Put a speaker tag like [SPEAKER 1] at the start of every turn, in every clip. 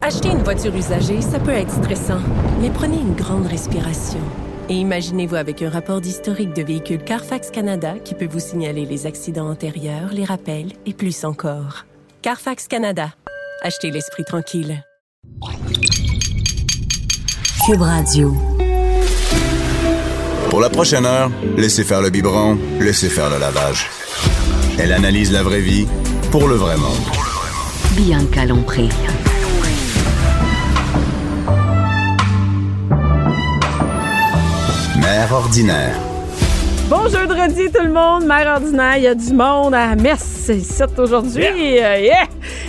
[SPEAKER 1] Acheter une voiture usagée, ça peut être stressant, mais prenez une grande respiration. Et imaginez-vous avec un rapport d'historique de véhicule Carfax Canada qui peut vous signaler les accidents antérieurs, les rappels et plus encore. Carfax Canada. Achetez l'esprit tranquille.
[SPEAKER 2] Cube Radio.
[SPEAKER 3] Pour la prochaine heure, laissez faire le biberon, laissez faire le lavage. Elle analyse la vraie vie pour le vrai monde.
[SPEAKER 2] Bianca Lompré.
[SPEAKER 3] Mère ordinaire.
[SPEAKER 4] Bon jeudi tout le monde, mère ordinaire, il y a du monde à Metz ici aujourd'hui. Euh, yeah!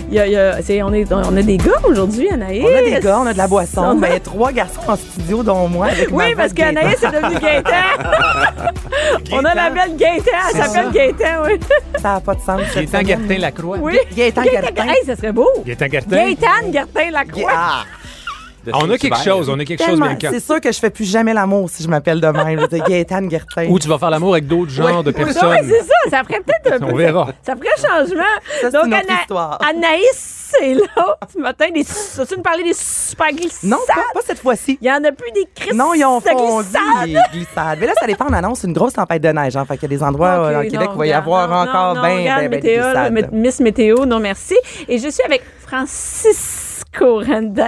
[SPEAKER 4] Il y a- il y a- c'est- on, est, on a des gars aujourd'hui, Anaïs.
[SPEAKER 5] On a des gars, on a de la boisson.
[SPEAKER 4] On a-
[SPEAKER 5] Ben, trois garçons en studio, dont moi. Avec ma
[SPEAKER 4] Oui,
[SPEAKER 5] voix
[SPEAKER 4] parce
[SPEAKER 5] de
[SPEAKER 4] qu'Anaïs
[SPEAKER 5] Gaëtan.
[SPEAKER 4] est devenue Gaëtan. on a la belle Gaëtan, elle s'appelle Gaëtan, oui.
[SPEAKER 5] Ça n'a pas de sens. cette
[SPEAKER 6] Gaétan
[SPEAKER 5] semaine.
[SPEAKER 6] Gertin Lacroix.
[SPEAKER 4] oui.
[SPEAKER 5] Gaëtan Gertin.
[SPEAKER 4] Hey, ça serait beau.
[SPEAKER 6] Gaétan Gertin.
[SPEAKER 4] Gaëtan Gertin Lacroix.
[SPEAKER 5] Ah,
[SPEAKER 6] On a quelque chose, on a quelque chose,
[SPEAKER 5] tellement.
[SPEAKER 6] Bianca.
[SPEAKER 5] C'est sûr que je fais plus jamais l'amour si je m'appelle de même. Je veux dire, Gaëtan Gertin.
[SPEAKER 6] Ou tu vas faire l'amour avec d'autres genres de
[SPEAKER 4] Oui,
[SPEAKER 6] personnes.
[SPEAKER 4] c'est ça. Ça ferait peut-être un
[SPEAKER 6] On
[SPEAKER 4] peu.
[SPEAKER 6] verra.
[SPEAKER 4] Ça ferait changement.
[SPEAKER 5] Ça, c'est
[SPEAKER 4] Donc,
[SPEAKER 5] une autre
[SPEAKER 4] Ana-
[SPEAKER 5] histoire.
[SPEAKER 4] Anaïs est là ce matin. Des... As-tu nous parler des super glissades?
[SPEAKER 5] Non, pas, pas cette fois-ci.
[SPEAKER 4] Il y en a plus des crises
[SPEAKER 5] Non, ils ont
[SPEAKER 4] de
[SPEAKER 5] fondu
[SPEAKER 4] glissades.
[SPEAKER 5] les glissades. Mais là, ça dépend. On annonce une grosse tempête de neige. Hein. Fait qu'il y a des endroits
[SPEAKER 4] Ok,
[SPEAKER 5] euh, en
[SPEAKER 4] non,
[SPEAKER 5] Québec où il va y
[SPEAKER 4] regarde,
[SPEAKER 5] avoir
[SPEAKER 4] non,
[SPEAKER 5] encore
[SPEAKER 4] non, non,
[SPEAKER 5] ben,
[SPEAKER 4] regarde,
[SPEAKER 5] ben, ben, des
[SPEAKER 4] météo, là,
[SPEAKER 5] glissades.
[SPEAKER 4] mé- Miss Météo, non merci. Et je suis avec Francisco Rendez.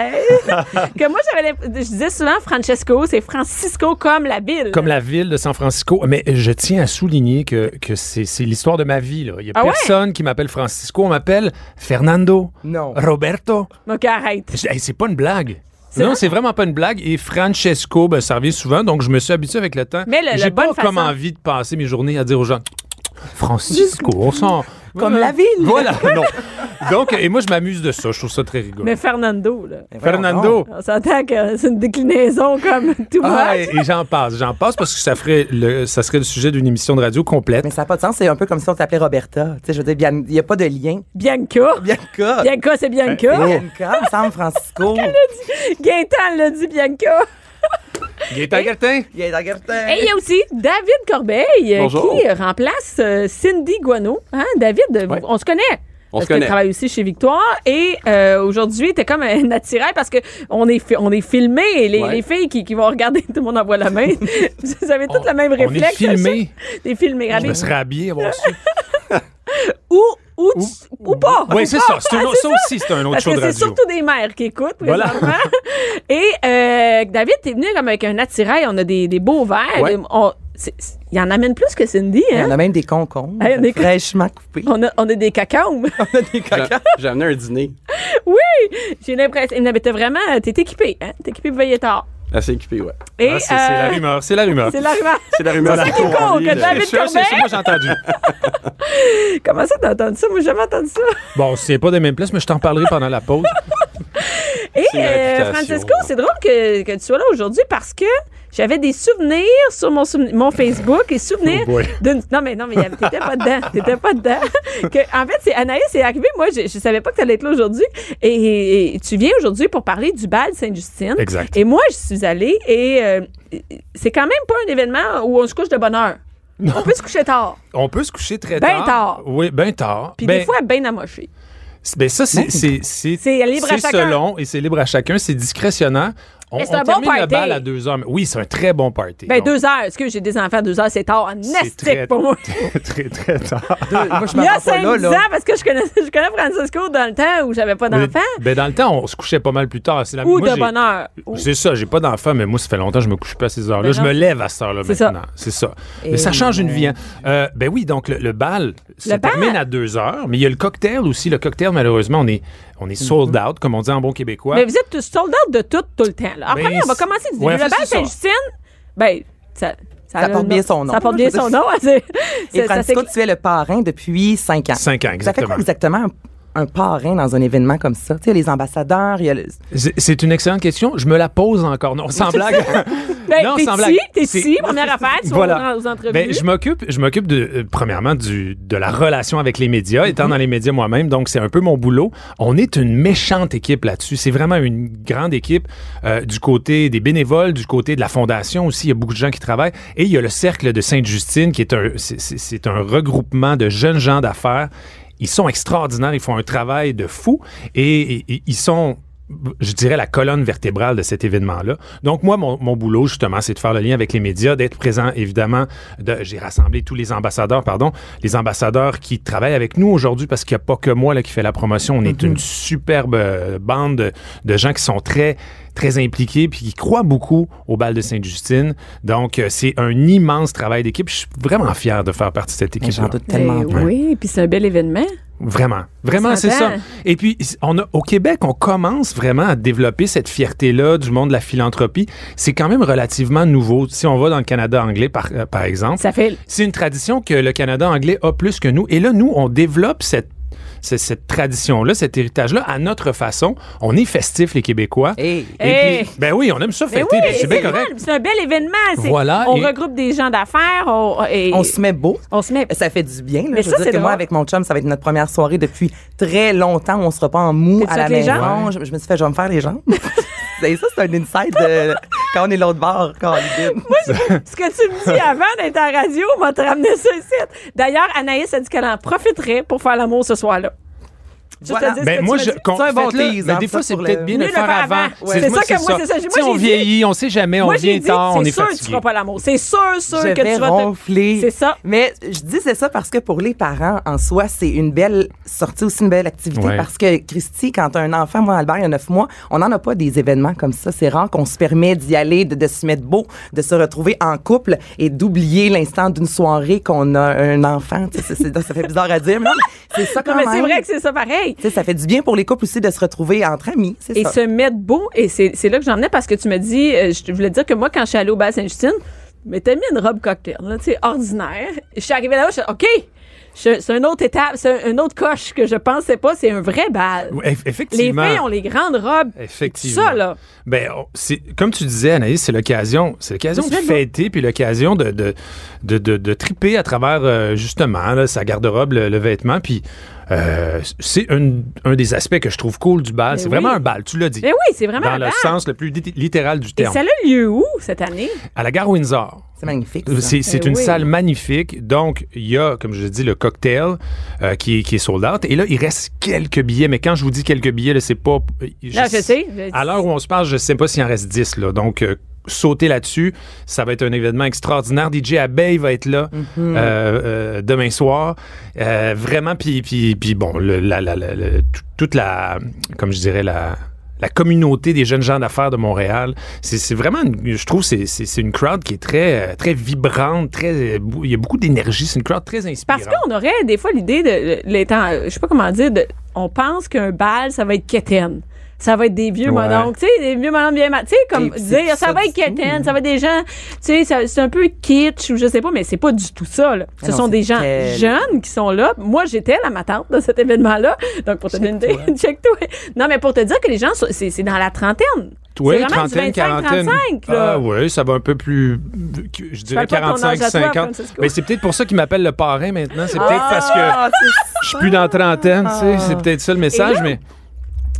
[SPEAKER 4] que moi, j'avais, l'imp- je disais souvent Francesco, c'est Francisco comme la ville.
[SPEAKER 6] Comme la ville de San Francisco. Mais je tiens à souligner que, que c'est c'est l'histoire de ma vie. là. Il n'y a
[SPEAKER 4] Ah ouais?
[SPEAKER 6] personne qui m'appelle Francisco. On m'appelle Fernando.
[SPEAKER 5] Non.
[SPEAKER 6] Roberto.
[SPEAKER 4] Donc, arrête.
[SPEAKER 6] Je- hey, c'est pas une blague.
[SPEAKER 4] C'est
[SPEAKER 6] Non,
[SPEAKER 4] vrai?
[SPEAKER 6] c'est vraiment pas une blague. Et Francesco, ben, ça revient souvent, donc je me suis habitué avec le temps.
[SPEAKER 4] Mais le-
[SPEAKER 6] J'ai
[SPEAKER 4] le
[SPEAKER 6] pas
[SPEAKER 4] bonne
[SPEAKER 6] comme
[SPEAKER 4] façon.
[SPEAKER 6] envie de passer mes journées à dire aux gens Francisco, on sent.
[SPEAKER 5] Comme la ville.
[SPEAKER 6] Voilà, non. Donc, et moi, je m'amuse de ça. Je trouve ça très rigolo.
[SPEAKER 4] Mais Fernando, là.
[SPEAKER 5] Ben, voyons donc.
[SPEAKER 6] Fernando.
[SPEAKER 4] On s'entend que c'est une déclinaison comme tout le
[SPEAKER 6] oh. Ah,
[SPEAKER 4] monde.
[SPEAKER 6] et et j'en passe, j'en passe parce que ça ferait le, ça serait le sujet d'une émission de radio complète.
[SPEAKER 5] Mais ça n'a pas de sens. C'est un peu comme si on t'appelait Roberta. Tu sais, je veux dire, bien- il n'y a pas de lien.
[SPEAKER 4] Bianca.
[SPEAKER 5] Bianca.
[SPEAKER 4] Bianca, c'est Bianca.
[SPEAKER 5] Bianca, me semble, Francisco.
[SPEAKER 4] Gaëtan l'a dit, Bianca.
[SPEAKER 6] Gaëtan Gertin.
[SPEAKER 5] Gaëtan Gertin.
[SPEAKER 4] Et il y a aussi David Corbeil euh, qui euh, remplace euh, Cindy Guano. Hein, David, euh,
[SPEAKER 7] Ouais.
[SPEAKER 4] on se connaît.
[SPEAKER 7] On
[SPEAKER 4] parce
[SPEAKER 7] se
[SPEAKER 4] que tu
[SPEAKER 7] connaît.
[SPEAKER 4] travailles aussi chez Victoire. Et euh, aujourd'hui, t'es comme un attirail parce que on est, fi- on est filmé. Et les,
[SPEAKER 7] Ouais.
[SPEAKER 4] les filles qui, qui vont regarder, tout le monde envoie la main. Vous avez toutes
[SPEAKER 6] On-
[SPEAKER 4] le même
[SPEAKER 6] on est
[SPEAKER 4] réflexe.
[SPEAKER 6] filmé.
[SPEAKER 4] T'es filmé.
[SPEAKER 6] Je
[SPEAKER 4] Rabbi.
[SPEAKER 6] me serais habillé, avoir su.
[SPEAKER 4] Ou, ou, tu- ou pas.
[SPEAKER 6] Oui,
[SPEAKER 4] Ou
[SPEAKER 6] c'est
[SPEAKER 4] pas.
[SPEAKER 6] ça. C'est un-
[SPEAKER 4] Ah,
[SPEAKER 6] ça, aussi, c'est un autre
[SPEAKER 4] Parce
[SPEAKER 6] show
[SPEAKER 4] que
[SPEAKER 6] de
[SPEAKER 4] c'est
[SPEAKER 6] radio.
[SPEAKER 4] surtout des mères qui écoutent
[SPEAKER 6] Voilà.
[SPEAKER 4] présentement. Et euh, David, t'es venu comme avec un attirail. On a des, des beaux verres.
[SPEAKER 6] Ouais.
[SPEAKER 4] Des- on- c'est- c'est- Il y en amène plus que Cindy.
[SPEAKER 5] Il y
[SPEAKER 4] Hein?
[SPEAKER 5] en a même des concombres
[SPEAKER 4] Hey, on est-
[SPEAKER 5] fraîchement coupés.
[SPEAKER 4] On a, on a des cacahuètes.
[SPEAKER 7] J'ai- J'ai amené un dîner
[SPEAKER 4] J'ai l'impression. Mais t'es vraiment. T'es équipé. Hein? T'es équipé pour veiller tard.
[SPEAKER 7] assez équipé, ouais.
[SPEAKER 4] Et,
[SPEAKER 6] Ah, c'est c'est la
[SPEAKER 4] euh,
[SPEAKER 6] rumeur, c'est la rumeur.
[SPEAKER 4] c'est la rumeur.
[SPEAKER 7] C'est la rumeur.
[SPEAKER 4] C'est qui court, que
[SPEAKER 6] C'est
[SPEAKER 4] David
[SPEAKER 6] sûr, c'est sûr,
[SPEAKER 4] Corbeil?
[SPEAKER 6] moi j'ai entendu.
[SPEAKER 4] Comment ça, t'as entendu ça? Moi, j'ai jamais entendu ça.
[SPEAKER 6] Bon, c'est pas des mêmes places, mais je t'en parlerai pendant la pause.
[SPEAKER 4] Et
[SPEAKER 7] C'est une
[SPEAKER 4] euh,
[SPEAKER 7] réputation.
[SPEAKER 4] Francisco, c'est drôle que, que tu sois là aujourd'hui parce que j'avais des souvenirs sur mon, souveni- mon Facebook et souvenirs
[SPEAKER 6] Oh boy.
[SPEAKER 4] d'une. Non, mais non, mais il y avait- t'étais pas dedans. T'étais pas dedans. Que, en fait, c'est Anaïs est arrivée. Moi, je, je savais pas que t'allais être là aujourd'hui. Et, et- et tu viens aujourd'hui pour parler du bal Sainte-Justine.
[SPEAKER 6] Exact.
[SPEAKER 4] Et moi, je suis allée et euh, c'est quand même pas un événement où on se couche de bonne heure. On peut se coucher tard.
[SPEAKER 6] On peut se coucher très
[SPEAKER 4] Ben
[SPEAKER 6] tard.
[SPEAKER 4] tard.
[SPEAKER 6] Oui, ben tard.
[SPEAKER 4] Puis
[SPEAKER 6] Ben-
[SPEAKER 4] des fois, bien amoché.
[SPEAKER 6] c'est- ben ça, c'est c'est- c'est-
[SPEAKER 4] C'est libre à
[SPEAKER 6] c'est
[SPEAKER 4] chacun.
[SPEAKER 6] selon et c'est libre à chacun, c'est discrétionnant. On,
[SPEAKER 4] Mais c'est
[SPEAKER 6] on
[SPEAKER 4] un bon
[SPEAKER 6] termine le
[SPEAKER 4] party.
[SPEAKER 6] bal à deux heures. mais- Oui, c'est un très bon party.
[SPEAKER 4] Ben,
[SPEAKER 6] Donc,
[SPEAKER 4] deux heures. Est-ce que j'ai des enfants? Deux heures, c'est tard. En
[SPEAKER 6] c'est
[SPEAKER 4] estique
[SPEAKER 6] très,
[SPEAKER 4] pour moi.
[SPEAKER 6] très, très tard.
[SPEAKER 5] Moi, je
[SPEAKER 4] Ah. Il y a
[SPEAKER 5] m'en vais
[SPEAKER 4] 5
[SPEAKER 5] pas là, là.
[SPEAKER 4] ans, parce que je connais, je connais Francisco dans le temps où j'avais pas
[SPEAKER 6] Mais-
[SPEAKER 4] d'enfant.
[SPEAKER 6] ben, dans le temps, on se couchait pas mal plus tard. C'est la
[SPEAKER 4] Ou
[SPEAKER 6] moi,
[SPEAKER 4] de
[SPEAKER 6] j'ai-
[SPEAKER 4] bonne heure. Ou-
[SPEAKER 6] C'est ça, j'ai pas d'enfant, mais moi, ça fait longtemps que je me couche pas à ces heures-là.
[SPEAKER 4] Ben
[SPEAKER 6] je
[SPEAKER 4] non.
[SPEAKER 6] me lève à cette heure-là
[SPEAKER 4] C'est ça.
[SPEAKER 6] maintenant. C'est ça. Mais ça change une vie. hein. Euh, ben oui, donc le, le bal, ça
[SPEAKER 4] bal.
[SPEAKER 6] termine à deux heures, mais il y a le cocktail aussi. Le cocktail, malheureusement, on est, on est sold out, comme on dit en bon québécois.
[SPEAKER 4] Mm-hmm. Mais vous êtes tous sold out de tout, tout le temps. là. En
[SPEAKER 6] Ben,
[SPEAKER 4] premier, on va
[SPEAKER 6] c'est-
[SPEAKER 4] commencer du début.
[SPEAKER 6] Ouais,
[SPEAKER 4] le
[SPEAKER 6] en fait,
[SPEAKER 4] bal
[SPEAKER 6] c'est ça.
[SPEAKER 4] Saint-Justine, ben, ça,
[SPEAKER 5] Ça porte bien son nom.
[SPEAKER 4] Ça porte bien son nom. hein, c'est-
[SPEAKER 5] Et
[SPEAKER 4] c'est- ça
[SPEAKER 5] Francisco,
[SPEAKER 4] s'éclate.
[SPEAKER 5] tu es le parrain depuis cinq ans.
[SPEAKER 6] Cinq ans,
[SPEAKER 5] Ça fait
[SPEAKER 6] exactement.
[SPEAKER 5] quoi exactement un, un parrain dans un événement comme ça? Tu sais, les ambassadeurs, il y a le-
[SPEAKER 6] C'est- C'est une excellente question. Je me la pose encore. Non, sans blague.
[SPEAKER 4] Ben,
[SPEAKER 6] non,
[SPEAKER 4] t'es
[SPEAKER 6] sans
[SPEAKER 4] ici,
[SPEAKER 6] blague.
[SPEAKER 4] t'es
[SPEAKER 6] C'est-
[SPEAKER 4] ici, première affaire, tu vas aux- aux entrevues.
[SPEAKER 6] Ben, je m'occupe, je m'occupe de, euh, premièrement du, de la relation avec les médias, étant dans les médias moi-même, donc c'est un peu mon boulot. On est une méchante équipe là-dessus. C'est vraiment une grande équipe euh, du côté des bénévoles, du côté de la fondation aussi. Il y a beaucoup de gens qui travaillent. Et il y a le cercle de Sainte-Justine qui est un, c'est- c'est c'est un regroupement de jeunes gens d'affaires. Ils sont extraordinaires, ils font un travail de fou et, et- et ils sont je dirais, la colonne vertébrale de cet événement-là. Donc, moi, mon, mon boulot, justement, c'est de faire le lien avec les médias, d'être présent, évidemment. de- J'ai rassemblé tous les ambassadeurs, pardon, les ambassadeurs qui travaillent avec nous aujourd'hui parce qu'il n'y a pas que moi là, qui fait la promotion. On est une superbe euh, bande de, de gens qui sont très très impliqués puis qui croient beaucoup au bal de Sainte-Justine. Donc, euh, c'est un immense travail d'équipe. Je suis vraiment fier de faire partie de cette
[SPEAKER 5] Mais J'en
[SPEAKER 6] équipe-là.
[SPEAKER 5] doute tellement
[SPEAKER 4] Ben
[SPEAKER 5] pas.
[SPEAKER 4] oui, puis c'est un bel événement.
[SPEAKER 6] Vraiment. Vraiment,
[SPEAKER 4] Ça
[SPEAKER 6] c'est ça.
[SPEAKER 4] s'entend.
[SPEAKER 6] Et puis, on a, au Québec, on commence vraiment à développer cette fierté-là du monde de la philanthropie. C'est quand même relativement nouveau. Si on va dans le Canada anglais, par, euh, par exemple,
[SPEAKER 4] Ça fait
[SPEAKER 6] c'est une tradition que le Canada anglais a plus que nous. Et là, nous, on développe cette c'est- cette tradition-là, cet héritage-là, à notre façon. On est festif, les Québécois.
[SPEAKER 5] Hey.
[SPEAKER 6] Et
[SPEAKER 4] Hey.
[SPEAKER 6] puis- ben oui, on aime ça
[SPEAKER 4] Ben
[SPEAKER 6] fêter,
[SPEAKER 4] oui,
[SPEAKER 6] puis c'est bien
[SPEAKER 4] le
[SPEAKER 6] correct.
[SPEAKER 4] fun, C'est un bel événement. c'est-
[SPEAKER 6] Voilà,
[SPEAKER 4] On
[SPEAKER 6] et-
[SPEAKER 4] regroupe des gens d'affaires. On, et-
[SPEAKER 5] On se met beau.
[SPEAKER 4] on se met.
[SPEAKER 5] Ça fait du bien. Là.
[SPEAKER 4] Mais
[SPEAKER 5] je
[SPEAKER 4] ça,
[SPEAKER 5] veux
[SPEAKER 4] c'est
[SPEAKER 5] dire que moi,
[SPEAKER 4] drôle.
[SPEAKER 5] avec mon chum, ça va être notre première soirée depuis très longtemps où on sera pas en mou
[SPEAKER 4] T'es-tu
[SPEAKER 5] à la
[SPEAKER 4] avec les
[SPEAKER 5] maison.
[SPEAKER 4] jambes?
[SPEAKER 5] Je, je me suis fait, je vais me faire les jambes. Et ça, c'est un inside de- quand on est l'autre bord, quand on est vide.
[SPEAKER 4] Ce que tu me dis avant d'être à la radio, on va te ramener ce site. D'ailleurs, Anaïs a dit qu'elle en profiterait pour faire l'amour ce soir-là. Juste
[SPEAKER 5] Voilà.
[SPEAKER 4] te dire ce
[SPEAKER 6] Ben,
[SPEAKER 4] que
[SPEAKER 6] moi,
[SPEAKER 4] tu
[SPEAKER 6] je,
[SPEAKER 4] m'as dit.
[SPEAKER 6] qu'on-
[SPEAKER 5] C'est un bon
[SPEAKER 6] faites-le,
[SPEAKER 5] tease,
[SPEAKER 6] mais
[SPEAKER 5] hein,
[SPEAKER 6] des
[SPEAKER 5] ça,
[SPEAKER 6] fois, c'est
[SPEAKER 5] pour
[SPEAKER 6] peut-être
[SPEAKER 5] le-
[SPEAKER 6] bien de le faire avant.
[SPEAKER 4] Ouais. C'est ça que moi, c'est ça. J'ai-
[SPEAKER 6] Tu
[SPEAKER 4] moi,
[SPEAKER 6] sais, on
[SPEAKER 4] j'ai dit-
[SPEAKER 6] vieillit, on sait jamais, on
[SPEAKER 4] Moi, j'ai
[SPEAKER 6] vient
[SPEAKER 4] dit,
[SPEAKER 6] tard, on
[SPEAKER 4] c'est
[SPEAKER 6] est
[SPEAKER 4] sûr que tu
[SPEAKER 6] fatigué.
[SPEAKER 4] feras pas l'amour. C'est sûr, sûr
[SPEAKER 5] je
[SPEAKER 4] que
[SPEAKER 5] vais
[SPEAKER 4] tu vas te-
[SPEAKER 5] ronfler.
[SPEAKER 4] C'est ça.
[SPEAKER 5] Mais je disais ça parce que pour les parents, en soi, c'est une belle sortie, aussi une belle activité.
[SPEAKER 6] Ouais.
[SPEAKER 5] Parce que, Christy, quand t'as un enfant, moi, Albert, il y a neuf mois, on n'en a pas des événements comme ça. C'est rare qu'on se permet d'y aller, de, de se mettre beau, de se retrouver en couple et d'oublier l'instant d'une soirée qu'on a un enfant. Tu sais, c'est- c'est- ça fait bizarre à dire, mais non, mais c'est ça quand
[SPEAKER 4] Non, mais
[SPEAKER 5] même.
[SPEAKER 4] c'est vrai que c'est ça pareil.
[SPEAKER 5] Tu sais, ça fait du bien pour les couples aussi de se retrouver entre amis. C'est
[SPEAKER 4] Et
[SPEAKER 5] ça.
[SPEAKER 4] se mettre beau, et c'est c'est là que j'en ai parce que tu me dis, euh, je te voulais te dire que moi, quand je suis allée au bal Sainte-Justine, je m'étais mis une robe cocktail, là, tu sais, ordinaire. Et je suis arrivée là-bas, je suis OK, je- c'est une autre étape, c'est une autre coche que je pensais pas, c'est un vrai bal.
[SPEAKER 6] Ouais, eff-
[SPEAKER 4] Les
[SPEAKER 6] Effectivement.
[SPEAKER 4] filles ont les grandes robes.
[SPEAKER 6] Effectivement.
[SPEAKER 4] Ça, là.
[SPEAKER 6] Ben, on- c'est- comme tu disais, Anaïs, c'est l'occasion, c'est l'occasion
[SPEAKER 4] Mais
[SPEAKER 6] de
[SPEAKER 4] c'est bien
[SPEAKER 6] fêter, puis l'occasion de, de, de, de- de triper à travers, euh, justement, là, sa garde-robe, le, le vêtement, puis euh, c'est un, un des aspects que je trouve cool du bal.
[SPEAKER 4] Mais
[SPEAKER 6] C'est
[SPEAKER 4] Ben oui.
[SPEAKER 6] vraiment un bal, tu l'as dit.
[SPEAKER 4] Mais oui, c'est vraiment
[SPEAKER 6] dans
[SPEAKER 4] un
[SPEAKER 6] le
[SPEAKER 4] bal.
[SPEAKER 6] sens le plus lit- littéral du
[SPEAKER 4] Et
[SPEAKER 6] terme.
[SPEAKER 4] ça a lieu où cette année?
[SPEAKER 6] À la gare Windsor.
[SPEAKER 5] C'est magnifique. ça.
[SPEAKER 6] C'est c'est
[SPEAKER 4] Eh
[SPEAKER 6] une
[SPEAKER 4] oui.
[SPEAKER 6] salle magnifique. Donc, il y a, comme je dis, le cocktail euh, qui, est- qui est sold out. Et là, il reste quelques billets. Mais quand je vous dis quelques billets, là, c'est pas. euh,
[SPEAKER 4] Là, Ah, je sais. je-
[SPEAKER 6] À l'heure où on se parle, je ne sais pas s'il en reste 10. Là. Donc, euh, sauter là-dessus, ça va être un événement extraordinaire. DJ Abeille va être là
[SPEAKER 4] Mhm.
[SPEAKER 6] euh, euh, demain soir. Euh, vraiment, puis, puis, puis bon, le- la- la- la- le- tout- toute la, comme je dirais, la... La communauté des jeunes gens d'affaires de Montréal, c'est c'est vraiment, une- je trouve, c'est- c'est c'est une crowd qui est très, euh, très vibrante, très, euh, il y a beaucoup d'énergie, c'est une crowd très inspirante.
[SPEAKER 4] Parce qu'on aurait des fois l'idée de l'étant, je sais pas comment dire, de- on pense qu'un bal, ça va être quétaine. Ça va être des vieux
[SPEAKER 6] Ouais.
[SPEAKER 4] mononcles, tu sais, des vieux mononcles bien ma- Tu sais, comme
[SPEAKER 5] Des petits
[SPEAKER 4] dire, ça,
[SPEAKER 5] ça
[SPEAKER 4] va
[SPEAKER 5] du
[SPEAKER 4] être
[SPEAKER 5] tout.
[SPEAKER 4] quétaine, ça va être des gens,
[SPEAKER 6] Mhm.
[SPEAKER 4] tu sais, ça- c'est un peu kitsch ou je sais pas, mais c'est pas du tout ça, là. Ce
[SPEAKER 5] Ah non,
[SPEAKER 4] sont
[SPEAKER 5] c'est
[SPEAKER 4] des gens
[SPEAKER 5] tel-
[SPEAKER 4] jeunes qui sont là. Moi, j'étais la ma tante de cet événement-là. Donc, pour te donner une idée, check toi. Non, mais pour te dire que les gens, sont- c'est c'est dans la trentaine.
[SPEAKER 6] Oui,
[SPEAKER 4] c'est vraiment du 25, 35, là.
[SPEAKER 6] Ah oui, ça va un peu plus, je dirais
[SPEAKER 4] parles pas de ton
[SPEAKER 6] 45,
[SPEAKER 4] âge à toi,
[SPEAKER 6] 50.
[SPEAKER 4] Francisco.
[SPEAKER 6] Mais c'est peut-être pour ça qu'il m'appelle le parrain maintenant. C'est peut-être parce que
[SPEAKER 5] Ah, c'est-
[SPEAKER 6] je suis plus dans la trentaine, tu sais. C'est peut-être ça le message,
[SPEAKER 4] Ah! là,
[SPEAKER 6] mais...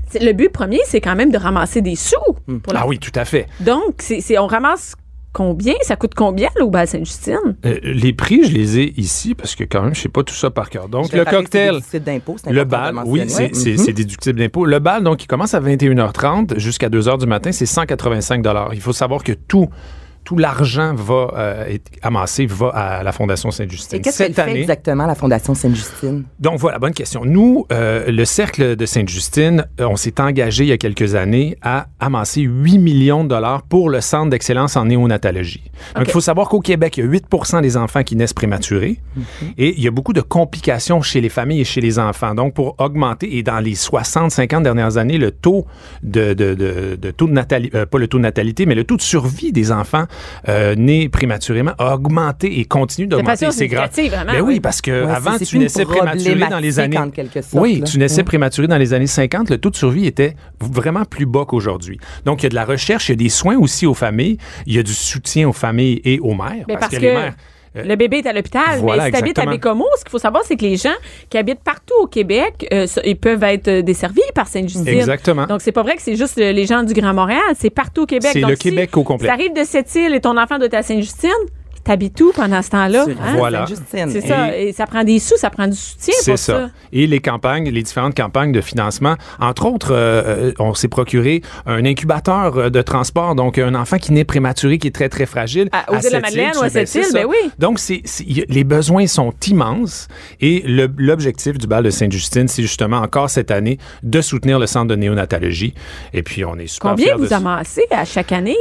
[SPEAKER 4] C'est- Le but premier, c'est quand même de ramasser des sous pour la
[SPEAKER 6] Ah oui, tout à fait.
[SPEAKER 4] Donc, c'est, c'est- on ramasse combien? Ça coûte combien, là, au bal Sainte-Justine?
[SPEAKER 6] Euh, les prix, je les ai ici parce que quand même, je sais pas tout ça par cœur. Donc,
[SPEAKER 5] Je vais
[SPEAKER 6] le
[SPEAKER 5] parler, c'est
[SPEAKER 6] cocktail...
[SPEAKER 5] des déficits d'impôts, c'est
[SPEAKER 6] Le
[SPEAKER 5] important
[SPEAKER 6] bal,
[SPEAKER 5] de
[SPEAKER 6] oui,
[SPEAKER 5] mentionner.
[SPEAKER 6] c'est c'est-
[SPEAKER 5] Mhm.
[SPEAKER 6] c'est déductible d'impôt. Le bal, donc, il commence à 21h30 jusqu'à 2h du matin, c'est 185 Il faut savoir que tout, tout l'argent va euh, être amassé va à la Fondation
[SPEAKER 5] Et
[SPEAKER 6] Sainte-Justine.
[SPEAKER 5] qu'est-ce qu'elle
[SPEAKER 6] Cette
[SPEAKER 5] fait
[SPEAKER 6] année,
[SPEAKER 5] exactement, la Fondation Sainte-Justine?
[SPEAKER 6] Donc voilà, bonne question. Nous, euh, le Cercle de Sainte-Justine, euh, on s'est engagé il y a quelques années à amasser 8 millions de dollars pour le Centre d'excellence en néonatologie. Donc
[SPEAKER 4] OK.
[SPEAKER 6] il faut savoir qu'au Québec, il y a 8 des enfants qui naissent prématurés et il y a beaucoup de complications chez les familles et chez les enfants. Donc pour augmenter, et dans les 60-50 dernières années, le taux de, de, de- de taux de natalité, pas le taux de natalité, mais le taux de survie des enfants euh, nés prématurément a augmenté et continue d'augmenter.
[SPEAKER 4] façon
[SPEAKER 6] C'est grave.
[SPEAKER 4] significative, vraiment,
[SPEAKER 6] Ben oui,
[SPEAKER 4] oui.
[SPEAKER 6] parce que
[SPEAKER 5] Ouais,
[SPEAKER 6] avant,
[SPEAKER 5] c'est- c'est
[SPEAKER 6] tu
[SPEAKER 5] une
[SPEAKER 6] naissais prématuré dans les
[SPEAKER 5] problématique
[SPEAKER 6] années.
[SPEAKER 5] en quelque sorte,
[SPEAKER 6] oui,
[SPEAKER 5] là.
[SPEAKER 6] tu naissais
[SPEAKER 5] Ouais.
[SPEAKER 6] prématuré dans les années 50. Le taux de survie était vraiment plus bas qu'aujourd'hui. Donc, il y a de la recherche, il y a des soins aussi aux familles, il y a du soutien aux familles et aux mères.
[SPEAKER 4] Ben,
[SPEAKER 6] parce,
[SPEAKER 4] parce
[SPEAKER 6] que, les
[SPEAKER 4] que-
[SPEAKER 6] mères. euh,
[SPEAKER 4] Le bébé est à l'hôpital,
[SPEAKER 6] Voilà,
[SPEAKER 4] mais si t'habites à
[SPEAKER 6] exactement.
[SPEAKER 4] Bécomo, ce qu'il faut savoir, c'est que les gens qui habitent partout au Québec, euh, ça- ils peuvent être euh, desservis par Sainte-Justine.
[SPEAKER 6] Exactement.
[SPEAKER 4] Donc, c'est pas vrai que c'est juste euh, les gens du Grand Montréal, c'est partout au Québec.
[SPEAKER 6] Hein? C'est
[SPEAKER 4] Donc,
[SPEAKER 6] le
[SPEAKER 4] si
[SPEAKER 6] Québec au complet.
[SPEAKER 4] T'arrives de cette île et ton enfant doit être à Sainte-Justine,
[SPEAKER 1] T'habites où pendant ce temps-là?
[SPEAKER 5] Sur-
[SPEAKER 1] hein?
[SPEAKER 6] Voilà.
[SPEAKER 5] Sainte-Justine.
[SPEAKER 1] C'est ça. Et ça prend des sous, ça prend du soutien
[SPEAKER 6] C'est
[SPEAKER 1] pour
[SPEAKER 6] ça.
[SPEAKER 1] ça.
[SPEAKER 6] Et les campagnes, les différentes campagnes de financement. Entre autres, euh, euh, on s'est procuré un incubateur euh, de transport, donc un enfant qui naît prématuré, qui est très, très fragile.
[SPEAKER 1] À- Ah, aux Îles-de-la-Madeleine
[SPEAKER 6] Sept-Îles,
[SPEAKER 1] ou à
[SPEAKER 6] c'est- ben,
[SPEAKER 1] Sept-Îles,
[SPEAKER 6] c'est ça.
[SPEAKER 1] ben oui.
[SPEAKER 6] Donc, c'est- c'est- y a- les besoins sont immenses et le- l'objectif du bal de Sainte-Justine, c'est justement encore cette année de soutenir le centre de néonatologie. Et puis, on est super
[SPEAKER 1] Combien
[SPEAKER 6] fiers de
[SPEAKER 1] vous
[SPEAKER 6] ça.
[SPEAKER 1] amassez à chaque année?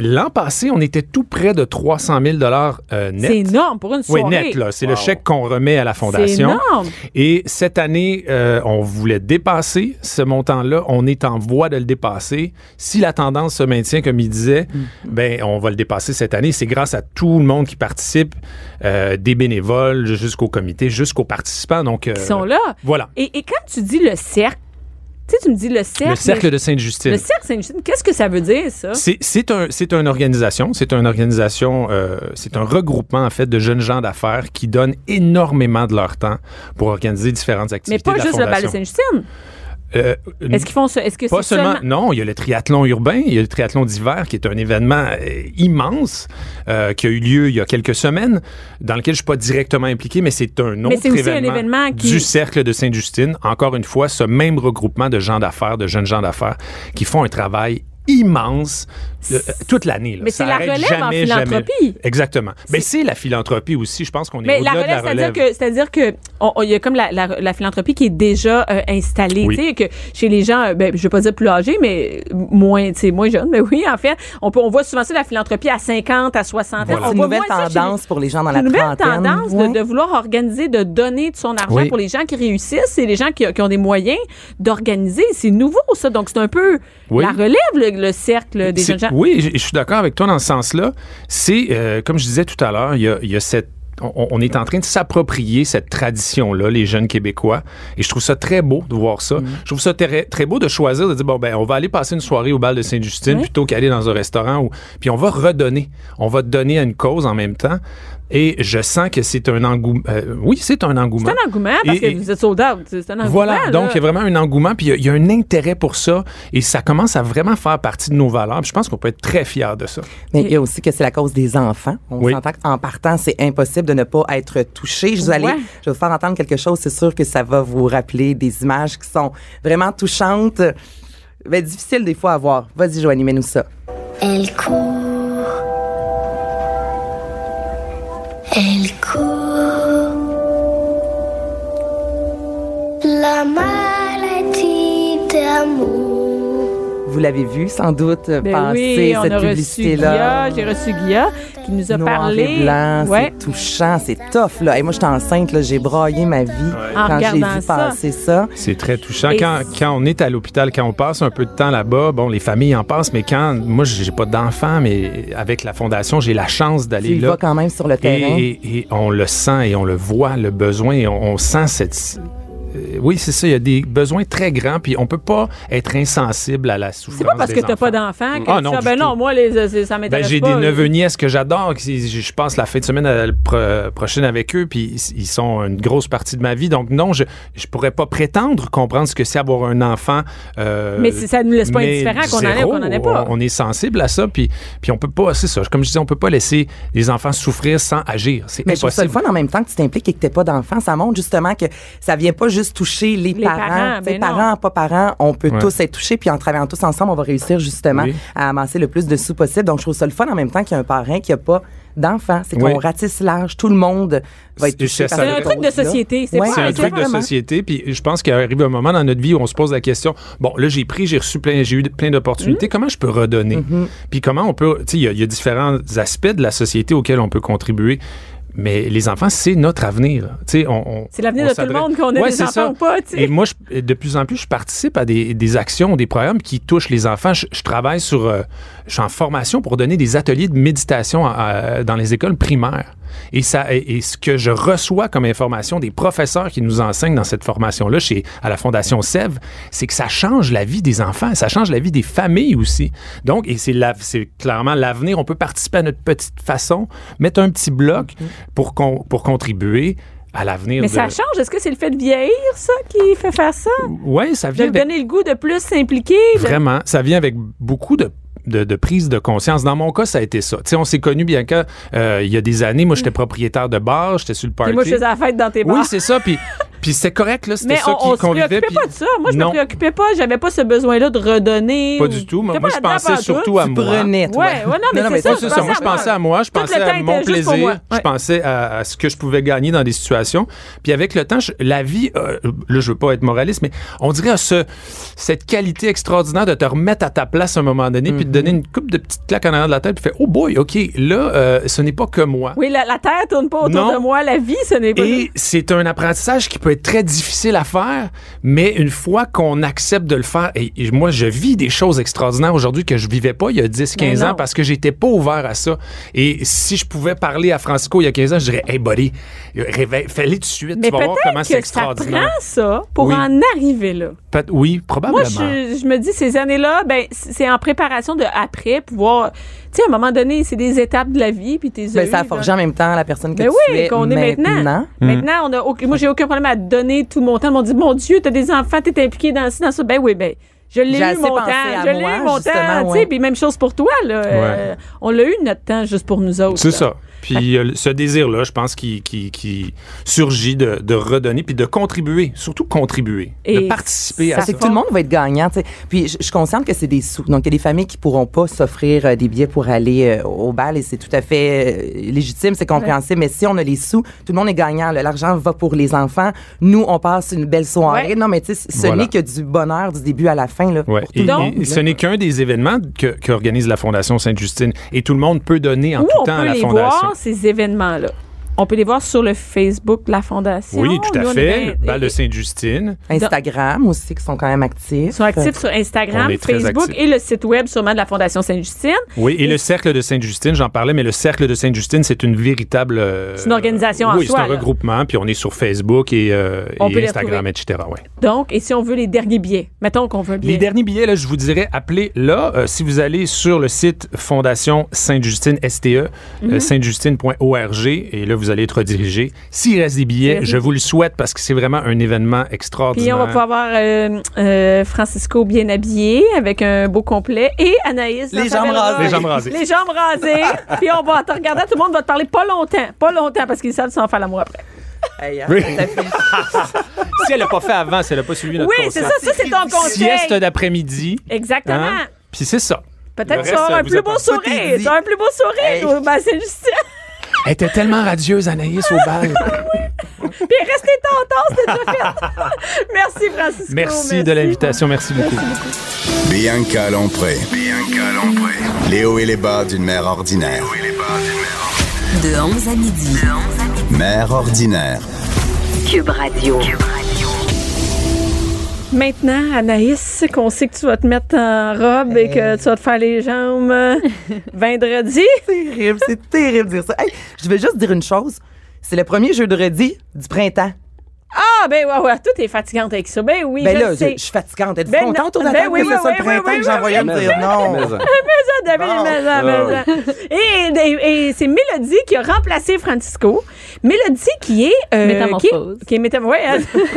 [SPEAKER 6] L'an passé, on était tout près de 300 000 euh, net.
[SPEAKER 1] C'est énorme pour une
[SPEAKER 6] Oui,
[SPEAKER 1] soirée.
[SPEAKER 6] net, là. C'est le
[SPEAKER 8] Wow.
[SPEAKER 6] chèque qu'on remet à la
[SPEAKER 1] C'est
[SPEAKER 6] Fondation.
[SPEAKER 1] énorme.
[SPEAKER 6] Et cette année, euh, on voulait dépasser ce montant-là. On est en voie de le dépasser. Si la tendance se maintient, comme il disait,
[SPEAKER 1] Mm.
[SPEAKER 6] ben on va le dépasser cette année. C'est grâce à tout le monde qui participe, euh, des bénévoles jusqu'au comité, jusqu'aux participants. Donc, euh,
[SPEAKER 1] Ils sont là.
[SPEAKER 6] Voilà.
[SPEAKER 1] Et, et quand tu dis le cercle, tu sais, tu me dis le cercle.
[SPEAKER 6] Le cercle de
[SPEAKER 1] le
[SPEAKER 6] Sainte-Justine.
[SPEAKER 1] cercle Sainte-Justine, qu'est-ce que ça veut dire, ça?
[SPEAKER 6] C'est c'est un, c'est une organisation, c'est une organisation, euh, c'est un regroupement en fait de jeunes gens d'affaires qui donnent énormément de leur temps pour organiser différentes activités.
[SPEAKER 1] Mais pas
[SPEAKER 6] de la
[SPEAKER 1] juste le bal de
[SPEAKER 6] Fondation.
[SPEAKER 1] Sainte-Justine.
[SPEAKER 6] Euh,
[SPEAKER 1] Est-ce qu'ils font ça? Est-ce que
[SPEAKER 6] Pas
[SPEAKER 1] c'est
[SPEAKER 6] seulement, non, il y a le triathlon urbain, il y a le triathlon d'hiver qui est un événement euh, immense euh, qui a eu lieu il y a quelques semaines, dans lequel je suis pas directement impliqué, mais c'est un autre
[SPEAKER 1] Mais c'est aussi un
[SPEAKER 6] événement,
[SPEAKER 1] événement qui-
[SPEAKER 6] du cercle de Sainte-Justine. Encore une fois, ce même regroupement de gens d'affaires, de jeunes gens d'affaires, qui font un travail immense euh, toute l'année. là.
[SPEAKER 1] Mais
[SPEAKER 6] Ça
[SPEAKER 1] c'est la
[SPEAKER 6] arrête
[SPEAKER 1] relève en
[SPEAKER 6] jamais, jamais.
[SPEAKER 1] philanthropie.
[SPEAKER 6] Exactement. Mais c'est la philanthropie aussi. Je pense qu'on est
[SPEAKER 1] Mais la
[SPEAKER 6] au-delà
[SPEAKER 1] relève,
[SPEAKER 6] de la
[SPEAKER 1] c'est-à-dire
[SPEAKER 6] relève.
[SPEAKER 1] que, c'est-à-dire que, on- on- il y a comme la, la- la philanthropie qui est déjà euh, installée,
[SPEAKER 6] Oui.
[SPEAKER 1] tu sais, que chez les gens, euh, ben, je veux pas dire plus âgés, mais euh, moins, tu sais, moins jeunes, mais oui, en fait, on peut, on voit souvent ça, la philanthropie à 50, à 60 ans.
[SPEAKER 6] Voilà.
[SPEAKER 1] On
[SPEAKER 6] C'est
[SPEAKER 5] une
[SPEAKER 1] voit
[SPEAKER 5] nouvelle
[SPEAKER 1] moins Ah, ça chez les-
[SPEAKER 5] tendance pour les gens dans
[SPEAKER 1] C'est
[SPEAKER 5] la
[SPEAKER 1] une nouvelle
[SPEAKER 5] trentaine.
[SPEAKER 1] tendance de,
[SPEAKER 5] Ouais.
[SPEAKER 1] de vouloir organiser, de donner de son argent
[SPEAKER 6] Oui.
[SPEAKER 1] pour les gens qui réussissent et les gens qui, qui ont des moyens d'organiser. C'est nouveau, ça. Donc, c'est un peu
[SPEAKER 6] Oui.
[SPEAKER 1] la relève, le, le cercle Euh, des
[SPEAKER 6] C'est-
[SPEAKER 1] jeunes gens.
[SPEAKER 6] Oui, je, je suis d'accord avec toi dans ce sens-là. C'est, euh, comme je disais tout à l'heure, il y a, il y a cette on, on est en train de s'approprier cette tradition-là, les jeunes Québécois. Et je trouve ça très beau de voir ça.
[SPEAKER 1] Mm.
[SPEAKER 6] Je trouve ça très, très beau de choisir, de dire, bon, ben, on va aller passer une soirée au bal de Sainte-Justine
[SPEAKER 1] Oui.
[SPEAKER 6] plutôt qu'aller dans un restaurant. Où, puis on va redonner. On va donner à une cause en même temps. Et je sens que c'est un engouement. euh, oui, c'est un engouement.
[SPEAKER 1] C'est un engouement parce
[SPEAKER 6] Et-
[SPEAKER 1] que
[SPEAKER 6] et-
[SPEAKER 1] vous êtes sold out. C'est un engouement.
[SPEAKER 6] Voilà,
[SPEAKER 1] là.
[SPEAKER 6] donc il y a vraiment un engouement, puis il y a- il y, a un intérêt pour ça, et ça commence à vraiment faire partie de nos valeurs. puis je pense qu'on peut être très fiers de ça.
[SPEAKER 5] Mais il y a aussi que c'est la cause des enfants. On
[SPEAKER 6] Oui.
[SPEAKER 5] s'entend qu'en partant, c'est impossible de ne pas être touché. Je vous, allez,
[SPEAKER 1] Ouais.
[SPEAKER 5] je vais vous faire entendre quelque chose. C'est sûr que ça va vous rappeler des images qui sont vraiment touchantes. Ben, difficile des fois à voir. Vas-y, Joanie, mets-nous ça.
[SPEAKER 9] Elle court. Elle court. La maladie d'amour.
[SPEAKER 5] Vous l'avez vu, sans doute,
[SPEAKER 1] Ben
[SPEAKER 5] passer
[SPEAKER 1] oui, on
[SPEAKER 5] cette
[SPEAKER 1] a reçu Guilla,
[SPEAKER 5] publicité-là.
[SPEAKER 1] j'ai reçu Guilla qui nous a
[SPEAKER 5] Noir
[SPEAKER 1] parlé.
[SPEAKER 5] et blanc,
[SPEAKER 1] ouais.
[SPEAKER 5] c'est touchant, c'est tough. Là. Et moi, j'étais enceinte, là, j'ai braillé ma vie
[SPEAKER 1] En
[SPEAKER 5] quand j'ai
[SPEAKER 1] regardant
[SPEAKER 5] vu
[SPEAKER 1] ça.
[SPEAKER 5] passer ça.
[SPEAKER 6] C'est très touchant.
[SPEAKER 1] Et
[SPEAKER 6] Quand,
[SPEAKER 1] c'est-
[SPEAKER 6] quand on est à l'hôpital, quand on passe un peu de temps là-bas, bon, les familles en passent, mais quand, moi, j'ai pas d'enfant, mais avec la Fondation, j'ai la chance
[SPEAKER 5] Tu
[SPEAKER 6] d'aller
[SPEAKER 5] y
[SPEAKER 6] là.
[SPEAKER 5] vas quand même sur le
[SPEAKER 6] Et,
[SPEAKER 5] terrain.
[SPEAKER 6] et- et on le sent et on le voit, le besoin, et on, on sent cette... euh, Oui, c'est ça, il y a des besoins très grands, puis on peut pas être insensible à la souffrance
[SPEAKER 1] C'est pas parce
[SPEAKER 6] des
[SPEAKER 1] que t'as pas
[SPEAKER 6] enfants.
[SPEAKER 1] d'enfant que
[SPEAKER 6] Ah
[SPEAKER 1] tu
[SPEAKER 6] non,
[SPEAKER 1] fais,
[SPEAKER 6] du
[SPEAKER 1] ben non,
[SPEAKER 6] tout.
[SPEAKER 1] moi, les, euh, c'est- ça
[SPEAKER 6] Ben,
[SPEAKER 1] m'intéresse
[SPEAKER 6] j'ai
[SPEAKER 1] pas. euh,
[SPEAKER 6] des neveux nièces que j'adore. qui- Je je passe la fin de semaine à la pro- prochaine avec eux, puis ils- ils sont une grosse partie de ma vie. Donc non, je je pourrais pas prétendre comprendre ce que c'est avoir un enfant. euh,
[SPEAKER 1] Mais c'est- ça nous laisse pas
[SPEAKER 6] mais
[SPEAKER 1] indifférents qu'on en ait ou
[SPEAKER 6] zéro.
[SPEAKER 1] qu'on en ait pas.
[SPEAKER 6] On, on est sensible à ça, puis puis on peut pas, c'est ça. Comme je disais, on peut pas laisser les enfants souffrir sans agir. C'est
[SPEAKER 5] Mais je trouve ça le
[SPEAKER 6] impossible.
[SPEAKER 5] fun en même temps que tu t'impliques et que t'es pas d'enfant. Ça montre justement que ça vient pas juste toucher les,
[SPEAKER 1] Les
[SPEAKER 5] parents.
[SPEAKER 1] parents,
[SPEAKER 5] T'sais,
[SPEAKER 1] ben
[SPEAKER 5] parents, pas parents, on peut
[SPEAKER 6] Ouais.
[SPEAKER 5] tous être touchés. Puis en travaillant tous ensemble, on va réussir justement
[SPEAKER 6] Oui.
[SPEAKER 5] à amasser le plus de sous possible. Donc je trouve ça le fun en même temps qu'il y a un parent qui a pas d'enfant. C'est
[SPEAKER 6] Oui.
[SPEAKER 5] qu'on ratisse large. Tout le monde va être
[SPEAKER 6] C'est-
[SPEAKER 5] touché. par
[SPEAKER 6] c'est ça,
[SPEAKER 5] cette
[SPEAKER 6] le-
[SPEAKER 1] C'est un truc de
[SPEAKER 5] cause-là.
[SPEAKER 1] société, c'est
[SPEAKER 5] Ouais,
[SPEAKER 1] pas-
[SPEAKER 6] C'est un
[SPEAKER 1] c'est
[SPEAKER 6] truc de
[SPEAKER 5] vraiment.
[SPEAKER 6] société, puis je pense qu'il arrive un moment dans notre vie où on se pose la question bon, là, j'ai pris, j'ai reçu plein, j'ai eu plein d'opportunités,
[SPEAKER 1] Mm.
[SPEAKER 6] comment je peux redonner
[SPEAKER 1] Mm-hmm.
[SPEAKER 6] Puis comment on peut. Tu sais, il y, a- il y a différents aspects de la société auxquels on peut contribuer. Mais les enfants, c'est notre avenir. Tu sais, on- on-
[SPEAKER 1] C'est l'avenir
[SPEAKER 6] on
[SPEAKER 1] de tout le
[SPEAKER 6] s'adresse-
[SPEAKER 1] monde, qu'on ait
[SPEAKER 6] Ouais,
[SPEAKER 1] des
[SPEAKER 6] c'est
[SPEAKER 1] enfants
[SPEAKER 6] ça.
[SPEAKER 1] ou pas, tu sais.
[SPEAKER 6] Et moi, je- de plus en plus, je participe à des, des actions, des programmes qui touchent les enfants. Je, je travaille sur. euh, je suis en formation pour donner des ateliers de méditation à- à- dans les écoles primaires. Et, ça, et, et ce que je reçois comme information des professeurs qui nous enseignent dans cette formation-là chez, à la Fondation Sèvres, c'est que ça change la vie des enfants, ça change la vie des familles aussi. Donc, et c'est, la- c'est clairement l'avenir. On peut participer à notre petite façon, mettre un petit bloc pour, con- pour contribuer à
[SPEAKER 1] Mm-hmm.
[SPEAKER 6] l'avenir.
[SPEAKER 1] Mais ça
[SPEAKER 6] de-
[SPEAKER 1] change. Est-ce que c'est le fait de vieillir, ça, qui fait faire ça?
[SPEAKER 6] Ouais, ça
[SPEAKER 1] De
[SPEAKER 6] vient
[SPEAKER 1] lui
[SPEAKER 6] avec-
[SPEAKER 1] donner le goût de plus s'impliquer? de-
[SPEAKER 6] Vraiment, ça vient avec beaucoup de de, de prise de conscience. Dans mon cas, ça a été ça. Tu sais, on s'est connus, bien que euh, il y a des années, moi, j'étais propriétaire de bar, j'étais sur le party.
[SPEAKER 4] Puis moi, je faisais la fête dans tes bras.
[SPEAKER 6] Oui, c'est ça. Puis, puis c'est correct, là. C'était
[SPEAKER 4] mais
[SPEAKER 6] ça
[SPEAKER 4] on, on
[SPEAKER 6] qui
[SPEAKER 4] se
[SPEAKER 6] convivait.
[SPEAKER 4] préoccupait
[SPEAKER 6] Puis...
[SPEAKER 4] pas de ça. Moi, je
[SPEAKER 6] non,
[SPEAKER 4] me préoccupais pas. J'avais pas ce besoin-là de redonner.
[SPEAKER 6] pas
[SPEAKER 4] ou-
[SPEAKER 6] du tout. Moi,
[SPEAKER 4] J'étais pas
[SPEAKER 6] moi, je
[SPEAKER 4] là-dedans
[SPEAKER 6] pensais
[SPEAKER 4] avant
[SPEAKER 6] surtout
[SPEAKER 4] tout.
[SPEAKER 6] à
[SPEAKER 5] Tu
[SPEAKER 6] moi.
[SPEAKER 5] prenais, toi.
[SPEAKER 4] Ouais, ouais, non, mais
[SPEAKER 5] Non, non,
[SPEAKER 4] c'est
[SPEAKER 5] mais
[SPEAKER 4] ça.
[SPEAKER 5] ça,
[SPEAKER 4] je
[SPEAKER 5] c'est pensais à
[SPEAKER 6] C'est ça. Moi, je
[SPEAKER 5] moi.
[SPEAKER 6] pensais à moi, je
[SPEAKER 4] Tout le
[SPEAKER 6] pensais
[SPEAKER 4] temps
[SPEAKER 6] à
[SPEAKER 4] était
[SPEAKER 6] mon
[SPEAKER 4] juste pour
[SPEAKER 6] plaisir,
[SPEAKER 4] moi. Ouais.
[SPEAKER 6] je pensais à, à ce que je pouvais gagner dans des situations. Puis avec le temps, je- la vie, euh, là, je veux pas être moraliste, mais on dirait à ce, cette qualité extraordinaire de te remettre à ta place à un moment donné,
[SPEAKER 4] Mhm.
[SPEAKER 6] puis de donner une coupe de petites claques en arrière de la tête, puis faire oh boy, ok, là, euh, ce n'est pas que moi.
[SPEAKER 4] Oui, la, la terre tourne pas autour
[SPEAKER 6] Non.
[SPEAKER 4] de moi. La vie, ce n'est pas.
[SPEAKER 6] Et c'est un apprentissage qui peut être très difficile à faire, mais une fois qu'on accepte de le faire, et, et moi, je vis des choses extraordinaires aujourd'hui que je vivais pas il y a 10,
[SPEAKER 4] Mais
[SPEAKER 6] 15
[SPEAKER 4] non.
[SPEAKER 6] ans parce que j'étais pas ouvert à ça. Et si je pouvais parler à Francisco il y a 15 ans, je dirais, hey buddy, réveille, fais-les tout de suite,
[SPEAKER 4] mais
[SPEAKER 6] tu vas voir comment
[SPEAKER 4] peut-être
[SPEAKER 6] c'est
[SPEAKER 4] que ça prend
[SPEAKER 6] extraordinaire.
[SPEAKER 4] ça pour
[SPEAKER 6] Oui.
[SPEAKER 4] en arriver là.
[SPEAKER 6] Peut- oui,
[SPEAKER 4] Moi,
[SPEAKER 6] probablement.
[SPEAKER 4] je, je me dis, ces années-là, ben, c- c'est en préparation de après pouvoir. Tu sais, à un moment donné, c'est des étapes de la vie, puis tes
[SPEAKER 5] Ben, ça a forgé en même temps la personne que
[SPEAKER 4] Mais
[SPEAKER 5] tu
[SPEAKER 4] Ben oui,
[SPEAKER 5] es
[SPEAKER 4] qu'on est maintenant.
[SPEAKER 5] maintenant.
[SPEAKER 4] Maintenant,
[SPEAKER 6] Hmm.
[SPEAKER 4] on a aucun- moi, j'ai aucun problème à donner tout mon temps. Ils m'ont dit, mon Dieu, t'as des enfants, t'es impliqué dans ci, dans ça. Ben oui, ben. Je l'ai
[SPEAKER 5] J'ai
[SPEAKER 4] eu
[SPEAKER 5] assez
[SPEAKER 4] mon temps.
[SPEAKER 5] pensé à
[SPEAKER 4] Je l'ai
[SPEAKER 5] moi,
[SPEAKER 4] eu mon
[SPEAKER 5] justement,
[SPEAKER 4] temps. tu
[SPEAKER 5] ouais.
[SPEAKER 4] sais, Puis même chose pour toi. Là, Euh, on l'a eu notre temps juste pour nous autres.
[SPEAKER 6] C'est
[SPEAKER 4] là.
[SPEAKER 6] ça. Puis euh, ce désir-là, je pense, qui, qui, qui surgit de, de redonner, puis de contribuer, surtout contribuer, de
[SPEAKER 4] Et
[SPEAKER 6] participer à
[SPEAKER 4] ça
[SPEAKER 6] ça.
[SPEAKER 5] C'est que tout le monde va être gagnant. tu sais. Puis je je suis consciente que c'est des sous. Donc, il y a des familles qui pourront pas s'offrir euh, des billets pour aller euh, au bal et c'est tout à fait euh, légitime, c'est compréhensible. Mais si on a les sous, tout le monde est gagnant. là. L'argent va pour les enfants. Nous, on passe une belle soirée.
[SPEAKER 4] Ouais.
[SPEAKER 5] Non, mais tu sais, ce
[SPEAKER 6] Voilà.
[SPEAKER 5] n'est que du bonheur du début à la fin. Là,
[SPEAKER 6] Ouais.
[SPEAKER 5] pour tout
[SPEAKER 6] Et,
[SPEAKER 5] le
[SPEAKER 4] Donc-
[SPEAKER 5] monde,
[SPEAKER 6] et
[SPEAKER 5] là.
[SPEAKER 6] ce n'est qu'un des événements que, que organise la Fondation Sainte-Justine. Et tout le monde peut donner en
[SPEAKER 4] Où
[SPEAKER 6] tout
[SPEAKER 4] on
[SPEAKER 6] temps à
[SPEAKER 4] peut
[SPEAKER 6] la
[SPEAKER 4] les
[SPEAKER 6] Fondation.
[SPEAKER 4] voir, ces événements-là? On peut les voir sur le Facebook de la Fondation.
[SPEAKER 6] Oui, tout à
[SPEAKER 4] Nous, on est
[SPEAKER 6] fait. Ben,
[SPEAKER 4] bien-
[SPEAKER 6] Bal de Sainte-Justine.
[SPEAKER 5] Instagram aussi, qui sont quand même actifs.
[SPEAKER 4] Ils sont actifs sur Instagram,
[SPEAKER 6] On est très
[SPEAKER 4] Facebook
[SPEAKER 6] actifs.
[SPEAKER 4] et le site web sûrement de la Fondation Sainte-Justine.
[SPEAKER 6] Oui, et le Cercle de Sainte-Justine, j'en parlais, mais le Cercle de Sainte-Justine, c'est une véritable... euh,
[SPEAKER 4] C'est une organisation en
[SPEAKER 6] Oui,
[SPEAKER 4] soi,
[SPEAKER 6] c'est un
[SPEAKER 4] là.
[SPEAKER 6] regroupement, puis on est sur Facebook et, euh,
[SPEAKER 4] On
[SPEAKER 6] et
[SPEAKER 4] peut les
[SPEAKER 6] Instagram, etc. ouais.
[SPEAKER 4] Donc, et si on veut les derniers billets, mettons qu'on veut un billet.
[SPEAKER 6] Les derniers billets, là, je vous dirais, appelez là. Euh, si vous allez sur le site Fondation Sainte-Justine, STE,
[SPEAKER 4] Mhm.
[SPEAKER 6] euh, saintejustine.org, et là, vous allez être redirigé. S'il reste des billets, je vous le souhaite parce que c'est vraiment un événement
[SPEAKER 4] Puis
[SPEAKER 6] extraordinaire.
[SPEAKER 4] on va pouvoir voir euh, euh, Francisco bien habillé avec un beau complet et Anaïs. dans
[SPEAKER 5] Les
[SPEAKER 4] sa
[SPEAKER 5] jambes
[SPEAKER 4] belle
[SPEAKER 5] rasées.
[SPEAKER 4] robe.
[SPEAKER 6] Les jambes rasées.
[SPEAKER 4] Les jambes rasées. Puis on va te regarder, tout le monde va te parler pas longtemps, pas longtemps parce qu'ils savent s'en faire l'amour après.
[SPEAKER 5] Hey, hein,
[SPEAKER 6] Oui.
[SPEAKER 5] tout à fait.
[SPEAKER 6] si elle l'a pas fait avant, si elle n'a pas suivi notre
[SPEAKER 4] Oui, c'est
[SPEAKER 6] conseil.
[SPEAKER 4] ça, ça c'est ton conseil.
[SPEAKER 6] Sieste d'après-midi.
[SPEAKER 4] Exactement.
[SPEAKER 6] Hein? Puis c'est ça.
[SPEAKER 4] Peut-être
[SPEAKER 6] Le
[SPEAKER 4] que tu vas avoir
[SPEAKER 6] reste,
[SPEAKER 4] un
[SPEAKER 6] vous
[SPEAKER 4] plus
[SPEAKER 6] a
[SPEAKER 4] beau
[SPEAKER 6] pas-
[SPEAKER 5] Tout est
[SPEAKER 4] sourire.
[SPEAKER 5] dit.
[SPEAKER 4] Tu as un plus beau sourire. au Ben, c'est juste
[SPEAKER 6] Elle était tellement radieuse, Anaïs, au bal.
[SPEAKER 4] Puis restez tentants, c'est déjà fait. merci, Francisco.
[SPEAKER 6] merci de l'invitation, merci beaucoup.
[SPEAKER 3] Bianca Lompré. Les hauts et les bas d'une mère ordinaire.
[SPEAKER 2] De 11 à midi.
[SPEAKER 3] Mère ordinaire.
[SPEAKER 2] Cube Radio.
[SPEAKER 4] Maintenant, Anaïs, qu'on sait que tu vas te mettre en robe et
[SPEAKER 9] Euh.
[SPEAKER 4] que tu vas te faire les jambes euh, vendredi.
[SPEAKER 5] C'est terrible, c'est terrible de dire ça. Hey, je vais juste dire une chose. C'est le premier jeu de redis du printemps.
[SPEAKER 4] Ah, ben ouais, ouais, tout est fatigante avec ça. Ben oui,
[SPEAKER 5] Ben
[SPEAKER 4] je
[SPEAKER 5] là,
[SPEAKER 4] le
[SPEAKER 5] je,
[SPEAKER 4] sais.
[SPEAKER 5] je suis fatigante. Êtes-vous
[SPEAKER 4] Ben non,
[SPEAKER 5] contente autour de la
[SPEAKER 4] ben
[SPEAKER 5] table
[SPEAKER 4] oui,
[SPEAKER 5] que
[SPEAKER 4] oui,
[SPEAKER 5] ce soit
[SPEAKER 4] oui,
[SPEAKER 5] le printemps
[SPEAKER 4] oui,
[SPEAKER 5] que j'envoyais me
[SPEAKER 7] oui,
[SPEAKER 5] dire
[SPEAKER 7] oui.
[SPEAKER 4] Oh.
[SPEAKER 5] non?
[SPEAKER 7] Mais euh, en-
[SPEAKER 4] Ça, David,
[SPEAKER 5] Bon.
[SPEAKER 4] mais
[SPEAKER 7] Ah
[SPEAKER 4] ça, mais ça. Et, et- et c'est Mélodie qui a remplacé Francisco. Mélodie qui est... euh,
[SPEAKER 9] Métamorphose.
[SPEAKER 4] Qui, qui est métamorphose.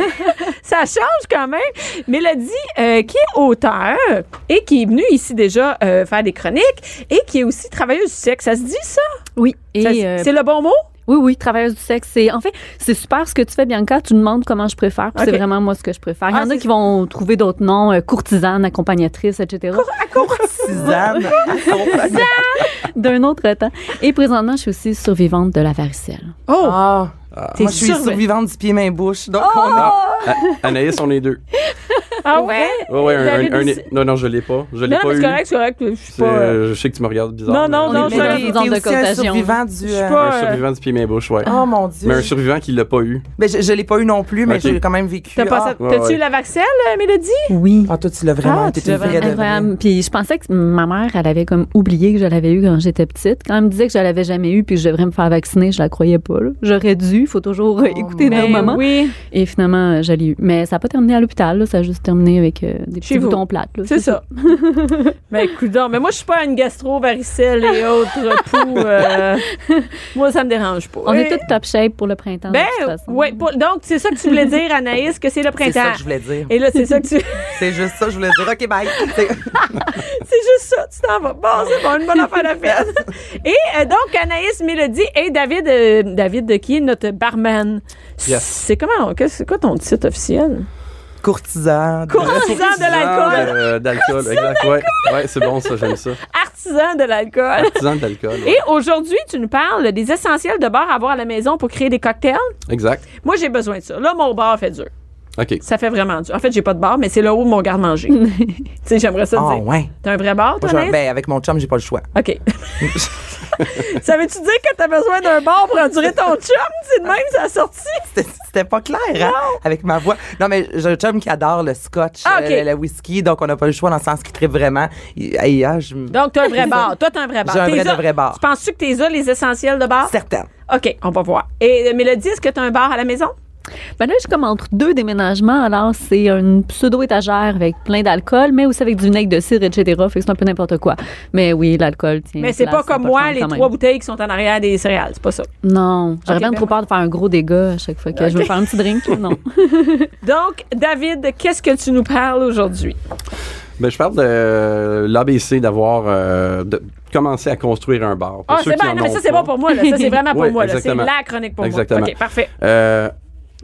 [SPEAKER 4] ça change quand même. Mélodie euh, qui est auteur et qui est venue ici déjà euh, faire des chroniques et qui est aussi travailleuse du sexe. Ça se dit, ça?
[SPEAKER 9] Oui.
[SPEAKER 4] Ça
[SPEAKER 9] Et,
[SPEAKER 4] se-
[SPEAKER 9] euh,
[SPEAKER 4] c'est le bon mot?
[SPEAKER 9] oui, oui, travailleuse du sexe. C'est, en fait, c'est super ce que tu fais, Bianca. Tu demandes comment je préfère. puis
[SPEAKER 4] Ok.
[SPEAKER 9] C'est vraiment moi ce que je préfère. Il y
[SPEAKER 4] Ah,
[SPEAKER 9] en
[SPEAKER 4] c'est-
[SPEAKER 9] a qui vont trouver d'autres noms, euh, courtisane, accompagnatrice, etc.
[SPEAKER 4] Ah.
[SPEAKER 5] Suzanne, accompagnée.
[SPEAKER 9] D'un autre temps. Et présentement, je suis aussi survivante de la varicelle.
[SPEAKER 4] Oh!
[SPEAKER 5] Ah,
[SPEAKER 4] T'es
[SPEAKER 5] moi, je suis
[SPEAKER 4] sûre, Oh, mais-
[SPEAKER 5] survivante du pied, main, bouche. Donc, on a.
[SPEAKER 7] A- Anaïs, on est deux.
[SPEAKER 4] Ah ouais?
[SPEAKER 7] Ouais, ouais, un,
[SPEAKER 4] Vous avez
[SPEAKER 7] un- un-
[SPEAKER 4] des-
[SPEAKER 7] Non, non, je l'ai pas. Je l'ai
[SPEAKER 4] Non,
[SPEAKER 7] pas
[SPEAKER 4] mais
[SPEAKER 7] eu.
[SPEAKER 4] c'est correct, c'est correct. Je suis
[SPEAKER 7] C'est,
[SPEAKER 4] pas... euh,
[SPEAKER 7] euh, je sais que tu me regardes bizarre.
[SPEAKER 4] Non, non,
[SPEAKER 7] mais-
[SPEAKER 4] non,
[SPEAKER 5] Mais
[SPEAKER 4] je-
[SPEAKER 5] t'es-
[SPEAKER 4] suis
[SPEAKER 5] t'es
[SPEAKER 9] zone de
[SPEAKER 5] aussi un
[SPEAKER 9] contagion.
[SPEAKER 5] survivant du.
[SPEAKER 4] suis
[SPEAKER 5] euh,
[SPEAKER 4] pas-
[SPEAKER 7] Un survivant du pied main bouche, ouais.
[SPEAKER 5] Oh mon
[SPEAKER 7] Mais un
[SPEAKER 5] Dieu.
[SPEAKER 7] survivant qui l'a pas eu.
[SPEAKER 5] Ben, je, je l'ai pas eu non plus, mais
[SPEAKER 7] Ok.
[SPEAKER 5] j'ai quand même vécu.
[SPEAKER 4] T'as pas
[SPEAKER 5] ah.
[SPEAKER 4] ça-
[SPEAKER 7] Ouais,
[SPEAKER 4] T'as-tu
[SPEAKER 7] ouais.
[SPEAKER 4] la vaccelle, euh, Mélodie?
[SPEAKER 9] Oui.
[SPEAKER 5] Ah, toi, tu l'as vraiment.
[SPEAKER 4] Ah,
[SPEAKER 5] t'es
[SPEAKER 4] tu
[SPEAKER 5] une
[SPEAKER 4] l'as
[SPEAKER 5] vraie de vraie.
[SPEAKER 9] Incroyable. Puis je pensais que ma mère, elle avait comme oublié que je l'avais eu quand j'étais petite. Quand elle me disait que je l'avais jamais eu puis que je devrais me faire vacciner, je la croyais pas. là. J'aurais dû. Il faut toujours
[SPEAKER 4] Oh
[SPEAKER 9] euh, écouter nos mamans.
[SPEAKER 4] Ben oui.
[SPEAKER 9] Et finalement, euh, je l'ai eu. Mais ça n'a pas terminé à l'hôpital. là. Ça a juste terminé avec euh, des
[SPEAKER 4] Chez
[SPEAKER 9] petits
[SPEAKER 4] vous.
[SPEAKER 9] boutons plates. là.
[SPEAKER 4] C'est ça. Mais écoute mais moi, je suis pas une gastro, varicelle et autres poux. euh, moi, ça me dérange pas.
[SPEAKER 9] On
[SPEAKER 4] Et-
[SPEAKER 9] est toutes top shape pour le printemps.
[SPEAKER 4] Ben,
[SPEAKER 9] de toute façon.
[SPEAKER 4] ouais, pour- donc, c'est ça que tu voulais dire, Anaïs, que c'est le
[SPEAKER 5] C'est ça
[SPEAKER 4] printemps.
[SPEAKER 5] que je voulais dire.
[SPEAKER 4] Et là, c'est ça que tu.
[SPEAKER 5] C'est juste ça que je voulais dire. OK, bye. C'est-
[SPEAKER 4] c'est juste ça, tu t'en vas. Bon, c'est bon, une bonne affaire à faire. Et euh, donc, Anaïs, Mélodie et David, euh, David euh, qui est notre barman.
[SPEAKER 7] Yes.
[SPEAKER 4] C'est comment, qu'est-ce- c'est quoi ton titre officiel?
[SPEAKER 5] Courtisan. de-
[SPEAKER 4] Courtisan Ah, de l'alcool.
[SPEAKER 7] Euh, D'alcool, exact. Ouais, ouais c'est bon ça, j'aime ça.
[SPEAKER 4] Artisan de l'alcool.
[SPEAKER 7] Artisan de l'alcool. ouais.
[SPEAKER 4] Et aujourd'hui, tu nous parles des essentiels de bar à avoir à la maison pour créer des cocktails.
[SPEAKER 7] Exact.
[SPEAKER 4] Moi, j'ai besoin de ça. Là, mon bar fait dur.
[SPEAKER 7] OK.
[SPEAKER 4] Ça fait vraiment dur. En fait, j'ai pas de bar, mais c'est le haut de mon garde-manger. tu sais, j'aimerais ça te
[SPEAKER 5] Ah,
[SPEAKER 4] dire.
[SPEAKER 5] ouais.
[SPEAKER 4] T'as un vrai bar,
[SPEAKER 5] Moi,
[SPEAKER 4] toi,
[SPEAKER 5] je-
[SPEAKER 4] Anaïs?
[SPEAKER 5] ben, avec mon chum, j'ai pas le choix.
[SPEAKER 4] OK. ça veut-tu dire que t'as besoin d'un bar pour endurer ton chum? C'est de même, ça a sorti.
[SPEAKER 5] C'était- C'était pas clair, hein, avec ma voix. Non, mais j'ai un chum qui adore le scotch,
[SPEAKER 4] Ah, ok.
[SPEAKER 5] euh, le whisky, donc on n'a pas le choix dans le sens qu'il tripe vraiment. Il- hey, ah, je-
[SPEAKER 4] Donc, t'as un vrai bar. Toi, t'as un vrai bar.
[SPEAKER 5] J'ai un
[SPEAKER 4] T'es
[SPEAKER 5] vrai de
[SPEAKER 4] a-
[SPEAKER 5] vrai bar.
[SPEAKER 4] Tu penses-tu que t'es là, les essentiels de bar?
[SPEAKER 5] Certaine.
[SPEAKER 4] OK, on va voir. Et euh, Mélodie, est-ce que t'as un bar à la maison?
[SPEAKER 9] Ben là, je suis comme entre deux déménagements. Alors, c'est une pseudo-étagère avec plein d'alcool, mais aussi avec du vinaigre de cidre, etc. Fait que c'est un peu n'importe quoi. Mais oui, l'alcool, tiens.
[SPEAKER 4] Mais c'est
[SPEAKER 9] place,
[SPEAKER 4] pas comme
[SPEAKER 9] important
[SPEAKER 4] moi,
[SPEAKER 9] quand
[SPEAKER 4] les
[SPEAKER 9] même.
[SPEAKER 4] trois bouteilles qui sont en arrière des céréales. C'est pas ça.
[SPEAKER 9] Non, j'aurais
[SPEAKER 4] Ok,
[SPEAKER 9] bien
[SPEAKER 4] ben
[SPEAKER 9] trop
[SPEAKER 4] moi-
[SPEAKER 9] peur de faire un gros dégât à chaque fois que je veux faire un petit drink. là, Non.
[SPEAKER 4] Donc, David, qu'est-ce que tu nous parles aujourd'hui?
[SPEAKER 7] Ben, je parle de euh, l'ABC d'avoir euh, de commencer à construire un bar. Pour
[SPEAKER 4] Ah,
[SPEAKER 7] ceux
[SPEAKER 4] c'est
[SPEAKER 7] qui
[SPEAKER 4] bien.
[SPEAKER 7] en
[SPEAKER 4] Non, mais
[SPEAKER 7] ont
[SPEAKER 4] ça, c'est
[SPEAKER 7] pas,
[SPEAKER 4] bon pour moi. là. Ça, c'est vraiment pour
[SPEAKER 7] Oui,
[SPEAKER 4] moi. là. C'est
[SPEAKER 7] exactement.
[SPEAKER 4] la chronique pour
[SPEAKER 7] Exactement.
[SPEAKER 4] moi. OK, parfait.
[SPEAKER 7] Euh,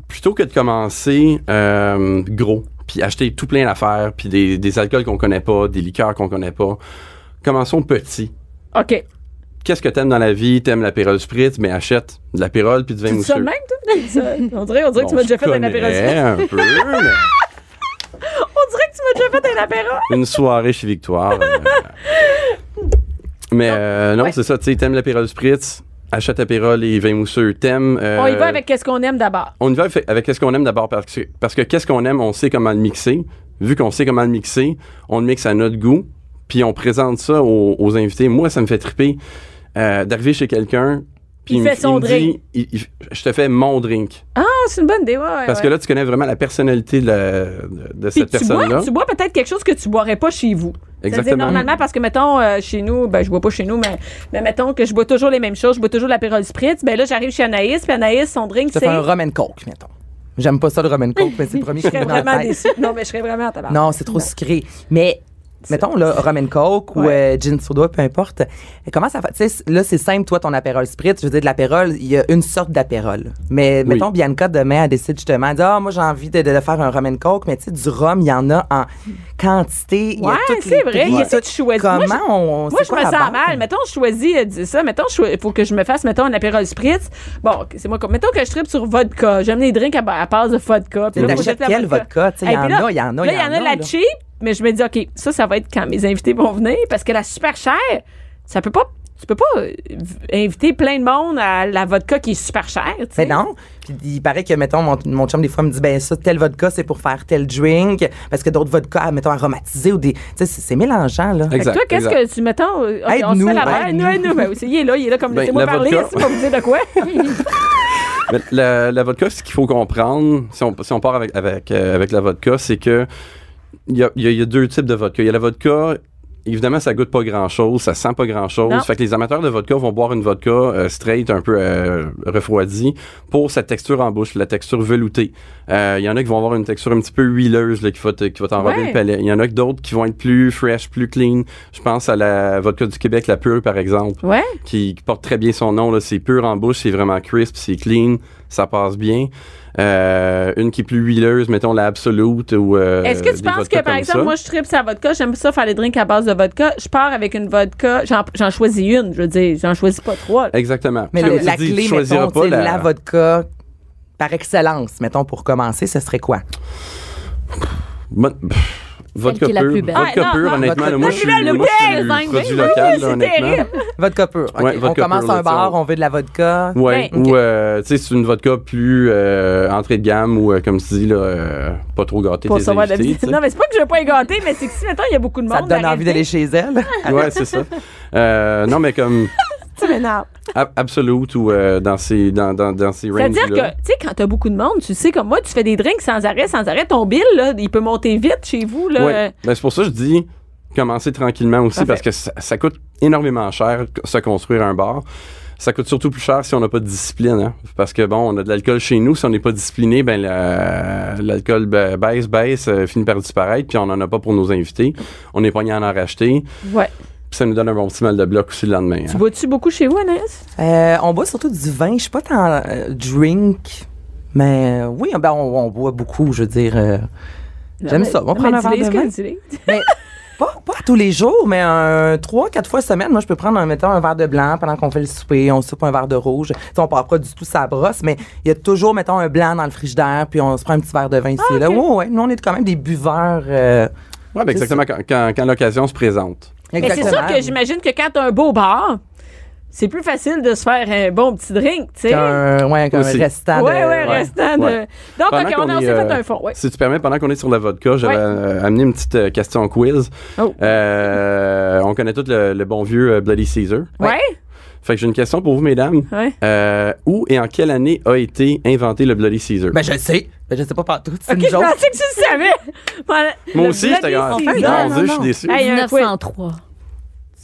[SPEAKER 7] plutôt que de commencer euh, gros, puis acheter tout plein d'affaires, puis des, des alcools qu'on connaît pas, des liqueurs qu'on connaît pas, commençons petit.
[SPEAKER 4] OK.
[SPEAKER 7] Qu'est-ce que t'aimes dans la vie? T'aimes l'apérol Spritz, mais achète de l'apérol puis du vin
[SPEAKER 4] Tu dis ça de
[SPEAKER 7] mousseux.
[SPEAKER 4] même, toi? Ça- on dirait, on dirait que tu
[SPEAKER 7] Bon,
[SPEAKER 4] m'as déjà
[SPEAKER 7] je
[SPEAKER 4] fait un
[SPEAKER 7] connais
[SPEAKER 4] apéro.
[SPEAKER 7] un peu, mais
[SPEAKER 4] On dirait que tu m'as déjà fait un apéro.
[SPEAKER 7] une soirée chez Victoire. euh, mais euh, non,
[SPEAKER 4] ouais.
[SPEAKER 7] c'est ça. Tu sais, t'aimes l'apérol Spritz, achète apérol et vin mousseux. T'aimes... euh,
[SPEAKER 4] On y va avec qu'est-ce qu'on aime d'abord.
[SPEAKER 7] on y va avec, avec qu'est-ce qu'on aime d'abord parce que, parce que qu'est-ce qu'on aime, on sait comment le mixer. Vu qu'on sait comment le mixer, on le mixe à notre goût, puis on présente ça aux, aux invités. Moi, ça me fait triper euh, d'arriver chez quelqu'un. puis
[SPEAKER 4] Il
[SPEAKER 7] me-
[SPEAKER 4] fait son
[SPEAKER 7] me dit,
[SPEAKER 4] drink.
[SPEAKER 7] il- il- je te fais mon drink.
[SPEAKER 4] Ah, c'est une bonne idée. Ouais, ouais,
[SPEAKER 7] Parce
[SPEAKER 4] ouais.
[SPEAKER 7] que là, tu connais vraiment la personnalité de, la- de- de
[SPEAKER 4] Puis
[SPEAKER 7] cette
[SPEAKER 4] tu bois,
[SPEAKER 7] personne-là.
[SPEAKER 4] tu bois peut-être quelque chose que tu boirais pas chez vous.
[SPEAKER 5] Ah
[SPEAKER 4] Ça veut dire
[SPEAKER 7] Exactement.
[SPEAKER 4] normalement parce que mettons euh, chez nous, ben je bois pas chez nous, mais, mais mettons que je bois toujours les mêmes choses, je bois toujours l'apérol spritz. Ben là j'arrive chez Anaïs, puis Anaïs son drink
[SPEAKER 5] Ça
[SPEAKER 4] c'est.
[SPEAKER 5] fait un rum and coke, mettons. J'aime pas ça, le rum and coke, mais c'est le premier
[SPEAKER 4] Je
[SPEAKER 5] qui me
[SPEAKER 4] serais
[SPEAKER 5] vient dans
[SPEAKER 4] vraiment
[SPEAKER 5] la tête.
[SPEAKER 4] déçue. Non mais je serais vraiment à tabac.
[SPEAKER 5] Non, c'est trop sucré. Mais mettons là rum and coke ou
[SPEAKER 4] Ouais.
[SPEAKER 5] euh, gin soda peu importe. Comment ça fait Tu sais là c'est simple toi ton apérol spritz, je veux dire de l'apérol, il y a une sorte d'apérol. Mais
[SPEAKER 7] Oui.
[SPEAKER 5] mettons Bianca demain elle décide justement elle dit, ah moi j'ai envie de, de- de faire un rum and coke, mais tu sais du rhum, il y en a en quantité, il y
[SPEAKER 4] Ouais,
[SPEAKER 5] a toutes
[SPEAKER 4] c'est
[SPEAKER 5] les
[SPEAKER 4] vrai,
[SPEAKER 5] prix,
[SPEAKER 4] qu'est-ce que
[SPEAKER 5] tout.
[SPEAKER 4] tu choisis? Moi,
[SPEAKER 5] Comment
[SPEAKER 4] je-
[SPEAKER 5] on
[SPEAKER 4] Moi,
[SPEAKER 5] c'est
[SPEAKER 4] je
[SPEAKER 5] quoi
[SPEAKER 4] me
[SPEAKER 5] la
[SPEAKER 4] sens
[SPEAKER 5] base?
[SPEAKER 4] mal. Mettons, je choisis, euh, dis ça. Mettons, il faut que je me fasse, mettons, un apérol spritz. Bon, ok, c'est moi. comme- Mettons que je tripe sur vodka. J'aime les drinks à, ba- à base de vodka. Puis
[SPEAKER 5] Tu
[SPEAKER 4] là, faut
[SPEAKER 5] t'achètes
[SPEAKER 4] jeter la
[SPEAKER 5] quel vodka, tu sais, il
[SPEAKER 4] Hey,
[SPEAKER 5] y en
[SPEAKER 4] puis là-
[SPEAKER 5] a, il y en a,
[SPEAKER 4] Là, il y en a de
[SPEAKER 5] là.
[SPEAKER 4] la cheap, mais je me dis, OK, ça, ça va être quand mes invités vont venir parce que la super chère, ça peut pas. Tu peux pas euh, inviter plein de monde à la vodka qui est super chère. tu sais.
[SPEAKER 5] Mais Ben non. Puis il paraît que, mettons, mon, mon chum, des fois, me dit, ben ça, tel vodka, c'est pour faire tel drink, parce que d'autres vodkas, mettons, aromatisés ou des. Tu sais, c'est c'est mélangeant, là.
[SPEAKER 4] Fait que
[SPEAKER 7] Exact,
[SPEAKER 4] toi, qu'est-ce
[SPEAKER 7] exact.
[SPEAKER 4] que tu mettons euh, OK, on se
[SPEAKER 5] Aide-nous,
[SPEAKER 4] fait la barre.
[SPEAKER 5] aide-nous.
[SPEAKER 4] Nous, nous, ben, aussi, il est là, il est là comme
[SPEAKER 7] Ben,
[SPEAKER 4] laissez-moi
[SPEAKER 7] la
[SPEAKER 4] parler,
[SPEAKER 7] vodka-
[SPEAKER 4] c'est pas vous dire de quoi.
[SPEAKER 7] Mais la, la vodka, ce qu'il faut comprendre, si on, si on part avec, avec, euh, avec la vodka, c'est que il y a, il y a- il y a deux types de vodka. Il y a la vodka, évidemment, ça goûte pas grand-chose, ça sent pas
[SPEAKER 4] Non.
[SPEAKER 7] grand-chose. Fait que les amateurs de vodka vont boire une vodka euh, straight, un peu euh, refroidie, pour sa texture en bouche, la texture veloutée. Euh, Il y en a qui vont avoir une texture un petit peu huileuse là, qui va te- qui va t'enrober
[SPEAKER 4] Ouais.
[SPEAKER 7] le palais. Il y en a que d'autres qui vont être plus fresh, plus clean. Je pense à la vodka du Québec, la pure, par exemple
[SPEAKER 4] Ouais.
[SPEAKER 7] qui, qui porte très bien son nom. là. C'est pur en bouche, c'est vraiment crisp, c'est clean, ça passe bien. Euh, une qui est plus huileuse, mettons la Absolute ou. euh,
[SPEAKER 4] Est-ce que tu
[SPEAKER 7] des
[SPEAKER 4] penses
[SPEAKER 7] vodkas
[SPEAKER 4] que, par
[SPEAKER 7] comme
[SPEAKER 4] exemple,
[SPEAKER 7] ça.
[SPEAKER 4] moi, je tripe sa vodka, j'aime ça faire les drinks à base de vodka, je pars avec une vodka, j'en- j'en choisis une, je veux dire, j'en choisis pas trois. là.
[SPEAKER 7] Exactement.
[SPEAKER 5] Mais
[SPEAKER 7] Comme
[SPEAKER 5] le-
[SPEAKER 7] tu
[SPEAKER 5] la
[SPEAKER 7] dis, tu
[SPEAKER 5] clé,
[SPEAKER 7] choisiras
[SPEAKER 5] mettons,
[SPEAKER 7] pas
[SPEAKER 5] c'est la...
[SPEAKER 7] la-
[SPEAKER 5] vodka par excellence, mettons, pour commencer, ce serait quoi?
[SPEAKER 7] Mo- pff, Vodka
[SPEAKER 9] qui est la
[SPEAKER 7] pure,
[SPEAKER 9] plus belle.
[SPEAKER 7] vodka
[SPEAKER 4] Ah, non,
[SPEAKER 7] pure,
[SPEAKER 4] non,
[SPEAKER 7] honnêtement.
[SPEAKER 5] vodka
[SPEAKER 7] là, moi,
[SPEAKER 5] pure.
[SPEAKER 7] je suis,
[SPEAKER 4] Celui-là, le
[SPEAKER 7] moi, je suis
[SPEAKER 4] belle,
[SPEAKER 7] produit
[SPEAKER 4] oui,
[SPEAKER 7] local,
[SPEAKER 4] oui,
[SPEAKER 7] là,
[SPEAKER 4] c'est
[SPEAKER 7] honnêtement.
[SPEAKER 4] terrible.
[SPEAKER 5] Vodka pure. OK,
[SPEAKER 7] Ouais,
[SPEAKER 5] on
[SPEAKER 7] vodka
[SPEAKER 5] commence
[SPEAKER 7] pure,
[SPEAKER 5] un
[SPEAKER 7] là,
[SPEAKER 5] bar,
[SPEAKER 7] tu sais.
[SPEAKER 5] on veut de la vodka.
[SPEAKER 7] Ouais,
[SPEAKER 4] Ben,
[SPEAKER 7] ou euh, tu sais, c'est une vodka plus euh, entrée de gamme ou euh, comme tu dis, là, euh, pas trop gâtée.
[SPEAKER 4] Pour
[SPEAKER 7] tes
[SPEAKER 4] savoir la
[SPEAKER 7] invités, tu sais.
[SPEAKER 4] Non, mais c'est pas que je veux pas y gâter, mais c'est que si, mettons, il y a beaucoup de monde.
[SPEAKER 5] Ça te donne
[SPEAKER 4] la
[SPEAKER 5] envie d'aller
[SPEAKER 4] réalité,
[SPEAKER 5] chez elle.
[SPEAKER 7] Ouais, c'est ça. Euh, non, mais comme
[SPEAKER 4] Tu m'énerves.
[SPEAKER 7] Ab- Absolute ou euh, dans ces, dans, dans, dans ces ranges-là.
[SPEAKER 4] C'est-à-dire que, euh, tu sais, quand t'as beaucoup de monde, tu sais, comme moi, tu fais des drinks sans arrêt, sans arrêt. Ton bill, là, il peut monter vite chez vous, là.
[SPEAKER 7] Ouais. Ben, c'est pour ça que je dis commencer tranquillement aussi
[SPEAKER 4] Parfait.
[SPEAKER 7] parce que ça, ça coûte énormément cher c- se construire un bar. Ça coûte surtout plus cher si on n'a pas de discipline. hein. Parce que, bon, on a de l'alcool chez nous. Si on n'est pas discipliné, ben, la- l'alcool ba- baisse, baisse, euh, finit par disparaître. Puis on n'en a pas pour nos invités. On est pogné à en racheter.
[SPEAKER 4] Ouais.
[SPEAKER 7] Puis ça nous donne un bon petit mal de bloc aussi le lendemain.
[SPEAKER 4] Tu
[SPEAKER 7] hein.
[SPEAKER 4] bois-tu beaucoup chez vous, Anaïs?
[SPEAKER 5] Euh, on boit surtout du vin. Je suis pas tant euh, drink, mais euh, oui, ben on, on boit beaucoup, je veux dire. euh, J'aime ça. On prend un verre de vin. Mais pas, pas tous les jours, mais un, trois, quatre fois semaine. Moi, je peux prendre, un, mettons, un verre de blanc pendant qu'on fait le souper. On soupe un verre de rouge. Tu sais, on part pas du tout sa brosse, mais il y a toujours, mettons, un blanc dans le frigidaire, puis on se prend un petit verre de vin ici. et là.
[SPEAKER 4] Ah, ok.
[SPEAKER 5] Ouais, ouais. Nous, on est quand même des buveurs. euh,
[SPEAKER 7] Ouais, ben,
[SPEAKER 5] C'est
[SPEAKER 7] exactement, quand, quand- quand l'occasion se présente.
[SPEAKER 4] Mais c'est sûr
[SPEAKER 5] exactement.
[SPEAKER 4] que j'imagine que quand t'as un beau bar, c'est plus facile de se faire un bon petit drink, tu sais.
[SPEAKER 5] Qu'un- ouais, qu'un
[SPEAKER 7] Aussi.
[SPEAKER 5] restant de-
[SPEAKER 4] ouais, ouais,
[SPEAKER 7] ouais,
[SPEAKER 4] restant de.
[SPEAKER 7] ouais.
[SPEAKER 4] Donc,
[SPEAKER 7] Pendant
[SPEAKER 4] OK,
[SPEAKER 7] qu'on
[SPEAKER 4] on, en
[SPEAKER 7] est,
[SPEAKER 4] s'est fait
[SPEAKER 7] euh,
[SPEAKER 4] un fond. Ouais.
[SPEAKER 7] Si tu permets, pendant qu'on est sur la vodka, j'avais
[SPEAKER 4] Ouais.
[SPEAKER 7] euh, amené une petite euh, question quiz.
[SPEAKER 4] Oh.
[SPEAKER 7] Euh, on connaît tous le, le bon vieux euh, Bloody Caesar.
[SPEAKER 4] Ouais?
[SPEAKER 7] Fait que j'ai une question pour vous, mesdames.
[SPEAKER 4] Ouais.
[SPEAKER 7] Euh, où et en quelle année a été inventé le Bloody Caesar?
[SPEAKER 5] Ben, je le sais. Ben, je sais pas partout. C'est
[SPEAKER 4] OK,
[SPEAKER 5] une
[SPEAKER 4] je
[SPEAKER 5] joke.
[SPEAKER 4] pensais que tu le savais. Voilà,
[SPEAKER 7] Moi
[SPEAKER 4] le
[SPEAKER 7] aussi,
[SPEAKER 4] Bloody
[SPEAKER 7] j'étais comme,
[SPEAKER 4] Caesar.
[SPEAKER 5] Enfin,
[SPEAKER 7] Ah, mon
[SPEAKER 5] non,
[SPEAKER 7] Dieu, je
[SPEAKER 5] non,
[SPEAKER 7] suis
[SPEAKER 5] non.
[SPEAKER 7] déçu.
[SPEAKER 4] Hey, un quiz.
[SPEAKER 9] 1903.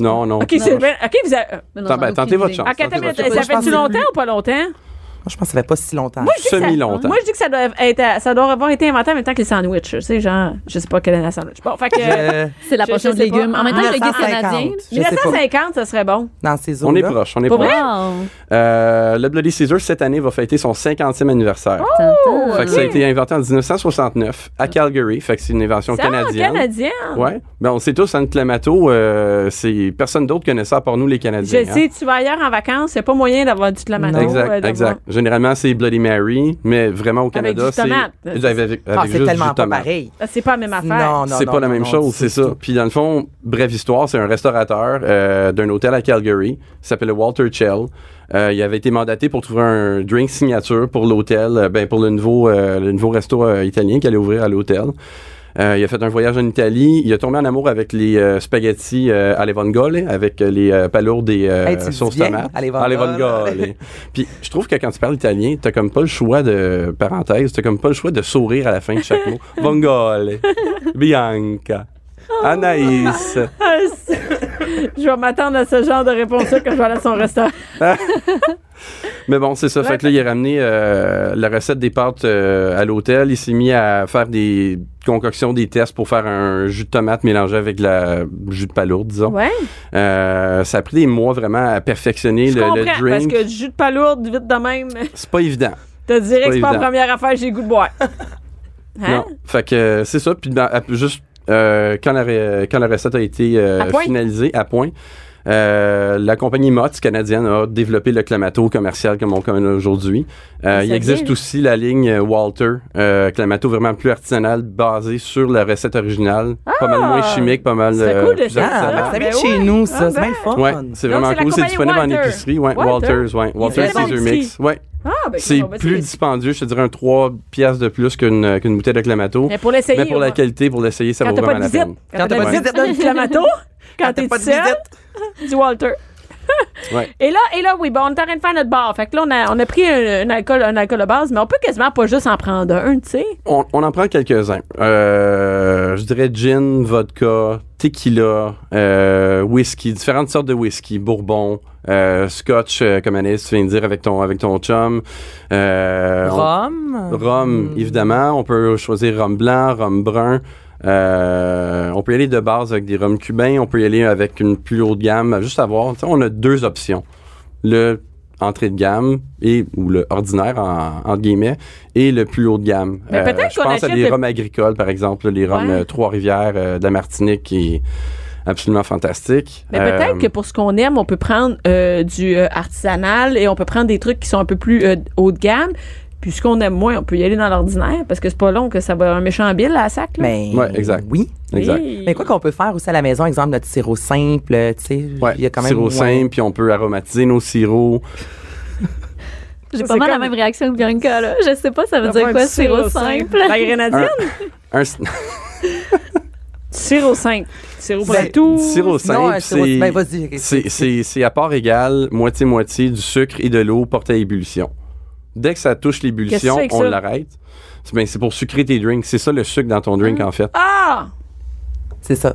[SPEAKER 7] Non, non.
[SPEAKER 4] OK, c'est bien. OK, vous avez...
[SPEAKER 9] Mais non,
[SPEAKER 7] Attends,
[SPEAKER 9] j'en
[SPEAKER 7] ben,
[SPEAKER 9] ai
[SPEAKER 7] tentez
[SPEAKER 9] aucune
[SPEAKER 7] votre
[SPEAKER 9] idée.
[SPEAKER 7] chance.
[SPEAKER 4] OK, attends,
[SPEAKER 7] Tentez
[SPEAKER 4] une minute,
[SPEAKER 7] votre
[SPEAKER 4] ça
[SPEAKER 7] chance.
[SPEAKER 5] je pense
[SPEAKER 4] fait-tu
[SPEAKER 5] que-
[SPEAKER 4] longtemps ou pas longtemps?
[SPEAKER 5] Moi, je pense que ça fait pas si longtemps.
[SPEAKER 4] je dis que ça-
[SPEAKER 7] Semi-longtemps.
[SPEAKER 4] Moi, je dis que ça doit être à- ça doit avoir été inventé en même temps que les sandwichs. Tu sais, genre, je sais pas quelle année la sandwich. Bon, fait que.
[SPEAKER 5] Euh,
[SPEAKER 9] C'est la
[SPEAKER 4] Je- je
[SPEAKER 9] prochaine
[SPEAKER 4] sais pas. Ah,
[SPEAKER 9] légume. En même temps, le guide
[SPEAKER 5] 1950,
[SPEAKER 9] canadien.
[SPEAKER 5] je sais pas.
[SPEAKER 4] 1950, ça serait bon.
[SPEAKER 5] Dans ces eaux
[SPEAKER 7] On est proche, on est
[SPEAKER 4] Pour
[SPEAKER 7] proche.
[SPEAKER 4] vrai?
[SPEAKER 9] Wow.
[SPEAKER 7] Euh, le Bloody Caesar, cette année, va fêter son 50e anniversaire.
[SPEAKER 4] Oh!
[SPEAKER 9] Tintin.
[SPEAKER 7] Fait que ça a été inventé en 1969 à Calgary. Fait que c'est une invention
[SPEAKER 4] Ça,
[SPEAKER 7] canadienne.
[SPEAKER 4] canadien.
[SPEAKER 7] Ouais. Ben, on sait tous, un Clamato, euh, c'est personne d'autre connaît ça à part nous, les Canadiens.
[SPEAKER 4] Je
[SPEAKER 7] hein.
[SPEAKER 4] sais, tu vas ailleurs en vacances, il a pas moyen d'avoir du clamato.
[SPEAKER 7] Exact,
[SPEAKER 4] euh, d'avoir-
[SPEAKER 7] exact. Généralement, c'est Bloody Mary, mais vraiment au Canada,
[SPEAKER 4] du
[SPEAKER 7] c'est.
[SPEAKER 4] tomate.
[SPEAKER 7] Avec, avec
[SPEAKER 5] Ah,
[SPEAKER 7] juste
[SPEAKER 5] c'est
[SPEAKER 7] du
[SPEAKER 5] tellement pas
[SPEAKER 7] tomate.
[SPEAKER 5] pareil.
[SPEAKER 4] Ah, C'est pas la même affaire.
[SPEAKER 5] Non, non,
[SPEAKER 7] c'est
[SPEAKER 5] non,
[SPEAKER 7] pas la
[SPEAKER 5] non,
[SPEAKER 7] même
[SPEAKER 5] non,
[SPEAKER 7] chose,
[SPEAKER 5] du
[SPEAKER 7] c'est
[SPEAKER 5] tout.
[SPEAKER 7] ça. Puis dans le fond, brève histoire, c'est un restaurateur euh, d'un hôtel à Calgary, il s'appelle Walter Chell. Euh, il avait été mandaté pour trouver un drink signature pour l'hôtel, euh, ben pour le nouveau, euh, le nouveau resto euh, italien qu'il allait ouvrir à l'hôtel. Euh, il a fait un voyage en Italie. Il a tombé en amour avec les euh, spaghettis euh, alle vongole, avec euh, les euh, palourdes et euh,
[SPEAKER 5] Hey, tu
[SPEAKER 7] sauce
[SPEAKER 5] dis bien,
[SPEAKER 7] tomate.
[SPEAKER 5] alle vongole.
[SPEAKER 7] Alle vongole. Puis je trouve que quand tu parles italien, t'as comme pas le choix de parenthèse, t'as comme pas le choix de sourire à la fin de chaque mot. Vongole, Bianca,
[SPEAKER 5] Oh.
[SPEAKER 7] Anaïs.
[SPEAKER 4] Ah, c'est- je vais m'attendre à ce genre de réponse-là quand je vais aller à son restaurant.
[SPEAKER 7] Mais bon, c'est ça. Fait que là, il a ramené euh, la recette des pâtes euh, à l'hôtel. Il s'est mis à faire des concoctions, des tests pour faire un jus de tomate mélangé avec de la jus de palourde, disons.
[SPEAKER 4] Ouais.
[SPEAKER 7] Euh, ça a pris des mois vraiment à perfectionner
[SPEAKER 4] Je
[SPEAKER 7] le,
[SPEAKER 4] comprends,
[SPEAKER 7] le
[SPEAKER 4] parce
[SPEAKER 7] drink.
[SPEAKER 4] que du jus de palourde, vite de même,
[SPEAKER 7] C'est pas évident.
[SPEAKER 4] te dirais
[SPEAKER 7] pas
[SPEAKER 4] que c'est pas la
[SPEAKER 7] évident.
[SPEAKER 4] première affaire que j'ai le goût de boire. Hein?
[SPEAKER 7] Non. Fait que euh, c'est ça. Puis dans- à- juste euh, quand, la, re- quand la recette a été euh,
[SPEAKER 4] À point.
[SPEAKER 7] finalisée à point, euh, la compagnie Mott's canadienne a développé le Clamato commercial comme on connaît aujourd'hui. Euh,
[SPEAKER 4] Ah, Ça
[SPEAKER 7] il existe
[SPEAKER 4] vient.
[SPEAKER 7] aussi la ligne euh, Walter, euh, Clamato vraiment plus artisanal, basé sur la recette originale. pas mal moins chimique, pas mal. euh,
[SPEAKER 4] C'est Ah! cool de
[SPEAKER 7] plus
[SPEAKER 4] savoir.
[SPEAKER 5] Ah,
[SPEAKER 7] artisanal.
[SPEAKER 5] ben, ça vient
[SPEAKER 4] Ben
[SPEAKER 5] de chez
[SPEAKER 4] ouais.
[SPEAKER 5] nous, ça.
[SPEAKER 4] Ah
[SPEAKER 5] c'est bien le fun.
[SPEAKER 7] Ouais, c'est
[SPEAKER 4] Donc,
[SPEAKER 7] vraiment
[SPEAKER 4] c'est la
[SPEAKER 7] cool. C'est
[SPEAKER 4] compagnie
[SPEAKER 7] disponible en
[SPEAKER 4] Walter.
[SPEAKER 7] épicerie. Ouais,
[SPEAKER 4] Walter.
[SPEAKER 7] Walters, ouais. Walter
[SPEAKER 4] fait des
[SPEAKER 7] Caesar
[SPEAKER 4] épiceries.
[SPEAKER 7] Mix. Ouais.
[SPEAKER 4] Ah, ben,
[SPEAKER 7] C'est
[SPEAKER 4] on va essayer.
[SPEAKER 7] plus dispendieux, je te dirais un 3 pièces de plus qu'une euh, qu'une bouteille de Clamato.
[SPEAKER 4] Mais pour l'essayer,
[SPEAKER 7] Mais pour la
[SPEAKER 4] on va-
[SPEAKER 7] qualité, pour l'essayer, ça
[SPEAKER 4] quand
[SPEAKER 7] vaut
[SPEAKER 4] t'as pas
[SPEAKER 7] vraiment
[SPEAKER 4] de
[SPEAKER 7] la
[SPEAKER 4] visite,
[SPEAKER 7] peine.
[SPEAKER 5] Quand t'as pas de
[SPEAKER 4] visite,
[SPEAKER 5] visite.
[SPEAKER 4] donne du clamato. Quand
[SPEAKER 5] t'as
[SPEAKER 4] t'es
[SPEAKER 5] pas
[SPEAKER 4] tout
[SPEAKER 5] de
[SPEAKER 4] seul, du Walter.
[SPEAKER 7] Ouais.
[SPEAKER 4] Et là, et là, oui, bon, on est en train de faire notre bar. Fait que là, on a, on a pris un, un alcool, un alcool de base, mais on peut quasiment pas juste en prendre un, tu sais.
[SPEAKER 7] On, on en prend quelques-uns. Euh, je dirais gin, vodka, tequila, euh, whisky, différentes sortes de whisky, bourbon, euh, scotch, euh, comme Anaïs, tu viens de dire, avec ton, avec ton chum. Euh, on-
[SPEAKER 5] Rome.
[SPEAKER 7] Rhum,
[SPEAKER 4] Mm.
[SPEAKER 7] évidemment. On peut choisir rhum blanc, rhum brun. Euh, on peut y aller de base avec des rhums cubains. On peut y aller avec une plus haute gamme. Juste à voir. Tu sais, On a deux options. Le entrée de gamme et ou le ordinaire en, entre guillemets et le plus haut de gamme. Euh,
[SPEAKER 4] Mais peut-être
[SPEAKER 7] je
[SPEAKER 4] qu'on
[SPEAKER 7] pense à
[SPEAKER 4] achète
[SPEAKER 7] des
[SPEAKER 4] le-
[SPEAKER 7] rhums agricoles par exemple, les rhums
[SPEAKER 4] Ouais.
[SPEAKER 7] euh, Trois-Rivières euh, de la Martinique qui est absolument fantastique.
[SPEAKER 4] Mais peut-être
[SPEAKER 7] Euh,
[SPEAKER 4] que pour ce qu'on aime, on peut prendre euh, du euh, artisanal et on peut prendre des trucs qui sont un peu plus euh, haut de gamme. Puis ce qu'on aime moins, on peut y aller dans l'ordinaire parce que c'est pas long que ça va un méchant bill à la sac. Là.
[SPEAKER 5] Mais
[SPEAKER 7] Ouais, exact.
[SPEAKER 5] Ben, oui.
[SPEAKER 7] exact.
[SPEAKER 4] Hey.
[SPEAKER 5] Mais quoi qu'on peut faire aussi à la maison, exemple notre sirop simple, euh, tu sais,
[SPEAKER 7] Ouais,
[SPEAKER 5] il y a quand même
[SPEAKER 7] sirop
[SPEAKER 5] ouais.
[SPEAKER 7] simple, puis on peut aromatiser nos sirops.
[SPEAKER 9] J'ai
[SPEAKER 4] Ça,
[SPEAKER 9] pas
[SPEAKER 4] c'est
[SPEAKER 9] mal la
[SPEAKER 4] comme-
[SPEAKER 9] même réaction que Bianca, là. Je sais pas, ça veut dire
[SPEAKER 4] Un
[SPEAKER 9] quoi,
[SPEAKER 4] petit
[SPEAKER 9] sirop simple?
[SPEAKER 4] La grenadine?
[SPEAKER 7] Un, un-
[SPEAKER 4] Sirop simple. Sirop pour
[SPEAKER 5] Ben,
[SPEAKER 4] la toux.
[SPEAKER 7] sirop
[SPEAKER 5] Non,
[SPEAKER 7] simple,
[SPEAKER 5] un sirop
[SPEAKER 7] c'est-
[SPEAKER 5] ben, vas-y. ok.
[SPEAKER 7] C'est- C'est c'est à part égale, moitié-moitié du sucre et de l'eau portée à ébullition. Dès que ça
[SPEAKER 4] Qu'est-ce que
[SPEAKER 7] touche
[SPEAKER 4] tu
[SPEAKER 7] l'ébullition,
[SPEAKER 4] fais avec
[SPEAKER 7] on
[SPEAKER 4] ça?
[SPEAKER 7] l'arrête. C'est ben, c'est pour sucrer tes drinks. C'est ça le sucre dans ton drink, en fait.
[SPEAKER 4] Ah!
[SPEAKER 5] C'est ça.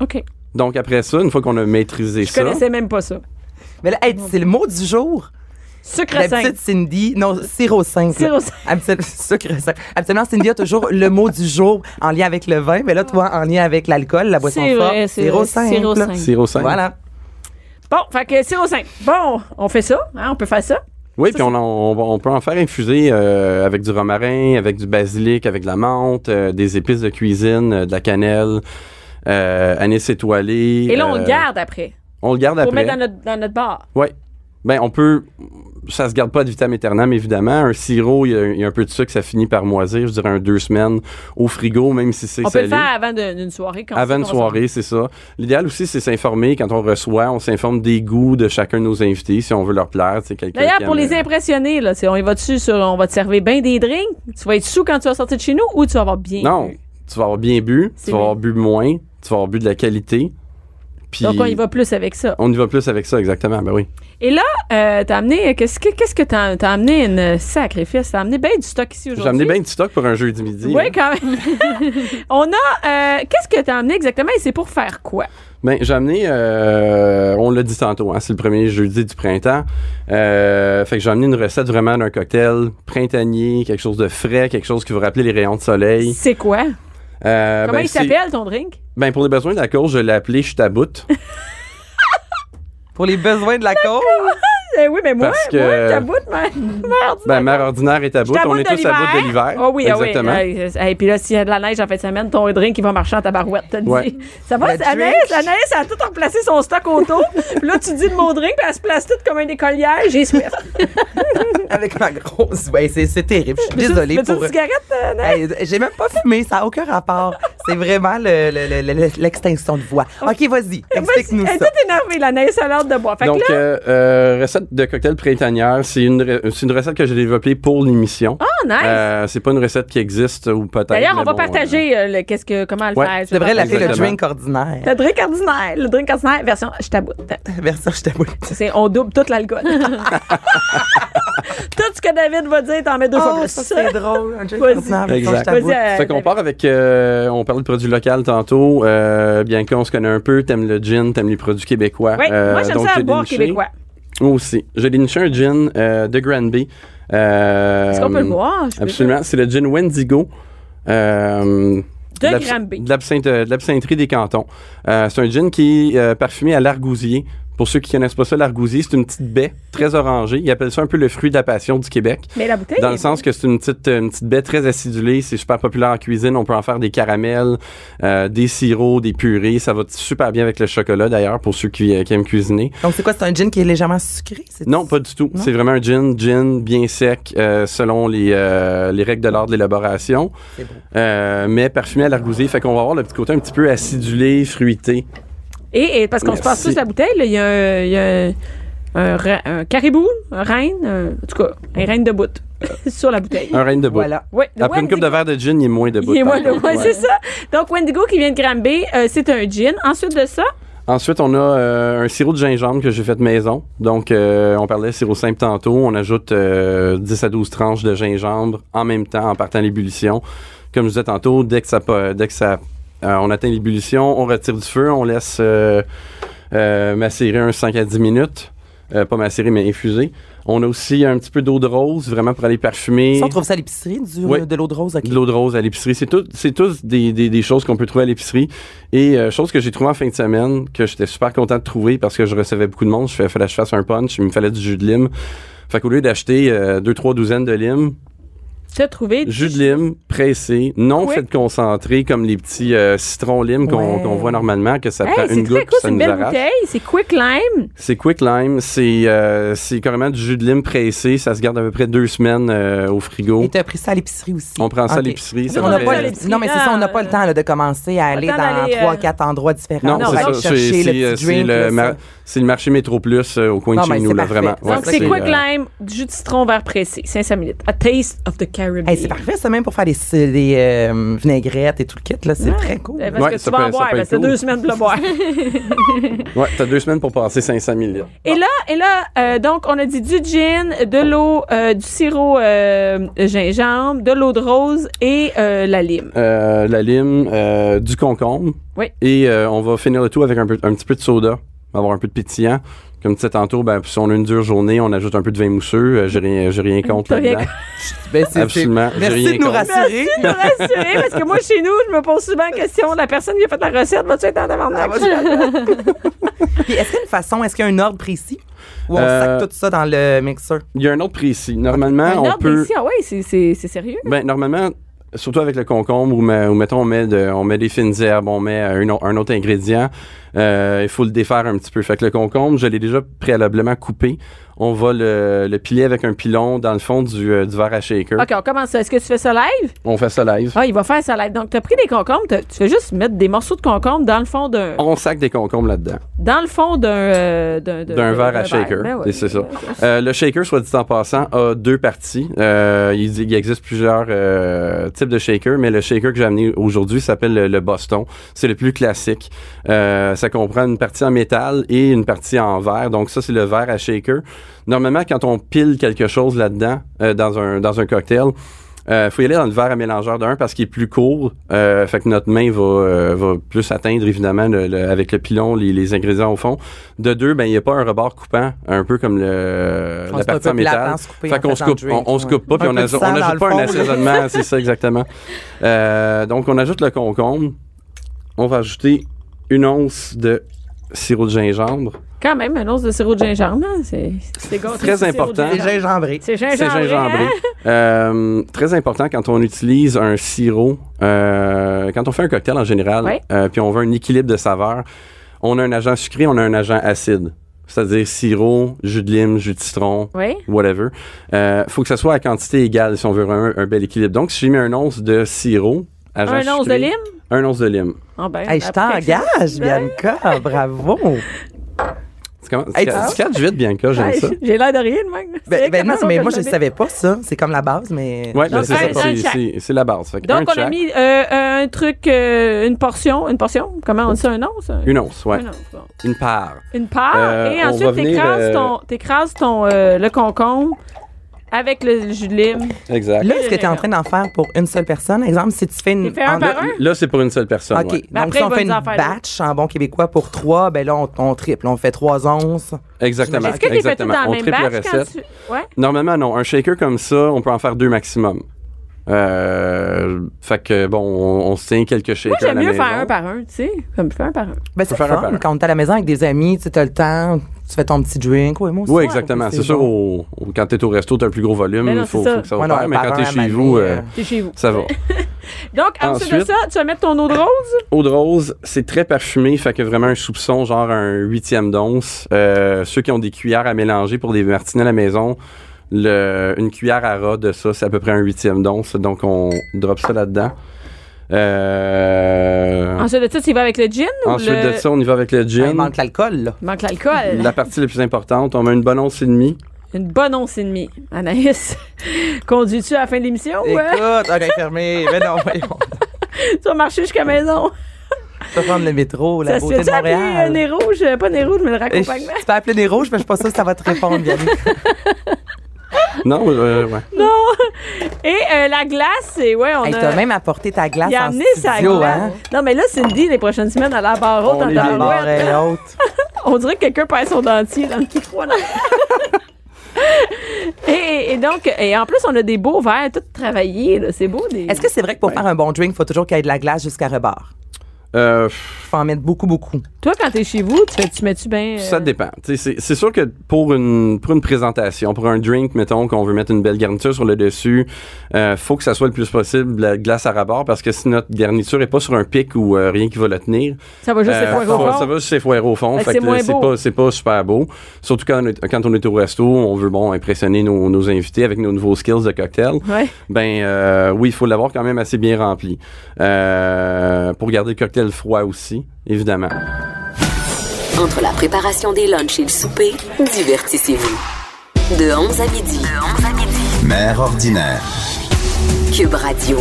[SPEAKER 4] OK.
[SPEAKER 7] Donc après ça, une fois qu'on a maîtrisé
[SPEAKER 4] Je
[SPEAKER 7] ça,
[SPEAKER 4] connaissais même pas ça.
[SPEAKER 5] Mais là, hey, c'est le mot du jour.
[SPEAKER 4] Sucre sain.
[SPEAKER 5] D'habitude, Cindy, non, sirop simple.
[SPEAKER 4] Sirop simple.
[SPEAKER 5] Habituel- sucre simple. Habituellement, Cindy a toujours le mot du jour en lien avec le vin, mais là, toi, en lien avec l'alcool, la boisson
[SPEAKER 4] C'est
[SPEAKER 5] forte,
[SPEAKER 4] vrai, c'est
[SPEAKER 5] sirop
[SPEAKER 4] vrai,
[SPEAKER 5] simple.
[SPEAKER 4] sirop simple.
[SPEAKER 7] Sirop simple.
[SPEAKER 5] Voilà.
[SPEAKER 4] Bon, fait que sirop simple. Bon, on fait ça, hein, on peut faire ça.
[SPEAKER 7] Oui,
[SPEAKER 4] Ça,
[SPEAKER 7] puis on, en- on va- on peut en faire infuser euh, avec du romarin, avec du basilic, avec de la menthe, euh, des épices de cuisine, euh, de la cannelle, euh, anis étoilé.
[SPEAKER 4] Et là, on
[SPEAKER 7] euh,
[SPEAKER 4] le garde après.
[SPEAKER 7] On le garde
[SPEAKER 4] Pour
[SPEAKER 7] après.
[SPEAKER 4] mettre dans notre, dans notre bar.
[SPEAKER 7] Oui. Ben, on peut. Ça se garde pas de vitam aeternam, évidemment. Un sirop, il y, a- il y a un peu de sucre, ça finit par moisir, je dirais un deux semaines au frigo, même si c'est
[SPEAKER 4] On peut
[SPEAKER 7] salé.
[SPEAKER 4] le faire avant de- d'une soirée. Quand on
[SPEAKER 7] Avant
[SPEAKER 4] sait
[SPEAKER 7] une
[SPEAKER 4] qu'on va
[SPEAKER 7] soirée, c'est ça. L'idéal aussi, c'est s'informer quand on reçoit. On s'informe des goûts de chacun de nos invités, si on veut leur plaire. C'est quelqu'un
[SPEAKER 4] D'ailleurs,
[SPEAKER 7] qui
[SPEAKER 4] pour
[SPEAKER 7] aime,
[SPEAKER 4] les
[SPEAKER 7] euh,
[SPEAKER 4] impressionner, là, c'est- on y va dessus sur on va te servir bien des drinks. Tu vas être sous quand tu vas sortir de chez nous ou tu vas avoir bien.
[SPEAKER 7] Non,
[SPEAKER 4] bu.
[SPEAKER 7] tu vas avoir bien bu,
[SPEAKER 4] C'est
[SPEAKER 7] tu vas avoir
[SPEAKER 4] vrai.
[SPEAKER 7] bu moins, tu vas avoir bu de la qualité. Puis
[SPEAKER 4] Donc, on y va plus avec ça.
[SPEAKER 7] on y va plus avec ça, exactement. Ben oui.
[SPEAKER 4] Et là, euh, t'as amené. Qu'est-ce que qu'est-ce que t'as t'as amené une sacrée fesse? T'as amené bien du stock ici aujourd'hui.
[SPEAKER 7] J'ai amené bien du stock pour un jeudi midi. hein.
[SPEAKER 4] Oui, quand même. on a. euh, qu'est-ce que t'as amené exactement et c'est pour faire quoi?
[SPEAKER 7] Ben, j'ai amené, euh, on l'a dit tantôt, hein, c'est le premier jeudi du printemps. Euh, fait que j'ai amené une recette vraiment d'un cocktail printanier, quelque chose de frais, quelque chose qui vous rappelle les rayons de soleil.
[SPEAKER 4] C'est quoi?
[SPEAKER 7] Euh,
[SPEAKER 4] Comment
[SPEAKER 7] ben,
[SPEAKER 4] il
[SPEAKER 7] c'est-
[SPEAKER 4] s'appelle ton drink?
[SPEAKER 7] Ben, pour les besoins de la cause, je l'ai appelé Chutabout.
[SPEAKER 5] Pour les besoins de la cause.
[SPEAKER 4] Eh oui, mais moi,
[SPEAKER 7] Parce
[SPEAKER 4] moi,
[SPEAKER 7] que-
[SPEAKER 4] ta bout, ma, ma ordinaire.
[SPEAKER 7] ben, mère ordinaire est à bout.
[SPEAKER 4] Je suis à
[SPEAKER 7] On
[SPEAKER 4] bout
[SPEAKER 7] est
[SPEAKER 4] de
[SPEAKER 7] tous à bout de l'hiver.
[SPEAKER 4] Ah oui, ah oui.
[SPEAKER 7] Exactement.
[SPEAKER 4] Et puis là, s'il y a de la neige en fin de semaine, ton drink, il va marcher en tabarouette, t'as dit.
[SPEAKER 7] Ouais.
[SPEAKER 4] Ça va,
[SPEAKER 5] Le
[SPEAKER 4] c'est- Anaïs,
[SPEAKER 5] drink.
[SPEAKER 4] Anaïs, elle a tout remplacé son stock auto. puis là, tu dis le mot drink, puis elle se place toute comme un écolière. J'ai Swift.
[SPEAKER 5] Avec ma grosse. Ouais, c'est c'est terrible. Je suis désolée
[SPEAKER 4] Veux-tu
[SPEAKER 5] pour.
[SPEAKER 4] une cigarette, euh, Anaïs?
[SPEAKER 5] Hey, J'ai même pas fumé, ça n'a aucun rapport. C'est vraiment le- le- le- le- l'extinction de voix. OK, vas-y, explique-nous
[SPEAKER 4] Elle est
[SPEAKER 5] ça.
[SPEAKER 4] toute énervée, l'Anaïs, elle a l'air de boire. Fait que
[SPEAKER 7] Donc,
[SPEAKER 4] là,
[SPEAKER 7] euh, euh, recette de cocktail printanière, c'est une, re- c'est une recette que j'ai développée pour l'émission.
[SPEAKER 4] oh, nice.
[SPEAKER 7] Euh, c'est pas une recette qui existe ou peut-être.
[SPEAKER 4] D'ailleurs, on
[SPEAKER 7] mais
[SPEAKER 4] va
[SPEAKER 7] bon,
[SPEAKER 4] partager euh, le- qu'est-ce que, comment le
[SPEAKER 7] Ouais,
[SPEAKER 4] faire.
[SPEAKER 5] Tu devrais l'appeler le
[SPEAKER 7] Exactement.
[SPEAKER 5] drink ordinaire.
[SPEAKER 4] Le drink ordinaire. Le drink ordinaire, version je taboute.
[SPEAKER 5] Version, je t'avoue.
[SPEAKER 4] C'est on double toute l'alcool. tout ce que David va dire, t'en mets deux fois
[SPEAKER 5] Oh,
[SPEAKER 4] plus.
[SPEAKER 5] ça, c'est drôle. Un drink
[SPEAKER 4] Vas-y.
[SPEAKER 5] ordinaire. version,
[SPEAKER 7] Exact.
[SPEAKER 5] je t'avoue.
[SPEAKER 4] Vas-y, euh,
[SPEAKER 7] Fait qu'on
[SPEAKER 4] David.
[SPEAKER 7] part avec. euh, on parlait de produits locaux tantôt. Euh, bien qu'on se connaît un peu, t'aimes le gin, t'aimes les produits québécois.
[SPEAKER 4] Oui,
[SPEAKER 7] Euh,
[SPEAKER 4] moi, j'aime
[SPEAKER 7] donc
[SPEAKER 4] ça
[SPEAKER 7] j'ai
[SPEAKER 4] boire
[SPEAKER 7] déniché-
[SPEAKER 4] québécois.
[SPEAKER 7] Moi aussi. J'ai déniché un gin euh, de Granby. Euh,
[SPEAKER 4] Est-ce qu'on peut le voir? Je peux-
[SPEAKER 7] Absolument. C'est le gin Wendigo. euh,
[SPEAKER 4] De
[SPEAKER 7] l'abs-
[SPEAKER 4] Granby.
[SPEAKER 7] de l'absinthe- de l'absintherie des cantons. Euh, c'est un gin qui est euh, parfumé à l'argousier. Pour ceux qui connaissent pas ça, l'argousier, c'est une petite baie très orangée. Ils appellent ça un peu le fruit de la passion du Québec.
[SPEAKER 4] Mais la bouteille.
[SPEAKER 7] Dans le sens que c'est une petite, une petite baie très acidulée, c'est super populaire en cuisine. On peut en faire des caramels, euh, des sirops, des purées. Ça va super bien avec le chocolat d'ailleurs pour ceux qui, euh, qui aiment cuisiner.
[SPEAKER 5] Donc, c'est quoi? C'est un gin qui est légèrement sucré? c'est-
[SPEAKER 7] Non, pas du tout.
[SPEAKER 5] Non?
[SPEAKER 7] C'est vraiment un gin, gin bien sec euh, selon les, euh, les règles de l'art de l'élaboration.
[SPEAKER 5] C'est beau.
[SPEAKER 7] Euh, mais parfumé à l'argousier, fait qu'on va avoir le petit côté un petit peu acidulé, fruité.
[SPEAKER 4] Et, et parce qu'on se passe
[SPEAKER 7] Merci.
[SPEAKER 4] tous la bouteille, là, il y a, un- il y a un, un ra- un caribou, un renne, un- en tout cas, un renne de bout sur la bouteille.
[SPEAKER 7] Un règne de bout.
[SPEAKER 5] Voilà.
[SPEAKER 4] Ouais, le
[SPEAKER 7] Après une coupe
[SPEAKER 4] Wendigo.
[SPEAKER 7] de verre de gin, il est moins de bout.
[SPEAKER 4] Il est
[SPEAKER 7] par
[SPEAKER 4] moins de-
[SPEAKER 7] contre.
[SPEAKER 4] ouais,
[SPEAKER 7] Ouais.
[SPEAKER 4] c'est ça. Donc, Wendigo qui vient de Granby, euh, c'est un gin. Ensuite de ça,
[SPEAKER 7] Ensuite, on a euh, un sirop de gingembre que j'ai fait maison. Donc, euh, on parlait de sirop simple tantôt. On ajoute euh, 10 à 12 tranches de gingembre en même temps, en partant l'ébullition. Comme je disais tantôt, dès que ça, pa- dès que ça, euh, on atteint l'ébullition, on retire du feu, on laisse euh, euh, macérer un 5 à 10 minutes. Euh, pas macérer, mais infuser. On a aussi un petit peu d'eau de rose, vraiment pour aller parfumer.
[SPEAKER 5] Ça, on trouve ça à l'épicerie, du-
[SPEAKER 7] Oui.
[SPEAKER 5] de l'eau de rose. ok.
[SPEAKER 7] De l'eau de rose à l'épicerie. C'est tout, c'est tous des, des, des choses qu'on peut trouver à l'épicerie. Et euh, chose que j'ai trouvée en fin de semaine, que j'étais super content de trouver parce que je recevais beaucoup de monde. Je fais, fallait que je fasse un punch, il me fallait du jus de lime. Fait qu'au lieu d'acheter euh, deux, trois douzaines de limes,
[SPEAKER 4] tu as trouvé.
[SPEAKER 7] jus de lime pressé, non
[SPEAKER 4] Oui.
[SPEAKER 7] fait concentré comme les petits euh, citrons limes qu'on,
[SPEAKER 5] Ouais.
[SPEAKER 7] qu'on voit normalement, que ça
[SPEAKER 4] Hey,
[SPEAKER 7] prend
[SPEAKER 4] c'est
[SPEAKER 7] une
[SPEAKER 4] très
[SPEAKER 7] goutte,
[SPEAKER 4] cool,
[SPEAKER 7] ça
[SPEAKER 4] c'est une
[SPEAKER 7] nous
[SPEAKER 4] belle
[SPEAKER 7] arrache.
[SPEAKER 4] bouteille. C'est Quick Lime.
[SPEAKER 7] C'est Quick Lime, c'est, euh, c'est carrément du jus de lime pressé. Ça se garde à peu près deux semaines euh, au frigo.
[SPEAKER 5] Et tu as pris ça à l'épicerie aussi.
[SPEAKER 7] On prend ça à
[SPEAKER 5] Ok.
[SPEAKER 7] l'épicerie. ça
[SPEAKER 5] On
[SPEAKER 7] nous
[SPEAKER 5] n'a
[SPEAKER 4] fait-
[SPEAKER 5] pas
[SPEAKER 4] à
[SPEAKER 7] fait-
[SPEAKER 5] le-
[SPEAKER 4] l'épicerie, euh,
[SPEAKER 5] non, mais c'est ça, on n'a pas le temps là, de commencer à aller
[SPEAKER 4] temps
[SPEAKER 5] dans
[SPEAKER 4] d'aller,
[SPEAKER 5] trois,
[SPEAKER 4] euh,
[SPEAKER 5] quatre endroits différents.
[SPEAKER 7] Non,
[SPEAKER 5] pour
[SPEAKER 7] c'est
[SPEAKER 5] aller
[SPEAKER 7] ça. C'est
[SPEAKER 5] chercher le
[SPEAKER 7] c'est,
[SPEAKER 5] petit
[SPEAKER 7] euh, c'est
[SPEAKER 5] drink,
[SPEAKER 7] le,
[SPEAKER 5] là,
[SPEAKER 7] mar-
[SPEAKER 5] ça.
[SPEAKER 7] c'est le marché Métro Plus euh, au coin
[SPEAKER 5] Non,
[SPEAKER 7] de chez
[SPEAKER 5] ben,
[SPEAKER 7] nous,
[SPEAKER 5] c'est
[SPEAKER 7] là,
[SPEAKER 5] parfait.
[SPEAKER 7] vraiment.
[SPEAKER 5] Donc,
[SPEAKER 4] Donc, c'est
[SPEAKER 5] c'est,
[SPEAKER 4] Quick
[SPEAKER 7] euh,
[SPEAKER 4] Lime, du citron vert pressé, 500 ml. A Ah, taste of the Caribbean.
[SPEAKER 5] Hey, c'est parfait, ça, même pour faire des, des euh, vinaigrettes et tout le kit. là, C'est très cool.
[SPEAKER 4] Euh, Parce
[SPEAKER 7] Ouais,
[SPEAKER 4] que tu
[SPEAKER 7] ça
[SPEAKER 4] vas
[SPEAKER 7] peut-
[SPEAKER 4] en
[SPEAKER 7] ça
[SPEAKER 4] boire,
[SPEAKER 7] peut
[SPEAKER 4] parce que
[SPEAKER 7] être
[SPEAKER 4] t'as
[SPEAKER 7] cool.
[SPEAKER 4] deux semaines pour le boire.
[SPEAKER 7] euh, Ouais, t'as deux semaines pour passer 500 ml.
[SPEAKER 4] et là, et là euh, donc, on a dit du gin, de l'eau, euh, du sirop euh, gingembre, de l'eau de rose et euh, la lime.
[SPEAKER 7] Euh, la lime, euh, du concombre.
[SPEAKER 4] Oui.
[SPEAKER 7] Et euh, on va finir le tout avec un, peu- un petit peu de soda. Avoir un peu de pétillant. Comme tu disais tantôt, ben, si on a une dure journée, on ajoute un peu de vin mousseux. euh, J'ai rien, j'ai rien contre
[SPEAKER 4] T'as rien
[SPEAKER 7] là-dedans.
[SPEAKER 5] Ben, c'est- c'est-
[SPEAKER 7] Absolument, j'ai
[SPEAKER 5] Merci
[SPEAKER 7] rien
[SPEAKER 5] de nous
[SPEAKER 7] contre.
[SPEAKER 5] rassurer.
[SPEAKER 4] Nous rassurer, parce que moi, chez nous, je me pose souvent la question la personne qui a fait la recette, va-tu être en tabarnak?
[SPEAKER 5] Puis est-ce qu'il y a une façon, est-ce qu'il y a un ordre précis ou on
[SPEAKER 7] Euh, hein?
[SPEAKER 5] sac tout ça dans le mixeur?
[SPEAKER 7] Il y a un autre précis. Normalement,
[SPEAKER 4] Un
[SPEAKER 7] on
[SPEAKER 4] ordre
[SPEAKER 7] peut.
[SPEAKER 4] ici, ah ouais, c'est- c'est c'est sérieux.
[SPEAKER 7] Ben, normalement, surtout avec le concombre, ou mettons, on met, de- on met des fines herbes, on met euh, une au- un autre ingrédient, euh, il faut le défaire un petit peu. Fait que le concombre, je l'ai déjà préalablement coupé. On va le, le piler avec un pilon dans le fond du, euh, du verre à shaker.
[SPEAKER 4] OK, on commence. ça. Est-ce que tu fais ça live?
[SPEAKER 7] On fait ça live.
[SPEAKER 4] Ah, il va faire ça live. Donc, tu as pris des concombres, t'as- tu fais juste mettre des morceaux de concombres dans le fond d'un.
[SPEAKER 7] On sac des concombres là-dedans.
[SPEAKER 4] Dans le fond d'un. euh, d'un
[SPEAKER 7] D'un verre à shaker.
[SPEAKER 4] Ben ouais.
[SPEAKER 7] Et c'est ça. Euh, le shaker, soit dit en passant, a deux parties. Euh, il, dit- il existe plusieurs euh, types de shaker, mais le shaker que j'ai amené aujourd'hui s'appelle le, le Boston. C'est le plus classique. Euh, ça comprend une partie en métal et une partie en verre. Donc ça, c'est le verre à shaker. Normalement, quand on pile quelque chose là-dedans, euh, dans, un, dans un cocktail, euh, faut y aller dans le verre à mélangeur d'un parce qu'il est plus court. Euh, fait que notre main va, euh, va plus atteindre, évidemment, le- le- avec le pilon, les, les ingrédients au fond. De deux, ben il n'y a pas un rebord coupant, un peu comme le,
[SPEAKER 5] On
[SPEAKER 7] la
[SPEAKER 5] se fait un
[SPEAKER 7] partie
[SPEAKER 5] peu
[SPEAKER 7] en métal.
[SPEAKER 5] platant, se couper,
[SPEAKER 7] fait
[SPEAKER 5] en
[SPEAKER 7] qu'on se
[SPEAKER 5] faisant le
[SPEAKER 7] coupe, on,
[SPEAKER 5] drink,
[SPEAKER 7] on se
[SPEAKER 5] ouais.
[SPEAKER 7] coupe pas, puis
[SPEAKER 5] Un
[SPEAKER 7] on,
[SPEAKER 5] peu de
[SPEAKER 7] aj-
[SPEAKER 5] sang
[SPEAKER 7] on
[SPEAKER 5] dans
[SPEAKER 7] ajoute
[SPEAKER 5] le
[SPEAKER 7] pas
[SPEAKER 5] fond,
[SPEAKER 7] un
[SPEAKER 5] là.
[SPEAKER 7] assaisonnement, c'est ça exactement. Euh, donc on ajoute le concombre. On va ajouter une once de sirop de gingembre.
[SPEAKER 4] Quand même, un once de sirop de gingembre, hein, c'est c'est gâté,
[SPEAKER 7] Très
[SPEAKER 4] ce sirop de
[SPEAKER 7] important.
[SPEAKER 4] gingembre.
[SPEAKER 5] Déjà gingembré.
[SPEAKER 4] C'est gingembre.
[SPEAKER 7] C'est gingembré.
[SPEAKER 4] hein?
[SPEAKER 7] Euh, très important quand on utilise un sirop, euh, quand on fait un cocktail en général,
[SPEAKER 4] Ouais.
[SPEAKER 7] euh, puis on veut un équilibre de saveurs, on a un agent sucré, on a un agent acide. C'est-à-dire sirop, jus de lime, jus de citron,
[SPEAKER 4] Oui.
[SPEAKER 7] whatever. Euh, faut que ça soit à quantité égale si on veut un, un bel équilibre. Donc, si j'ai mis un once de sirop, agent
[SPEAKER 4] Un once de
[SPEAKER 7] sucré,
[SPEAKER 4] lime?
[SPEAKER 7] Un once de lime.
[SPEAKER 4] Ah ben,
[SPEAKER 5] Hey, je
[SPEAKER 4] après quelque chose.
[SPEAKER 5] t'engage, Bianca. Bravo.
[SPEAKER 7] Tu, commences- tu
[SPEAKER 5] Hey,
[SPEAKER 7] ca-
[SPEAKER 5] tu-
[SPEAKER 7] tu catches vite, Bianca, j'aime
[SPEAKER 4] Hey,
[SPEAKER 7] ça.
[SPEAKER 4] J'ai l'air de rien, de même. C'est
[SPEAKER 5] Ben, ben
[SPEAKER 4] la
[SPEAKER 5] non,
[SPEAKER 4] façon
[SPEAKER 5] mais
[SPEAKER 4] que
[SPEAKER 5] moi, je ne
[SPEAKER 4] l'avais.
[SPEAKER 5] savais pas ça. C'est comme la base, mais.
[SPEAKER 7] Ouais, ben,
[SPEAKER 4] Donc,
[SPEAKER 7] c'est ça,
[SPEAKER 4] un- un
[SPEAKER 7] c'est-
[SPEAKER 4] chaque.
[SPEAKER 7] c'est c'est la base. Fait que un
[SPEAKER 4] Donc, on a
[SPEAKER 7] chaque,
[SPEAKER 4] mis euh, un truc, euh, une portion, une portion, comment on dit ça, un once? Un-
[SPEAKER 7] une once, ouais.
[SPEAKER 4] un once, bon.
[SPEAKER 7] Une part.
[SPEAKER 4] Une part,
[SPEAKER 7] Euh,
[SPEAKER 4] et
[SPEAKER 7] on va
[SPEAKER 4] ensuite,
[SPEAKER 7] venir,
[SPEAKER 4] t'écrases
[SPEAKER 7] euh,
[SPEAKER 4] ton, t'écrases ton, euh, le concombre avec le jus de lime.
[SPEAKER 7] Exact.
[SPEAKER 5] Là, est-ce que tu es en train d'en faire pour une seule personne? Exemple, si tu fais une.
[SPEAKER 4] Tu fais un
[SPEAKER 5] en-
[SPEAKER 4] par un?
[SPEAKER 7] Là, c'est pour une seule personne.
[SPEAKER 5] OK.
[SPEAKER 7] ouais.
[SPEAKER 5] Donc,
[SPEAKER 4] après,
[SPEAKER 5] si
[SPEAKER 4] il
[SPEAKER 5] on
[SPEAKER 4] va
[SPEAKER 5] fait une
[SPEAKER 4] nous en faire
[SPEAKER 5] batch en bon québécois pour trois, ben là, on, on triple. On fait trois onces.
[SPEAKER 7] Exactement.
[SPEAKER 4] Est-ce que tu les fais tout
[SPEAKER 7] exactement.
[SPEAKER 4] dans
[SPEAKER 7] on
[SPEAKER 4] le même
[SPEAKER 7] triple la
[SPEAKER 4] batch quand
[SPEAKER 7] recette.
[SPEAKER 4] tu... Ouais?
[SPEAKER 7] Normalement, non. Un shaker comme ça, on peut en faire deux maximum. Euh, fait que, bon, on, on se tient quelques shakers
[SPEAKER 4] Moi,
[SPEAKER 7] à
[SPEAKER 4] j'aime
[SPEAKER 7] la
[SPEAKER 4] mieux
[SPEAKER 7] maison.
[SPEAKER 4] faire un par un, tu sais. Comme je fais un par un.
[SPEAKER 5] Ben, c'est
[SPEAKER 7] faire un par
[SPEAKER 5] fun.
[SPEAKER 7] un.
[SPEAKER 5] Quand t'es à la maison avec des amis, tu as le temps, tu fais ton petit drink. Oui, moi aussi.
[SPEAKER 7] Oui, exactement. C'est sûr, au- au- quand t'es au resto, t'as un plus gros volume,
[SPEAKER 4] Mais non,
[SPEAKER 7] il faut,
[SPEAKER 4] c'est ça.
[SPEAKER 7] faut que ça
[SPEAKER 5] Ouais,
[SPEAKER 7] opère,
[SPEAKER 5] non,
[SPEAKER 7] mais
[SPEAKER 5] par
[SPEAKER 7] quand
[SPEAKER 5] un,
[SPEAKER 7] t'es
[SPEAKER 5] à un
[SPEAKER 7] chez
[SPEAKER 5] moment
[SPEAKER 7] vous,
[SPEAKER 5] donné,
[SPEAKER 7] euh,
[SPEAKER 5] euh,
[SPEAKER 4] C'est chez vous.
[SPEAKER 7] ça va.
[SPEAKER 4] Donc, ensuite, de
[SPEAKER 7] Ensuite-
[SPEAKER 4] ça, tu vas mettre ton eau de rose.
[SPEAKER 7] Eau de rose, c'est très parfumé, fait que vraiment un soupçon, genre un huitième d'once. Euh, ceux qui ont des cuillères à mélanger pour des martinets à la maison, le- une cuillère à ras de ça, c'est à peu près un huitième d'once, donc on drop ça là-dedans. Euh,
[SPEAKER 4] Ensuite de ça, tu y vas avec le gin ou
[SPEAKER 7] ensuite
[SPEAKER 4] le...
[SPEAKER 7] de ça, on y va avec le
[SPEAKER 5] Il
[SPEAKER 7] gin.
[SPEAKER 5] manque l'alcool, là.
[SPEAKER 4] Il manque l'alcool.
[SPEAKER 7] La partie la plus importante, on met une bonne once et demie.
[SPEAKER 4] Une bonne once et demie. Anaïs, conduis-tu à la fin de l'émission ou euh,
[SPEAKER 5] Écoute, un infirmier. Mais non, voyons.
[SPEAKER 4] tu vas marcher jusqu'à la maison?
[SPEAKER 5] Tu vas prendre le métro, la
[SPEAKER 4] Ça se
[SPEAKER 5] beauté
[SPEAKER 4] fait-tu
[SPEAKER 5] de
[SPEAKER 4] appeler euh,
[SPEAKER 5] Montréal.
[SPEAKER 4] nez rouge? Euh, Pas nez rouge, mais le
[SPEAKER 5] Et
[SPEAKER 4] raccompagnement.
[SPEAKER 5] je- Tu peux appeler des rouges, mais je suis pas sûre que ça va te répondre, Bianca.
[SPEAKER 7] Non, euh, ouais.
[SPEAKER 4] Et euh, la glace, c'est... Ouais, on
[SPEAKER 5] Hey,
[SPEAKER 4] a...
[SPEAKER 5] t'as même apporté ta glace
[SPEAKER 4] Il a
[SPEAKER 5] en
[SPEAKER 4] amené sa
[SPEAKER 5] studio,
[SPEAKER 4] glace.
[SPEAKER 5] hein?
[SPEAKER 4] Non, mais là, Cindy, les prochaines semaines, à la barre haute,
[SPEAKER 7] On
[SPEAKER 4] en
[SPEAKER 7] est
[SPEAKER 5] La
[SPEAKER 7] Ah,
[SPEAKER 5] barre
[SPEAKER 4] tabarouette.
[SPEAKER 5] est haute.
[SPEAKER 4] On dirait que quelqu'un perd son dentier dans le micro. là. et, et- et donc, et en plus, on a des beaux verres, tout travaillés. là. C'est beau. Des...
[SPEAKER 5] Est-ce que c'est vrai que pour faire un bon drink, il faut toujours qu'il y ait de la glace jusqu'à rebord?
[SPEAKER 7] Euh, pff,
[SPEAKER 5] Il faut en mettre beaucoup, beaucoup.
[SPEAKER 4] Toi, quand t'es chez vous, tu, fais- tu mets-tu bien... euh,
[SPEAKER 7] Ça dépend. Tu sais, C'est c'est sûr que pour une, pour une présentation, pour un drink, mettons qu'on veut mettre une belle garniture sur le dessus, euh, faut que ça soit le plus possible de la glace à rabord parce que si notre garniture est pas sur un pic ou euh, rien qui va la tenir,
[SPEAKER 4] Ça va juste
[SPEAKER 7] euh,
[SPEAKER 4] les points
[SPEAKER 7] ça, ça va juste s'effoirer au fond.
[SPEAKER 4] Fait que
[SPEAKER 7] Fait
[SPEAKER 4] c'est
[SPEAKER 7] que
[SPEAKER 4] moins
[SPEAKER 7] là, c'est
[SPEAKER 4] beau.
[SPEAKER 7] pas, c'est pas super beau. Surtout quand on, est, quand on est au resto, on veut bon impressionner nos, nos invités avec nos nouveaux skills de cocktail.
[SPEAKER 4] Ouais.
[SPEAKER 7] Ben euh, oui, il faut l'avoir quand même assez bien rempli. Euh, pour garder le cocktail froid aussi, évidemment.
[SPEAKER 2] Entre la préparation des lunchs et le souper, divertissez-vous. De 11 à midi. De 11 à midi.
[SPEAKER 3] Mère ordinaire.
[SPEAKER 2] Cube Radio.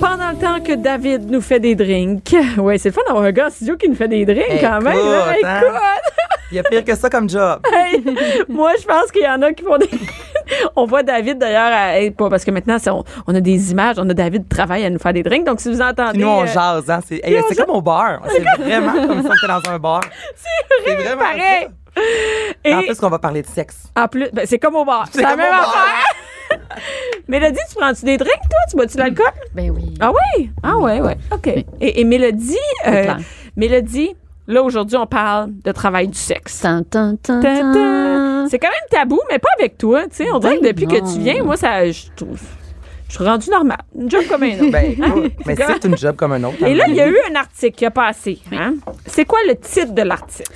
[SPEAKER 4] Pendant le temps que David nous fait des drinks. Ouais, c'est le fun d'avoir un gars en studio qui nous fait des drinks quand même. là.
[SPEAKER 5] hein? Écoute, hein? Il y a pire que ça comme job.
[SPEAKER 4] Écoute, hey, moi, je pense qu'il y en a qui font des On voit David d'ailleurs, à- eh, pas- parce que maintenant, ça, on, on a des images, on a David travaille à nous faire des drinks. Donc, si vous entendez.
[SPEAKER 5] Puis nous, on
[SPEAKER 4] euh,
[SPEAKER 5] jase, hein. C'est, hey,
[SPEAKER 4] on
[SPEAKER 5] c'est
[SPEAKER 4] jase.
[SPEAKER 5] comme au bar. C'est vraiment comme si on était dans un bar.
[SPEAKER 4] c'est vrai,
[SPEAKER 5] vraiment
[SPEAKER 4] pareil. Et
[SPEAKER 5] En plus, qu'on va parler de sexe.
[SPEAKER 4] en plus, ben, c'est comme au bar. C'est la
[SPEAKER 5] comme
[SPEAKER 4] même
[SPEAKER 5] au bar.
[SPEAKER 4] affaire. Mélodie, tu prends-tu des drinks, toi? Tu bois-tu de l'alcool?
[SPEAKER 9] Ben oui.
[SPEAKER 4] Ah oui? Ah ouais, ouais. OK. Et, et Mélodie, euh,
[SPEAKER 9] clair.
[SPEAKER 4] Mélodie, là, aujourd'hui, on parle de travail du sexe.
[SPEAKER 9] Tan, tan, tan,
[SPEAKER 4] Tan, tan.
[SPEAKER 9] tan.
[SPEAKER 4] C'est quand même tabou, mais pas avec toi. Tu sais, on dirait que
[SPEAKER 9] Ben
[SPEAKER 4] depuis
[SPEAKER 9] non.
[SPEAKER 4] que tu viens, moi, ça, je trouve. Je suis rendue normale. Une job comme un autre.
[SPEAKER 5] Ben, oui, mais c'est une job comme un autre.
[SPEAKER 4] Et
[SPEAKER 5] hein.
[SPEAKER 4] là, il y a eu un article qui a passé. hein. C'est quoi le titre de l'article?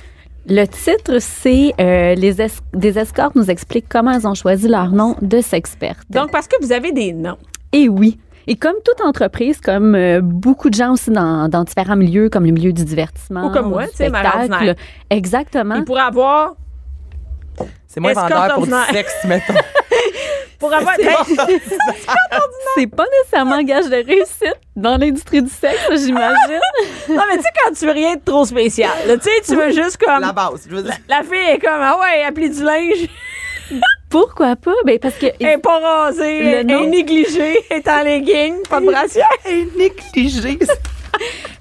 [SPEAKER 9] Le titre, c'est euh, les es- des escortes nous expliquent comment elles ont choisi leur nom de sexperte.
[SPEAKER 4] Donc, parce que vous avez des noms.
[SPEAKER 9] Et Eh oui. Et comme toute entreprise, comme euh, beaucoup de gens aussi dans, dans différents milieux, comme le milieu du divertissement,
[SPEAKER 4] Ou comme moi,
[SPEAKER 9] du
[SPEAKER 4] tu sais, ma
[SPEAKER 9] spectacle,
[SPEAKER 4] ordinaire.
[SPEAKER 9] exactement.
[SPEAKER 4] Il pourrait avoir.
[SPEAKER 5] c'est moins
[SPEAKER 4] escorte
[SPEAKER 5] vendeur pour du
[SPEAKER 4] ordinaire.
[SPEAKER 5] sexe, mettons.
[SPEAKER 4] Pour avoir
[SPEAKER 9] C'est pas nécessairement gage de réussite dans l'industrie du sexe, j'imagine.
[SPEAKER 4] non, mais tu sais, quand tu veux rien de trop spécial, là, tu sais, tu veux juste comme.
[SPEAKER 5] La base. Je veux dire.
[SPEAKER 4] La fille est comme, ah ouais, elle plie du linge,
[SPEAKER 9] Pourquoi pas Ben parce que
[SPEAKER 4] elle est pas rasée,
[SPEAKER 9] Le
[SPEAKER 4] elle est
[SPEAKER 9] nom-
[SPEAKER 4] négligée, elle est en legging, pas de brassière.
[SPEAKER 5] Hey, négligé.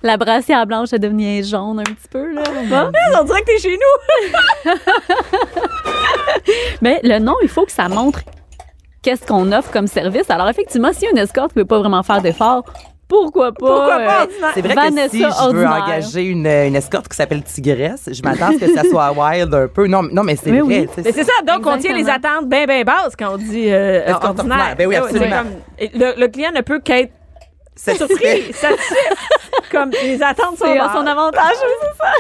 [SPEAKER 9] la brassière blanche a devenu jaune un petit peu là. Bon.
[SPEAKER 4] Ah, On dirait que t'es chez nous.
[SPEAKER 9] Mais Eh, le nom, il faut que ça montre qu'est-ce qu'on offre comme service. Alors effectivement, si une escorte ne peut pas vraiment faire d'efforts, pourquoi pas
[SPEAKER 4] Pourquoi pas?
[SPEAKER 9] euh,
[SPEAKER 4] ordinaire?
[SPEAKER 5] C'est vrai
[SPEAKER 9] Vanessa
[SPEAKER 5] que si je veux
[SPEAKER 9] ordinaire.
[SPEAKER 5] engager une, euh, une escorte qui s'appelle Tigresse, je m'attends à ce que ça soit wild un peu. Non, mais- non mais c'est
[SPEAKER 9] Mais
[SPEAKER 5] vrai.
[SPEAKER 9] oui.
[SPEAKER 5] tu sais,
[SPEAKER 4] Mais c'est ça, donc on tient
[SPEAKER 9] Exactement.
[SPEAKER 4] les attentes bien, bien basses quand on dit euh,
[SPEAKER 5] Escorte
[SPEAKER 4] ordinaire.
[SPEAKER 5] ordinaire, ben oui,
[SPEAKER 4] Ouais, c'est
[SPEAKER 5] absolument.
[SPEAKER 4] comme- et le, le client ne peut qu'être
[SPEAKER 5] c'est-
[SPEAKER 4] surpris, satisfait. comme les attentes sont
[SPEAKER 9] C'est à
[SPEAKER 4] basses.
[SPEAKER 9] son avantage.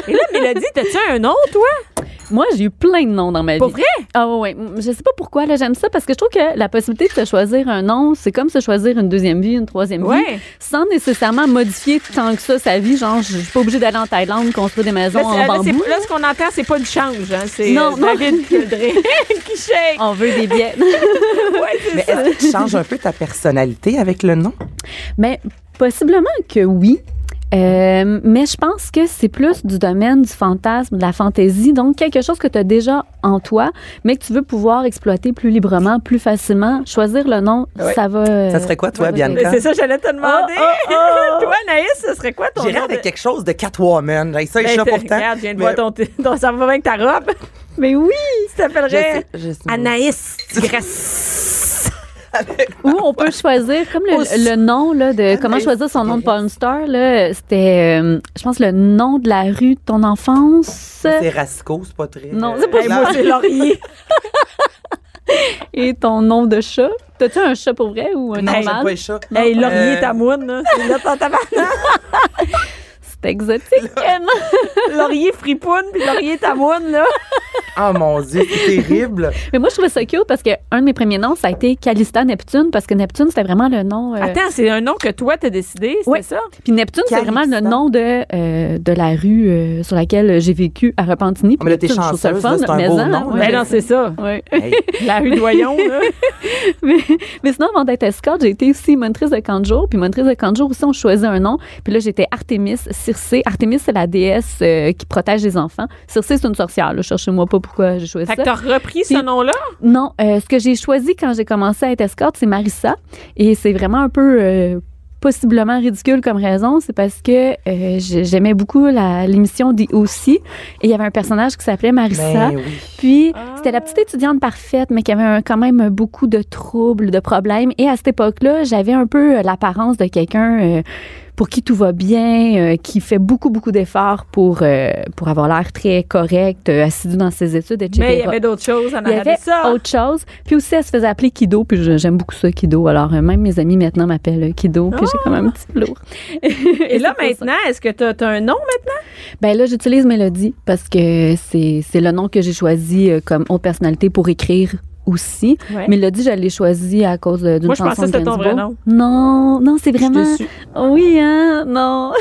[SPEAKER 4] Et là, Mélodie, t'as-tu un nom, toi?
[SPEAKER 9] Moi, j'ai eu plein de noms dans ma vie.
[SPEAKER 4] Pour vrai?
[SPEAKER 9] Ah ouais, ouais. Je sais pas pourquoi, là, j'aime ça parce que je trouve que la possibilité de se choisir un nom, c'est comme se choisir une deuxième vie, une troisième
[SPEAKER 4] Ouais.
[SPEAKER 9] vie, sans nécessairement modifier tant que ça sa vie. Genre, je je suis pas obligée d'aller en Thaïlande construire des maisons
[SPEAKER 4] Là, c'est-
[SPEAKER 9] en
[SPEAKER 4] là, c'est-
[SPEAKER 9] bambou.
[SPEAKER 4] là, ce qu'on entend, c'est pas du change. Hein, c'est
[SPEAKER 9] Non,
[SPEAKER 4] euh,
[SPEAKER 9] non.
[SPEAKER 4] David Kildré qui shake.
[SPEAKER 9] On veut des billets.
[SPEAKER 4] Ouais, c'est
[SPEAKER 5] Mais est-ce que tu changes un peu ta personnalité avec le nom?
[SPEAKER 9] Mais possiblement que oui. Euh, mais je pense que c'est plus du domaine du fantasme, de la fantaisie, donc quelque chose que tu as déjà en toi, mais que tu veux pouvoir exploiter plus librement, plus facilement. Choisir le nom,
[SPEAKER 5] Ouais.
[SPEAKER 9] ça va.
[SPEAKER 5] Ça serait quoi, toi,
[SPEAKER 9] ça va
[SPEAKER 5] Bianca? Oh,
[SPEAKER 9] t'aider.
[SPEAKER 4] Euh, Mais C'est ça, j'allais te demander. Toi, Anaïs, ce serait quoi ton
[SPEAKER 5] J'irai
[SPEAKER 4] nom?
[SPEAKER 5] avec quelque chose de Catwoman. J'ai ça, je
[SPEAKER 4] Ben,
[SPEAKER 5] suis là
[SPEAKER 4] t'es-
[SPEAKER 5] pourtant.
[SPEAKER 4] Regarde, je viens de
[SPEAKER 5] Mais-
[SPEAKER 4] voir ton, ton- ça va bien avec ta robe.
[SPEAKER 9] Mais oui!
[SPEAKER 4] Tu t'appellerais
[SPEAKER 5] Je sais- je sais-
[SPEAKER 4] Anaïs Tigresse.
[SPEAKER 9] Ou on peut choisir, comme le,
[SPEAKER 5] Aussi.
[SPEAKER 9] le nom là, de comment choisir son nom de porn star, là, c'était, euh, je pense, le nom de la rue de ton enfance
[SPEAKER 5] C'est Rasco, c'est pas très.
[SPEAKER 9] Non,
[SPEAKER 5] euh,
[SPEAKER 9] c'est pas
[SPEAKER 4] Hey, moi, c'est Laurier.
[SPEAKER 9] et ton nom de chat. T'as-tu un chat pour vrai ou un
[SPEAKER 5] Non, j'aime pas
[SPEAKER 9] normal?
[SPEAKER 5] les chats.
[SPEAKER 4] Hey, Laurier,
[SPEAKER 5] Euh,
[SPEAKER 4] ta moune, là. C'est là ton tabarnak.
[SPEAKER 9] C'est exotique.
[SPEAKER 4] Laurier fripoune, puis Laurier, ta moune, là.
[SPEAKER 5] Oh mon Dieu, c'est terrible. Ah,
[SPEAKER 9] Mais moi, je trouvais ça cute parce que un de mes premiers noms, ça a été Calista Neptune parce que Neptune, c'était vraiment le nom. euh,
[SPEAKER 4] Attends, c'est un nom que toi, t'as décidé, c'est
[SPEAKER 9] Ouais.
[SPEAKER 4] ça?
[SPEAKER 9] Puis Neptune, c'est
[SPEAKER 5] Calista.
[SPEAKER 9] vraiment le nom de, euh, de la rue euh, sur laquelle j'ai vécu à Repentigny.
[SPEAKER 5] Ah, mais là, t'es
[SPEAKER 9] Neptune, je trouve ça le
[SPEAKER 5] chanceuse, là, c'est un
[SPEAKER 9] mais
[SPEAKER 5] beau
[SPEAKER 9] en,
[SPEAKER 5] nom,
[SPEAKER 9] ouais,
[SPEAKER 5] là.
[SPEAKER 4] Ben non, c'est ça.
[SPEAKER 9] ouais.
[SPEAKER 5] Hey,
[SPEAKER 4] La rue Doyon, là.
[SPEAKER 9] mais, mais sinon, avant d'être escorte, j'ai été aussi monitrice de camp de jour. Puis monitrice de camp de jour aussi, on choisit un nom. Puis là, j'étais Artemis Circé. Artemis, c'est la déesse euh, qui protège les enfants. Circé, c'est une sorcière. là. Cherchez-moi pas pourquoi j'ai choisi
[SPEAKER 4] Fait que
[SPEAKER 9] ça.
[SPEAKER 4] t'as repris ce
[SPEAKER 9] Puis-
[SPEAKER 4] nom-là?
[SPEAKER 9] Non, euh, ce que j'ai choisi quand j'ai commencé à être escorte, c'est Marissa. Et c'est vraiment un peu euh, possiblement ridicule comme raison. C'est parce que euh, j'ai- j'aimais beaucoup la- l'émission des aussi. Et il y avait un personnage qui s'appelait Marissa.
[SPEAKER 5] ben oui.
[SPEAKER 9] Puis,
[SPEAKER 4] Ah.
[SPEAKER 9] c'était la petite étudiante parfaite, mais qui avait un- quand même beaucoup de troubles, de problèmes. Et à cette époque-là, j'avais un peu euh, l'apparence de quelqu'un euh, pour qui tout va bien, euh, qui fait beaucoup, beaucoup d'efforts pour, euh, pour avoir l'air très correct, euh, assidu dans ses études, etc.
[SPEAKER 4] Mais il y avait d'autres choses en
[SPEAKER 9] Il y
[SPEAKER 4] arrière
[SPEAKER 9] avait
[SPEAKER 4] de ça.
[SPEAKER 9] autre chose. Puis aussi, elle se faisait appeler Kido. Puis je- j'aime beaucoup ça, Kido. Alors, euh, même mes amis maintenant m'appellent euh, Kido. Puis j'ai quand même un petit lourd.
[SPEAKER 4] Et là, maintenant, est-ce que t'as t'as un nom?
[SPEAKER 9] Ben là, j'utilise Mélodie parce que c'est c'est le nom que j'ai choisi euh, comme haute personnalité pour écrire aussi.
[SPEAKER 4] Ouais.
[SPEAKER 9] Mélodie, je l'ai choisi à cause de- d'une
[SPEAKER 4] Moi, je
[SPEAKER 9] chanson
[SPEAKER 4] pensais que
[SPEAKER 9] de
[SPEAKER 4] c'était ton vrai
[SPEAKER 9] Gainsbourg. Non, non, c'est vraiment...
[SPEAKER 5] Je suis déçue.
[SPEAKER 9] Oui, hein? Non.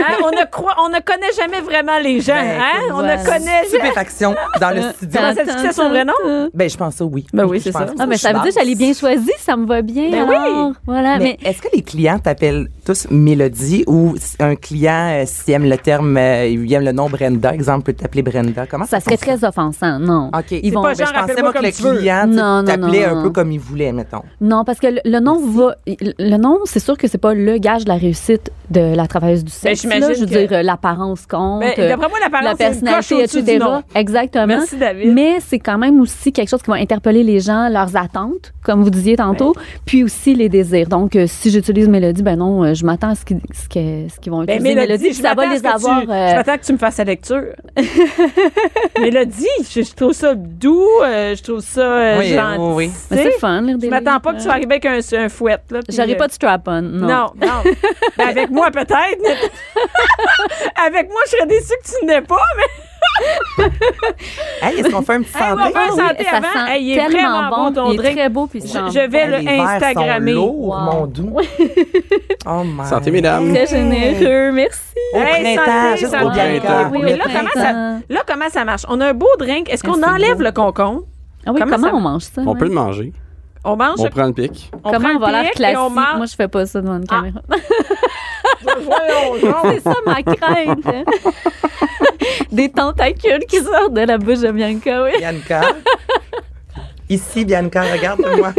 [SPEAKER 4] Hein, on, ne croit, on ne connaît jamais vraiment les gens.
[SPEAKER 5] Ben,
[SPEAKER 4] hein? On
[SPEAKER 9] voilà.
[SPEAKER 4] ne connaît jamais.
[SPEAKER 5] Stupéfaction dans le studio.
[SPEAKER 4] Comment ça dit que c'est son vrai nom?
[SPEAKER 5] Ben, je pense ça, oui.
[SPEAKER 4] Ben oui,
[SPEAKER 5] Je
[SPEAKER 4] c'est
[SPEAKER 5] pense
[SPEAKER 4] ça.
[SPEAKER 9] Ah, mais
[SPEAKER 5] je
[SPEAKER 9] ça veut
[SPEAKER 5] pense.
[SPEAKER 9] dire que j'allais bien choisi, ça me va bien.
[SPEAKER 4] Ben oui.
[SPEAKER 9] alors. Voilà,
[SPEAKER 5] Mais,
[SPEAKER 9] mais...
[SPEAKER 5] est-ce que les clients t'appellent tous Mélodie ou si un client, euh, s'il aime le terme, euh, il aime le nom Brenda, exemple, peut t'appeler Brenda? Comment
[SPEAKER 9] Ça
[SPEAKER 5] se
[SPEAKER 9] serait
[SPEAKER 5] passe
[SPEAKER 9] très offensant, non.
[SPEAKER 5] OK.
[SPEAKER 9] Ils vont...
[SPEAKER 4] pas
[SPEAKER 5] Ben, je
[SPEAKER 4] genre,
[SPEAKER 5] pensais,
[SPEAKER 4] appelle-moi
[SPEAKER 5] moi, que le
[SPEAKER 4] comme tu veux.
[SPEAKER 5] client parents tu sais,
[SPEAKER 9] Non, non,
[SPEAKER 5] t'appelaient
[SPEAKER 9] non,
[SPEAKER 5] un
[SPEAKER 9] non.
[SPEAKER 5] peu comme ils voulaient, mettons.
[SPEAKER 9] Non, parce que le, le nom va. Le nom, c'est sûr que c'est pas le gage de la réussite de la travailleuse du sexe.
[SPEAKER 4] Ben, j'imagine
[SPEAKER 9] là. je veux
[SPEAKER 4] que-
[SPEAKER 9] dire, euh, l'apparence compte,
[SPEAKER 4] Ben,
[SPEAKER 9] euh,
[SPEAKER 4] D'après moi, la parole,
[SPEAKER 9] la
[SPEAKER 4] c'est une coche
[SPEAKER 9] personnalité,
[SPEAKER 4] au-dessus du
[SPEAKER 9] etc.
[SPEAKER 4] nom.
[SPEAKER 9] Exactement.
[SPEAKER 4] Merci, David.
[SPEAKER 9] Mais c'est quand même aussi quelque chose qui va interpeller les gens, leurs attentes, comme vous disiez tantôt,
[SPEAKER 4] Ben
[SPEAKER 9] puis aussi les désirs. Donc, euh, si j'utilise Mélodie, ben non, euh, je m'attends à ce qu'ils ce que- ce qu'ils vont
[SPEAKER 4] Ben,
[SPEAKER 9] utiliser
[SPEAKER 4] Mélodie, je
[SPEAKER 9] ça va
[SPEAKER 4] m'attends à ce
[SPEAKER 9] les
[SPEAKER 4] que
[SPEAKER 9] avoir.
[SPEAKER 4] Tu,
[SPEAKER 9] euh,
[SPEAKER 4] Je m'attends que tu me fasses la lecture. Mélodie, je, je trouve ça doux, euh, je trouve ça euh,
[SPEAKER 5] Oui,
[SPEAKER 4] gentil.
[SPEAKER 5] oui, oui.
[SPEAKER 9] mais ben, c'est le fun, lire des
[SPEAKER 4] Je m'attends
[SPEAKER 9] livres,
[SPEAKER 4] pas que tu
[SPEAKER 9] euh,
[SPEAKER 4] arrives avec un, un fouet. Là, puis,
[SPEAKER 9] J'aurai
[SPEAKER 4] euh,
[SPEAKER 9] pas de strap-on, non.
[SPEAKER 4] Non, non. Ben, avec moi, peut-être. mais- avec moi, je serais déçue que tu n'aies pas, mais
[SPEAKER 5] Hey, est-ce qu'on fait un petit
[SPEAKER 4] Hey,
[SPEAKER 5] santé?
[SPEAKER 4] on fait un
[SPEAKER 9] Oui,
[SPEAKER 4] santé
[SPEAKER 9] ça
[SPEAKER 4] avant.
[SPEAKER 9] sent
[SPEAKER 4] Hey, il est
[SPEAKER 9] tellement
[SPEAKER 4] vraiment bon, ton
[SPEAKER 9] il est
[SPEAKER 4] drink.
[SPEAKER 9] très beau, puis il sent
[SPEAKER 4] je, je vais le
[SPEAKER 5] Les verres sont
[SPEAKER 4] Instagrammer.
[SPEAKER 5] lourds,
[SPEAKER 9] Wow.
[SPEAKER 5] mon doux. Oh my.
[SPEAKER 7] Santé, mesdames.
[SPEAKER 9] Très généreux, merci.
[SPEAKER 5] Au
[SPEAKER 4] Hey,
[SPEAKER 5] printemps,
[SPEAKER 4] santé,
[SPEAKER 5] juste
[SPEAKER 4] santé.
[SPEAKER 5] pour Bianca.
[SPEAKER 7] Oui,
[SPEAKER 4] Mais
[SPEAKER 9] au
[SPEAKER 4] là, comment ça,
[SPEAKER 9] printemps.
[SPEAKER 4] là, comment ça marche? On a un beau drink. Est-ce qu'on
[SPEAKER 9] Ah, c'est
[SPEAKER 4] enlève
[SPEAKER 9] beau.
[SPEAKER 4] le concombre?
[SPEAKER 9] Ah oui,
[SPEAKER 4] Comment
[SPEAKER 9] comment,
[SPEAKER 4] ça-
[SPEAKER 9] on mange ça?
[SPEAKER 7] On
[SPEAKER 9] ouais?
[SPEAKER 7] peut le manger.
[SPEAKER 4] On mange,
[SPEAKER 7] On prend le pic.
[SPEAKER 4] on
[SPEAKER 9] comment
[SPEAKER 4] prend
[SPEAKER 9] on va
[SPEAKER 4] le
[SPEAKER 9] l'air
[SPEAKER 4] pic et
[SPEAKER 9] classique?
[SPEAKER 4] on mange.
[SPEAKER 9] Moi, je fais pas ça devant une
[SPEAKER 4] Ah.
[SPEAKER 9] caméra. C'est ça ma crainte. hein. Des tentacules qui sortent de la bouche de Bianca, oui.
[SPEAKER 5] Bianca. Ici, Bianca, regarde-moi.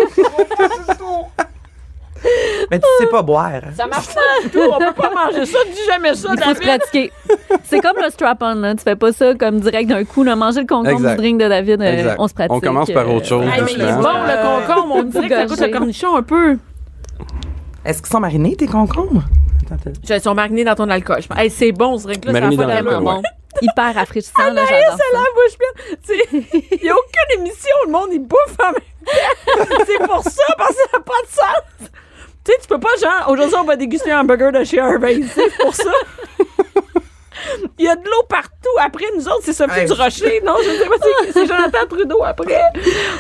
[SPEAKER 5] Mais tu sais pas boire. hein.
[SPEAKER 4] Ça marche pas du tout. On peut pas manger ça. Dis jamais ça,
[SPEAKER 9] Il faut se
[SPEAKER 4] David.
[SPEAKER 9] pratiquer. C'est comme le strap-on, là. Tu fais pas ça comme direct d'un coup. Là. Manger le concombre
[SPEAKER 7] Exact.
[SPEAKER 9] du drink de David, euh,
[SPEAKER 7] Exact.
[SPEAKER 9] on se pratique.
[SPEAKER 7] On commence par
[SPEAKER 9] euh,
[SPEAKER 7] autre chose,
[SPEAKER 4] Hey, mais il est
[SPEAKER 7] doucement.
[SPEAKER 4] bon, le concombre. On dirait que ça goûte le
[SPEAKER 9] Gorgée.
[SPEAKER 4] cornichon un peu.
[SPEAKER 5] Est-ce qu'ils sont marinés, tes concombres? Attends, t'as-
[SPEAKER 4] Je- Ils sont marinés dans ton alcool. Je pense. Hey, c'est bon, ce drink-là.
[SPEAKER 7] Mariné
[SPEAKER 4] ça a pas
[SPEAKER 7] dans
[SPEAKER 4] d'allure.
[SPEAKER 9] Vraiment
[SPEAKER 7] Ouais.
[SPEAKER 9] bon. Hyper rafraîchissant, là,
[SPEAKER 4] Anaïs,
[SPEAKER 9] j'adore
[SPEAKER 4] elle a
[SPEAKER 9] ça.
[SPEAKER 4] la bouche pleine. Tu sais, Il n'y a aucune émission, le monde, il bouffe en même temps. C'est pour ça, parce que ça n'a pas de sens. Tu sais, tu peux pas, genre, aujourd'hui, on va déguster un burger de chez Harvey. Tu sais, C'est pour ça. Il y a de l'eau partout. Après, nous autres, c'est Sophie
[SPEAKER 5] Hey.
[SPEAKER 4] du Rocher. Non, je ne sais pas, c'est- c'est Jonathan Trudeau après.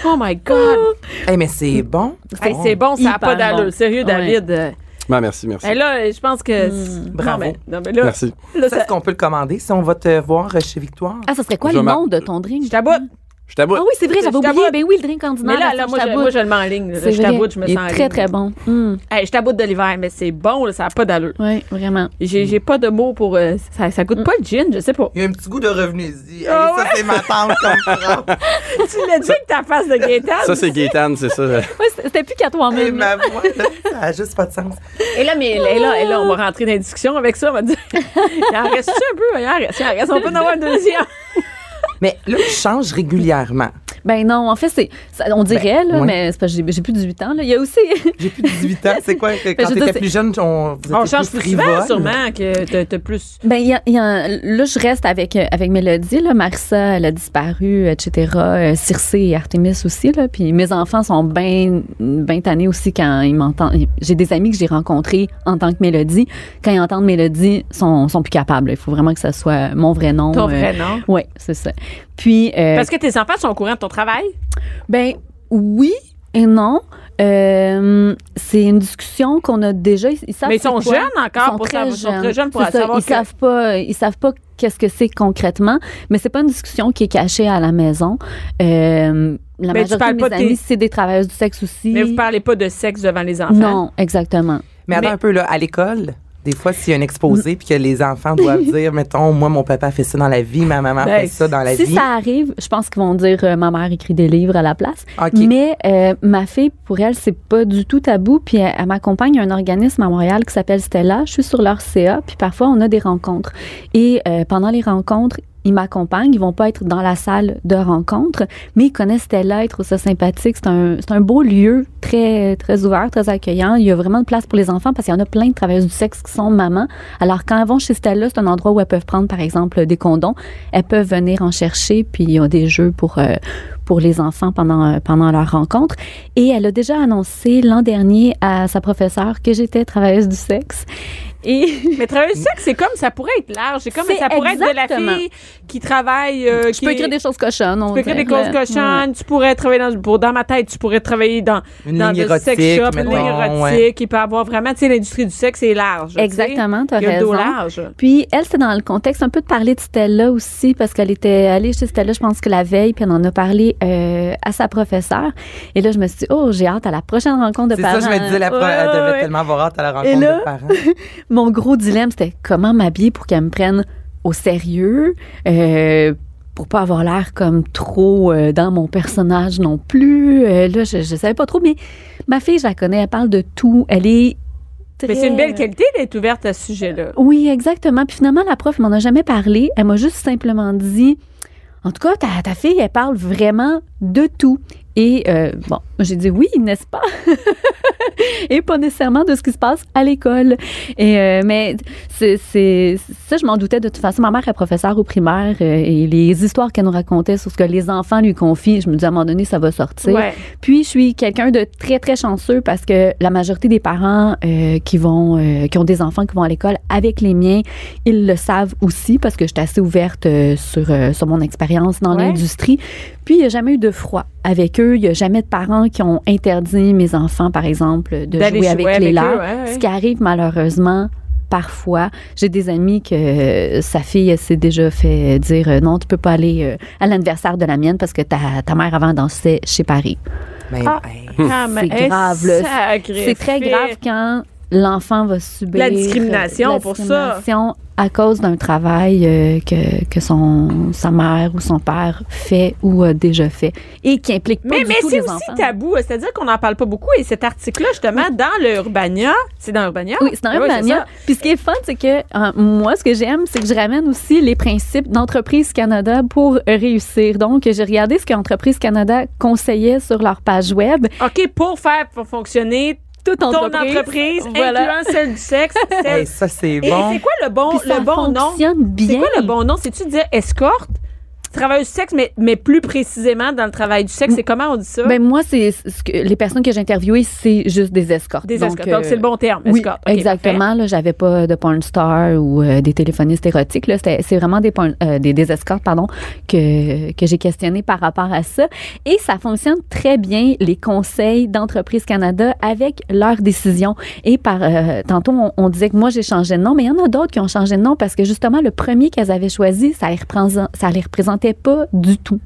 [SPEAKER 4] Oh my God.
[SPEAKER 5] Hey, Eh, mais c'est bon.
[SPEAKER 4] Hey,
[SPEAKER 5] Oh.
[SPEAKER 4] c'est bon, ça n'a
[SPEAKER 9] Hyper
[SPEAKER 4] pas d'allure.
[SPEAKER 9] bon.
[SPEAKER 4] Sérieux, David. Euh,
[SPEAKER 7] Ben, merci, merci.
[SPEAKER 4] hey, là, je pense que.
[SPEAKER 9] Hmm.
[SPEAKER 5] Bravo.
[SPEAKER 4] Non, mais, non, mais là,
[SPEAKER 7] Merci.
[SPEAKER 4] là,
[SPEAKER 5] Ça,
[SPEAKER 4] ça,
[SPEAKER 5] Est-ce qu'on peut le commander si on va te voir euh, chez Victoire?
[SPEAKER 9] Ah, ça serait quoi
[SPEAKER 7] Je
[SPEAKER 9] le
[SPEAKER 7] m'a-
[SPEAKER 9] nom de ton drink?
[SPEAKER 4] je taboute.
[SPEAKER 7] Je t'aboute.
[SPEAKER 9] Ah oui, c'est vrai,
[SPEAKER 4] Je
[SPEAKER 9] j'avais oublié.
[SPEAKER 4] taboute.
[SPEAKER 9] Ben oui, le drink ordinaire.
[SPEAKER 4] Mais là,
[SPEAKER 9] la
[SPEAKER 4] là,
[SPEAKER 9] sauce
[SPEAKER 4] moi, je,
[SPEAKER 9] taboute.
[SPEAKER 4] moi, je le mets en ligne. là.
[SPEAKER 9] C'est
[SPEAKER 4] Je
[SPEAKER 9] vrai.
[SPEAKER 4] taboute, je me
[SPEAKER 9] Il est
[SPEAKER 4] sens en
[SPEAKER 9] très,
[SPEAKER 4] ligne.
[SPEAKER 9] très bon. Hum.
[SPEAKER 4] Hey, je taboute de l'hiver, mais c'est bon, là, ça n'a pas d'allure.
[SPEAKER 9] Oui, vraiment.
[SPEAKER 4] J'ai j'ai pas de mots pour. euh, ça, ça goûte pas le gin, je sais pas.
[SPEAKER 5] Il y a un petit goût de revenez-y.
[SPEAKER 4] Ah
[SPEAKER 5] Hey, Ça, c'est ma tante comme ça.
[SPEAKER 4] tu l'as dit avec ta face de Gaëtan.
[SPEAKER 7] Ça, c'est Gaétane, c'est ça.
[SPEAKER 9] Ouais, c'était- c'était plus qu'à
[SPEAKER 5] Hey,
[SPEAKER 9] toi-même. là.
[SPEAKER 5] ma voix, là, ça a juste pas de sens.
[SPEAKER 4] Et là, mais là, et là, et là, on va rentrer dans la discussion avec ça. On va dire. il en reste un peu, il en reste. Il en reste, on peut en avoir un deuxième.
[SPEAKER 5] Mais là, tu changes régulièrement.
[SPEAKER 9] Ben non, en fait, c'est, ça- on dirait,
[SPEAKER 5] Ben,
[SPEAKER 9] là,
[SPEAKER 5] ouais.
[SPEAKER 9] mais c'est parce que j'ai, j'ai plus de 18 ans. Là. Il y a aussi.
[SPEAKER 5] J'ai plus de 18 ans. C'est quoi? que Quand
[SPEAKER 9] je veux
[SPEAKER 5] t'étais
[SPEAKER 9] dire, c'est-
[SPEAKER 5] plus jeune, on, vous
[SPEAKER 4] On
[SPEAKER 5] étiez
[SPEAKER 4] change
[SPEAKER 5] plus
[SPEAKER 4] plus souvent,
[SPEAKER 5] frivole.
[SPEAKER 4] sûrement, que t'as- t'as plus.
[SPEAKER 9] ben, il y a- il y a- là, je reste avec, euh, avec Mélodie. Là. Marissa, elle a disparu, etc. Euh, Circe et Artemis aussi. Là. Puis mes enfants sont bien ben tannés aussi quand ils m'entendent. J'ai des amis que j'ai rencontrés en tant que Mélodie. Quand ils entendent Mélodie, ils sont, sont plus capables. là. Il faut vraiment que ça soit mon vrai nom.
[SPEAKER 4] Ton vrai nom.
[SPEAKER 9] Oui, c'est ça. Puis. euh,
[SPEAKER 4] Parce que tes enfants sont au courant de ton travail.
[SPEAKER 9] Ben oui et non. Euh, c'est une discussion qu'on a déjà. Ils, ils savent
[SPEAKER 4] mais ils
[SPEAKER 9] c'est
[SPEAKER 4] sont
[SPEAKER 9] quoi.
[SPEAKER 4] jeunes encore
[SPEAKER 9] Ils sont
[SPEAKER 4] pour
[SPEAKER 9] très
[SPEAKER 4] savoir- Ils sont très jeunes pour
[SPEAKER 9] C'est ça,
[SPEAKER 4] savoir
[SPEAKER 9] ils
[SPEAKER 4] que-
[SPEAKER 9] savent pas, ils savent pas qu'est-ce que c'est concrètement, mais c'est pas une discussion qui est cachée à la maison. Euh, la
[SPEAKER 4] Mais tu
[SPEAKER 9] majorité
[SPEAKER 4] parles
[SPEAKER 9] de
[SPEAKER 4] pas
[SPEAKER 9] mes
[SPEAKER 4] de tes-
[SPEAKER 9] amis, c'est des travailleuses du sexe aussi.
[SPEAKER 4] Mais vous parlez pas de sexe devant les enfants.
[SPEAKER 9] non, exactement.
[SPEAKER 5] Mais attends
[SPEAKER 4] Mais-
[SPEAKER 5] un peu, là, à l'école, des fois, s'il y a un exposé puis que les enfants doivent dire, mettons, moi, mon papa fait ça dans la vie, ma maman
[SPEAKER 4] Ben,
[SPEAKER 5] fait ça dans la
[SPEAKER 9] Si
[SPEAKER 5] vie.
[SPEAKER 9] ça arrive, je pense qu'ils vont dire euh, ma mère écrit des livres à la place.
[SPEAKER 5] OK.
[SPEAKER 9] Mais euh, ma fille, pour elle, c'est pas du tout tabou. Puis elle, elle m'accompagne à un organisme à Montréal qui s'appelle Stella. Je suis sur leur CA. Puis parfois, on a des rencontres. Et euh, pendant les rencontres, ils m'accompagnent. Ils vont pas être dans la salle de rencontre, mais ils connaissent Stella. Ils trouvent ça sympathique. C'est un, c'est un beau lieu, très, très ouvert, très accueillant. Il y a vraiment de place pour les enfants parce qu'il y en a plein de travailleuses du sexe qui sont mamans. Alors, quand elles vont chez Stella, c'est un endroit où elles peuvent prendre, par exemple, des condoms. Elles peuvent venir en chercher, puis il y a des jeux pour, euh, pour les enfants pendant, euh, pendant leur rencontre. Et elle a déjà annoncé l'an dernier à sa professeure que j'étais travailleuse du sexe. Et
[SPEAKER 4] Mais travailler le sexe, c'est comme ça pourrait être large. C'est comme
[SPEAKER 9] C'est
[SPEAKER 4] ça pourrait être de la
[SPEAKER 9] exactement.
[SPEAKER 4] fille qui travaille. euh,
[SPEAKER 9] je
[SPEAKER 4] qui
[SPEAKER 9] peux
[SPEAKER 4] est-
[SPEAKER 9] écrire des choses cochonnes.
[SPEAKER 4] Tu peux écrire des causes cochonnes, tu pourrais travailler dans, pour, dans ma tête, tu pourrais travailler dans,
[SPEAKER 5] Une
[SPEAKER 4] dans
[SPEAKER 5] ligne
[SPEAKER 4] le sex
[SPEAKER 5] érotique,
[SPEAKER 4] shop, une ligne
[SPEAKER 5] mettons, ouais.
[SPEAKER 4] érotique, il peut avoir vraiment, tu sais, l'industrie du sexe est large. tu sais.
[SPEAKER 9] Exactement, t'as
[SPEAKER 4] Il y a le dos
[SPEAKER 9] raison.
[SPEAKER 4] large.
[SPEAKER 9] Puis elle, c'était dans le contexte un peu de parler de Stella aussi, parce qu'elle était allée chez Stella, je pense que la veille, puis elle en a parlé euh, à sa professeure. Et là, je me suis dit, oh, j'ai hâte à la prochaine rencontre de
[SPEAKER 5] C'est ça,
[SPEAKER 9] parents.
[SPEAKER 5] je me disais, la pro-
[SPEAKER 4] Ouais,
[SPEAKER 5] elle devait
[SPEAKER 4] ouais.
[SPEAKER 5] tellement avoir hâte à la
[SPEAKER 9] Et
[SPEAKER 5] rencontre
[SPEAKER 9] là-
[SPEAKER 5] de parents.
[SPEAKER 9] Mon gros dilemme, c'était comment m'habiller pour qu'elle me prenne au sérieux. Euh, pour pas avoir l'air comme trop euh, dans mon personnage non plus. Euh, là, je, je savais pas trop, mais ma fille, je la connais, elle parle de tout. Elle est.
[SPEAKER 4] Mais c'est une
[SPEAKER 9] très-
[SPEAKER 4] belle qualité d'être ouverte à ce sujet-là.
[SPEAKER 9] oui, exactement. Puis finalement, la prof m'en a jamais parlé. Elle m'a juste simplement dit En tout cas, ta, ta fille, elle parle vraiment de tout. Et euh, bon, j'ai dit oui, n'est-ce pas? et pas nécessairement de ce qui se passe à l'école. Et euh, mais c'est c'est- ça, je m'en doutais de toute façon. Ma mère est professeure au primaire euh, et les histoires qu'elle nous racontait sur ce que les enfants lui confient, je me disais à un moment donné, ça va sortir.
[SPEAKER 4] Ouais.
[SPEAKER 9] Puis je suis quelqu'un de très très chanceux parce que la majorité des parents euh, qui vont euh, qui ont des enfants qui vont à l'école avec les miens, ils le savent aussi parce que j'étais assez ouverte euh, sur euh, sur mon expérience dans
[SPEAKER 4] Ouais.
[SPEAKER 9] l'industrie. Puis il n'y a jamais eu de froid avec eux, il n'y a jamais de parents qui ont interdit mes enfants par exemple de
[SPEAKER 4] D'aller
[SPEAKER 9] jouer avec les
[SPEAKER 4] eux,
[SPEAKER 9] leurs.
[SPEAKER 4] ouais, ouais.
[SPEAKER 9] Ce qui arrive malheureusement parfois, j'ai des amis que euh, sa fille elle s'est déjà fait dire euh, non, tu peux pas aller euh, à l'anniversaire de la mienne parce que ta, ta mère avant dansait chez Paris.
[SPEAKER 5] Ben,
[SPEAKER 4] Ah.
[SPEAKER 5] hey.
[SPEAKER 4] Ah, mais
[SPEAKER 9] c'est grave, là.
[SPEAKER 4] sacré
[SPEAKER 9] C'est très
[SPEAKER 4] fait.
[SPEAKER 9] grave quand l'enfant va subir
[SPEAKER 4] La discrimination
[SPEAKER 9] la
[SPEAKER 4] pour ça.
[SPEAKER 9] discrimination à cause d'un travail euh, que, que son, sa mère ou son père fait ou a déjà fait et qui implique pas
[SPEAKER 4] Mais,
[SPEAKER 9] du
[SPEAKER 4] mais
[SPEAKER 9] tout
[SPEAKER 4] c'est
[SPEAKER 9] les
[SPEAKER 4] aussi
[SPEAKER 9] enfants.
[SPEAKER 4] tabou, euh, c'est-à-dire qu'on n'en parle pas beaucoup. Et cet article-là, justement, dans le Urbania, c'est dans Urbania?
[SPEAKER 9] Oui, c'est dans
[SPEAKER 4] Ah oui,
[SPEAKER 9] Urbania. Puis ce qui est fun, c'est que euh, moi, ce que j'aime, c'est que je ramène aussi les principes d'Entreprise Canada pour réussir. Donc, j'ai regardé ce qu'Entreprise Canada conseillait sur leur page web.
[SPEAKER 4] c'est ça. OK, pour faire pour fonctionner
[SPEAKER 9] Toute
[SPEAKER 4] ton
[SPEAKER 9] entreprise.
[SPEAKER 4] entreprise,
[SPEAKER 9] Voilà.
[SPEAKER 4] incluant celle du sexe, celle...
[SPEAKER 5] Hey, ça, c'est
[SPEAKER 4] Et
[SPEAKER 5] bon.
[SPEAKER 4] c'est quoi le bon,
[SPEAKER 9] Puis ça
[SPEAKER 4] le bon nom?
[SPEAKER 9] fonctionne bien.
[SPEAKER 4] C'est quoi le bon nom? C'est-tu dire escorte? Travail du sexe, mais, mais plus précisément dans le travail du sexe, c'est comment on dit ça?
[SPEAKER 9] Ben moi, c'est ce que les personnes que j'ai interviewées, c'est juste des escortes.
[SPEAKER 4] Des escortes. Donc,
[SPEAKER 9] euh,
[SPEAKER 4] c'est le bon terme,
[SPEAKER 9] Oui,
[SPEAKER 4] escorte. OK, parfait.
[SPEAKER 9] exactement. Là, j'avais pas de porn star ou euh, des téléphonistes érotiques. Là, C'était- c'est vraiment des, porn- euh, des, des escortes, pardon, que, que j'ai questionné par rapport à ça. Et ça fonctionne très bien les conseils d'entreprise Canada avec leurs décisions. Et par euh, tantôt, on, on disait que moi j'ai changé de nom, mais il y en a d'autres qui ont changé de nom parce que justement le premier qu'elles avaient choisi, ça les représent- ça les représentait pas du tout.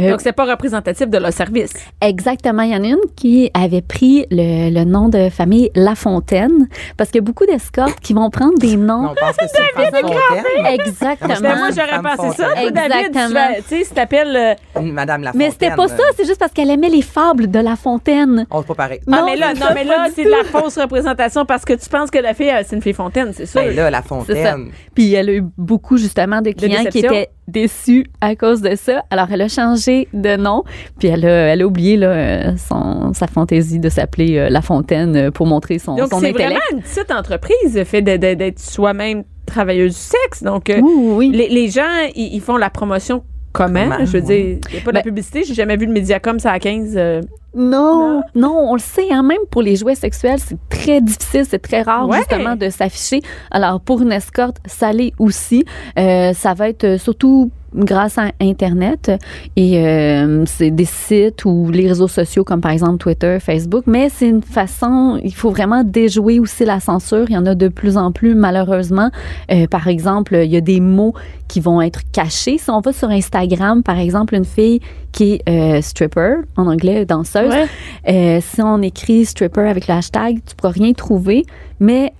[SPEAKER 9] Euh,
[SPEAKER 4] Donc, c'est pas représentatif de leur service.
[SPEAKER 9] Exactement. Il y en a une qui avait pris le, le nom de famille Lafontaine parce qu'il y a beaucoup d'escortes qui vont prendre des noms.
[SPEAKER 5] On pense que c'est une femme fontaine.
[SPEAKER 4] Mais
[SPEAKER 9] Exactement.
[SPEAKER 4] Ben, moi, j'aurais
[SPEAKER 5] Femme
[SPEAKER 4] pensé ça.
[SPEAKER 5] fontaine.
[SPEAKER 4] Toi, David, tu
[SPEAKER 9] Exactement.
[SPEAKER 4] vas- tu sais, si t'appelles... euh,
[SPEAKER 5] Madame la
[SPEAKER 9] Mais c'était pas ça, c'est juste parce qu'elle aimait les fables de La Fontaine.
[SPEAKER 5] On c'est pas pareil.
[SPEAKER 4] Ah,
[SPEAKER 9] Non,
[SPEAKER 4] mais là,
[SPEAKER 9] c'est
[SPEAKER 4] non,
[SPEAKER 9] ça,
[SPEAKER 4] mais
[SPEAKER 9] pas
[SPEAKER 4] là,
[SPEAKER 9] du
[SPEAKER 4] c'est de la fausse représentation parce que tu penses que la fille, euh, c'est une fille fontaine, c'est sûr.
[SPEAKER 5] Ben là, la
[SPEAKER 9] C'est ça.
[SPEAKER 5] fontaine.
[SPEAKER 9] Puis elle a eu beaucoup justement de clients qui
[SPEAKER 4] déception.
[SPEAKER 9] étaient déçus à cause de ça. Alors elle a changé de nom, puis elle a, elle a oublié là, euh, son, sa fantaisie de s'appeler euh, La Fontaine euh, pour montrer son,
[SPEAKER 4] Donc,
[SPEAKER 9] son
[SPEAKER 4] c'est vraiment
[SPEAKER 9] intellect.
[SPEAKER 4] une petite entreprise, le fait de- de- d'être soi-même travailleuse du sexe. Donc, euh,
[SPEAKER 9] Oui, oui, oui.
[SPEAKER 4] les, les gens, ils ils font la promotion comment?
[SPEAKER 5] Comment,
[SPEAKER 4] Je veux dire, il n'y a pas de la
[SPEAKER 9] Ben-
[SPEAKER 4] publicité. J'ai jamais vu le Mediacom, ça à 15. euh,
[SPEAKER 9] Non, non, on le sait, hein, même pour les jouets sexuels, c'est très difficile, c'est très rare
[SPEAKER 4] Ouais.
[SPEAKER 9] justement de s'afficher. Alors pour une escorte, ça l'est aussi. Euh, ça va être euh, surtout grâce à Internet et euh, c'est des sites ou les réseaux sociaux comme par exemple Twitter, Facebook, mais c'est une façon, il faut vraiment déjouer aussi la censure. Il y en a de plus en plus malheureusement. Euh, par exemple, il y a des mots qui vont être cachés. Si on va sur Instagram, par exemple, une fille qui est euh, stripper, en anglais, danseuse,
[SPEAKER 4] Ouais.
[SPEAKER 9] euh, si on écrit stripper avec le hashtag, tu pourras rien trouver, mais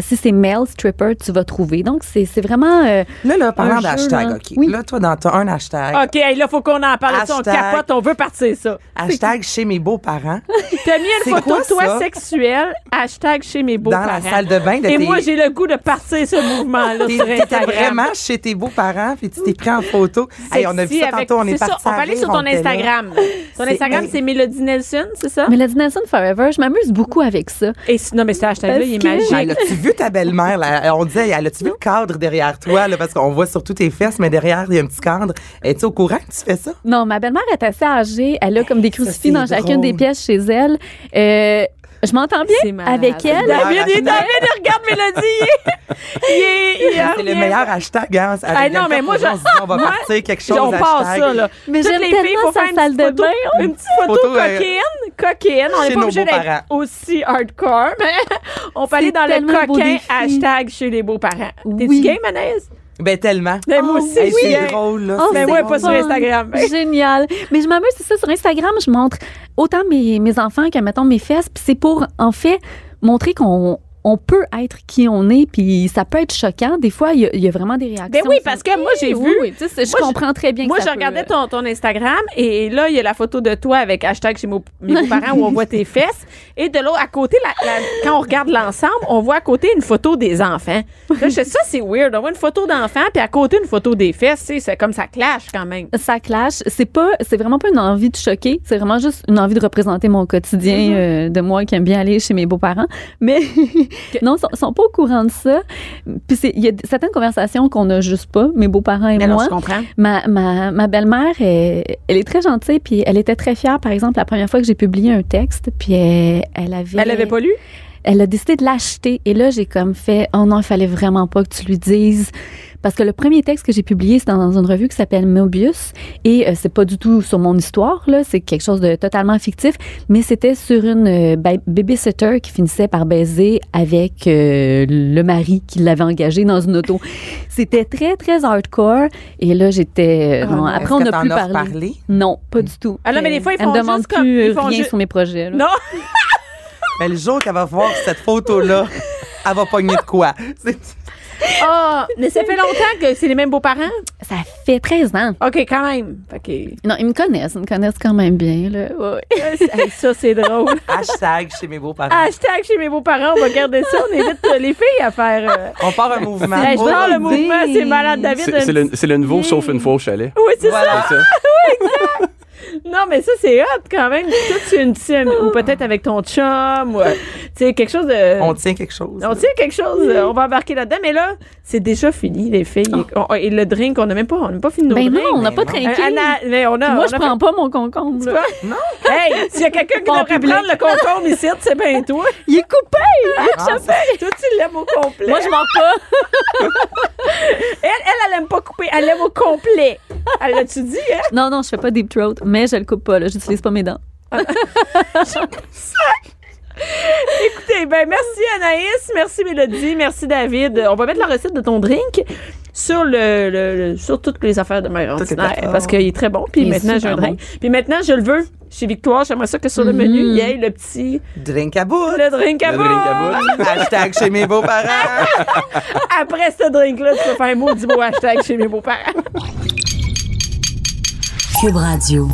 [SPEAKER 9] si c'est male stripper, tu vas trouver. Donc, c'est c'est vraiment... euh,
[SPEAKER 5] Là, là, parlant
[SPEAKER 9] Un jeu,
[SPEAKER 5] d'hashtag,
[SPEAKER 9] là.
[SPEAKER 5] OK.
[SPEAKER 9] Oui.
[SPEAKER 5] Là, toi, dans ton un hashtag.
[SPEAKER 4] OK, hey, là, faut qu'on en parle. Ça, on
[SPEAKER 5] Hashtag.
[SPEAKER 4] capote, on veut partir ça.
[SPEAKER 5] Hashtag chez mes beaux-parents.
[SPEAKER 4] T'as mis
[SPEAKER 5] C'est
[SPEAKER 4] une photo
[SPEAKER 5] quoi
[SPEAKER 4] de toi
[SPEAKER 5] ça?
[SPEAKER 4] sexuelle, hashtag chez mes beaux-parents.
[SPEAKER 5] la salle de bain de
[SPEAKER 4] Et
[SPEAKER 5] tes-
[SPEAKER 4] moi, j'ai le goût de partir ce mouvement-là
[SPEAKER 5] T'es-
[SPEAKER 4] sur
[SPEAKER 5] T'étais
[SPEAKER 4] Instagram.
[SPEAKER 5] vraiment chez tes beaux-parents, puis tu t'es pris en photo. Hey, on a vu
[SPEAKER 4] Sexy
[SPEAKER 5] ça
[SPEAKER 4] avec-
[SPEAKER 5] tantôt, on est,
[SPEAKER 4] c'est ça,
[SPEAKER 5] partis
[SPEAKER 4] On
[SPEAKER 5] à
[SPEAKER 4] va aller
[SPEAKER 5] rire,
[SPEAKER 4] sur
[SPEAKER 5] on
[SPEAKER 4] ton
[SPEAKER 5] était là.
[SPEAKER 4] Instagram. Ton
[SPEAKER 5] C'est-
[SPEAKER 4] Instagram,
[SPEAKER 5] hey.
[SPEAKER 4] c'est Mélodie Nelson, c'est ça?
[SPEAKER 9] Mélodie Nelson Forever, je m'amuse beaucoup avec ça.
[SPEAKER 4] Et si- non, mais ce hashtag-là,
[SPEAKER 9] Parce
[SPEAKER 4] il est
[SPEAKER 9] que-
[SPEAKER 5] Hey,
[SPEAKER 4] magique.
[SPEAKER 5] As-tu vu ta belle-mère? là? On disait, elle a-tu vu le cadre derrière toi? là? parce qu'on voit surtout tes fesses, mais derrière, il y a un petit cadre. Es-tu au courant que tu fais ça?
[SPEAKER 9] Non, ma belle-mère est assez âgée. Elle a comme des crucifix
[SPEAKER 5] c'est
[SPEAKER 9] dans chacune
[SPEAKER 5] drôle.
[SPEAKER 9] des pièces chez elle. Euh, je m'entends
[SPEAKER 4] C'est
[SPEAKER 9] bien
[SPEAKER 4] malade.
[SPEAKER 9] avec elle.
[SPEAKER 5] David,
[SPEAKER 4] David, il
[SPEAKER 5] hashtag.
[SPEAKER 4] David, regarde Mélodie. Il est- il est- il est-
[SPEAKER 5] C'est le meilleur hashtag. Hein, avec
[SPEAKER 4] Ah, non,
[SPEAKER 5] Bianca
[SPEAKER 4] mais moi, je-
[SPEAKER 5] Provençon, on se dit, on va
[SPEAKER 4] moi,
[SPEAKER 5] partir quelque chose.
[SPEAKER 4] On passe
[SPEAKER 5] hashtag.
[SPEAKER 4] ça, là.
[SPEAKER 9] Mais
[SPEAKER 4] Toutes
[SPEAKER 9] j'aime
[SPEAKER 4] les filles,
[SPEAKER 9] tellement
[SPEAKER 4] faut
[SPEAKER 9] sa
[SPEAKER 4] faire une
[SPEAKER 9] salle
[SPEAKER 4] petite
[SPEAKER 9] de
[SPEAKER 4] photo-
[SPEAKER 9] bain.
[SPEAKER 4] Une petite photo,
[SPEAKER 5] Photo, euh,
[SPEAKER 4] coquine, coquine. On n'est
[SPEAKER 5] chez
[SPEAKER 4] pas
[SPEAKER 5] nos
[SPEAKER 4] obligé d'être aussi hardcore, mais on peut aller dans le
[SPEAKER 9] tellement un beau
[SPEAKER 4] coquin
[SPEAKER 9] défi.
[SPEAKER 4] hashtag chez les beaux-parents. T'es-tu
[SPEAKER 9] Oui.
[SPEAKER 4] gay, Manaise?
[SPEAKER 5] Ben, tellement.
[SPEAKER 4] Ben, moi aussi,
[SPEAKER 5] Hey,
[SPEAKER 4] je suis
[SPEAKER 5] C'est
[SPEAKER 4] gay.
[SPEAKER 5] drôle, là.
[SPEAKER 9] Oh,
[SPEAKER 5] c'est
[SPEAKER 4] Ben,
[SPEAKER 9] c'est
[SPEAKER 4] ouais,
[SPEAKER 5] drôle.
[SPEAKER 4] pas sur
[SPEAKER 9] fun.
[SPEAKER 4] Instagram.
[SPEAKER 9] Génial. Mais je m'amuse, c'est ça. Sur Instagram, je montre autant mes, mes enfants que, mettons, mes fesses. Puis c'est pour, en fait, montrer qu'on on peut être qui on est, puis ça peut être choquant. Des fois, il y a- il y, a vraiment des réactions.
[SPEAKER 4] Ben
[SPEAKER 9] Eh
[SPEAKER 4] oui, parce que moi, j'ai
[SPEAKER 9] Oui,
[SPEAKER 4] vu-
[SPEAKER 9] oui, tu sais, c'est- je
[SPEAKER 4] Moi, je-
[SPEAKER 9] comprends très bien
[SPEAKER 4] Moi,
[SPEAKER 9] que
[SPEAKER 4] je
[SPEAKER 9] ça
[SPEAKER 4] regardais
[SPEAKER 9] peut- euh,
[SPEAKER 4] ton, ton Instagram et là, il y a la photo de toi avec hashtag chez mo- mes beaux-parents où on voit tes fesses. Et de l'autre, à côté, la- la- quand on regarde l'ensemble, on voit à côté une photo des enfants. Là, je- ça, c'est weird. On voit une photo d'enfant puis à côté, une photo des fesses. tu sais, C'est comme ça clash quand même.
[SPEAKER 9] ça clash. C'est pas, c'est vraiment pas une envie de choquer. C'est vraiment juste une envie de représenter mon quotidien
[SPEAKER 4] Mm-hmm.
[SPEAKER 9] euh, de moi qui aime bien aller chez mes beaux-parents. Mais non, ils sont, sont pas au courant de ça. Puis c'est- il y a d- certaines conversations qu'on n'a juste pas, mes beaux-parents et
[SPEAKER 4] Mais non,
[SPEAKER 9] moi.
[SPEAKER 4] je comprends.
[SPEAKER 9] Ma, ma, ma belle-mère, elle, elle est très gentille, puis elle était très fière, par exemple, la première fois que j'ai publié un texte, puis elle, elle avait...
[SPEAKER 4] Elle l'avait pas lu?
[SPEAKER 9] Elle a décidé de l'acheter. Et là, j'ai comme fait, oh non, il fallait vraiment pas que tu lui dises. Parce que le premier texte que j'ai publié, c'était dans une revue qui s'appelle Mobius. Et euh, c'est pas du tout sur mon histoire, là. C'est quelque chose de totalement fictif. Mais c'était sur une euh, ba- babysitter qui finissait par baiser avec euh, le mari qui l'avait engagé dans une auto. C'était très, très hardcore. Et là, j'étais. euh,
[SPEAKER 4] Ah
[SPEAKER 9] non,
[SPEAKER 4] non.
[SPEAKER 9] après, on n'a plus parlé.
[SPEAKER 5] parlé.
[SPEAKER 9] Non, pas du tout.
[SPEAKER 4] Ah non, mais des fois, ils
[SPEAKER 9] Elle me
[SPEAKER 4] font
[SPEAKER 9] demande
[SPEAKER 4] juste comme-
[SPEAKER 9] plus euh,
[SPEAKER 4] ils font
[SPEAKER 9] rien
[SPEAKER 4] ju-
[SPEAKER 9] sur mes projets. là.
[SPEAKER 4] Non!
[SPEAKER 5] Mais Ben, le jour qu'elle va voir cette photo-là, elle va pogner de quoi? C'est-
[SPEAKER 4] Ah, mais ça fait longtemps que c'est les mêmes beaux-parents?
[SPEAKER 9] Ça fait 13 ans.
[SPEAKER 4] OK, quand même. OK.
[SPEAKER 9] Non, ils me connaissent, ils me connaissent quand même bien. Là. Ouais.
[SPEAKER 4] Hey, ça, c'est drôle.
[SPEAKER 5] Hashtag chez mes beaux-parents.
[SPEAKER 4] Hashtag chez mes beaux-parents, on va garder ça. On évite euh, les filles à faire. euh,
[SPEAKER 5] On part un mouvement.
[SPEAKER 4] Hey, je parle le
[SPEAKER 9] Ah, bonne idée.
[SPEAKER 4] mouvement, c'est malade, David.
[SPEAKER 7] C'est c'est
[SPEAKER 4] une-
[SPEAKER 7] le, c'est le nouveau sauf une fois au chalet.
[SPEAKER 4] Oui, c'est ça.
[SPEAKER 5] Voilà.
[SPEAKER 7] C'est ça.
[SPEAKER 4] Non, mais ça, c'est hot quand même. Toi, tu es une team, ou peut-être avec ton chum, ou, euh, tu sais, quelque chose de.
[SPEAKER 5] On tient quelque chose.
[SPEAKER 4] On tient quelque chose, euh, on va embarquer là-dedans. Mais là, c'est déjà fini, les filles. On- et le drink, on n'a même pas, on n'a pas fini nos
[SPEAKER 9] Ah. Ben non,
[SPEAKER 4] drinks.
[SPEAKER 9] on n'a
[SPEAKER 5] mais
[SPEAKER 9] pas
[SPEAKER 5] non.
[SPEAKER 9] trinqué.
[SPEAKER 4] Euh, Anna, mais on a.
[SPEAKER 9] Puis moi,
[SPEAKER 4] on
[SPEAKER 9] je
[SPEAKER 4] a
[SPEAKER 9] prends pas mon concombre. là.
[SPEAKER 4] Non. Hey, s'il y a quelqu'un qui
[SPEAKER 9] Pas en
[SPEAKER 4] devrait
[SPEAKER 9] public.
[SPEAKER 4] prendre le concombre ici, c'est bien toi.
[SPEAKER 9] Il est coupé!
[SPEAKER 5] Ah,
[SPEAKER 4] Toi, tu l'aimes au complet.
[SPEAKER 9] Moi, je m'en pas.
[SPEAKER 4] Elle, elle, elle aime pas couper, elle l'aime au complet. Elle l'a-tu dit, hein?
[SPEAKER 9] Non, non, je fais pas deep throat, mais je le coupe pas. Là. J'utilise pas mes dents.
[SPEAKER 4] Écoutez, ben merci Anaïs, merci Mélodie, merci David. Euh, On va mettre la recette de ton drink sur le, le- le- sur toutes les affaires de mère
[SPEAKER 5] Toutes les
[SPEAKER 4] ordinaire
[SPEAKER 5] plateformes.
[SPEAKER 4] parce qu'il est très bon. Mm-hmm. Puis
[SPEAKER 9] Il est
[SPEAKER 4] maintenant j'ai un
[SPEAKER 9] super
[SPEAKER 4] drink. Puis maintenant je le veux chez Victoire. J'aimerais ça que sur le menu il y ait le petit
[SPEAKER 5] Drink à bout.
[SPEAKER 4] le drink à
[SPEAKER 7] Le
[SPEAKER 4] bout.
[SPEAKER 7] drink à bout.
[SPEAKER 5] Hashtag chez mes beaux-parents.
[SPEAKER 4] Après ce drink là, tu peux faire un mot du beau hashtag chez mes beaux parents.
[SPEAKER 2] Cube Radio.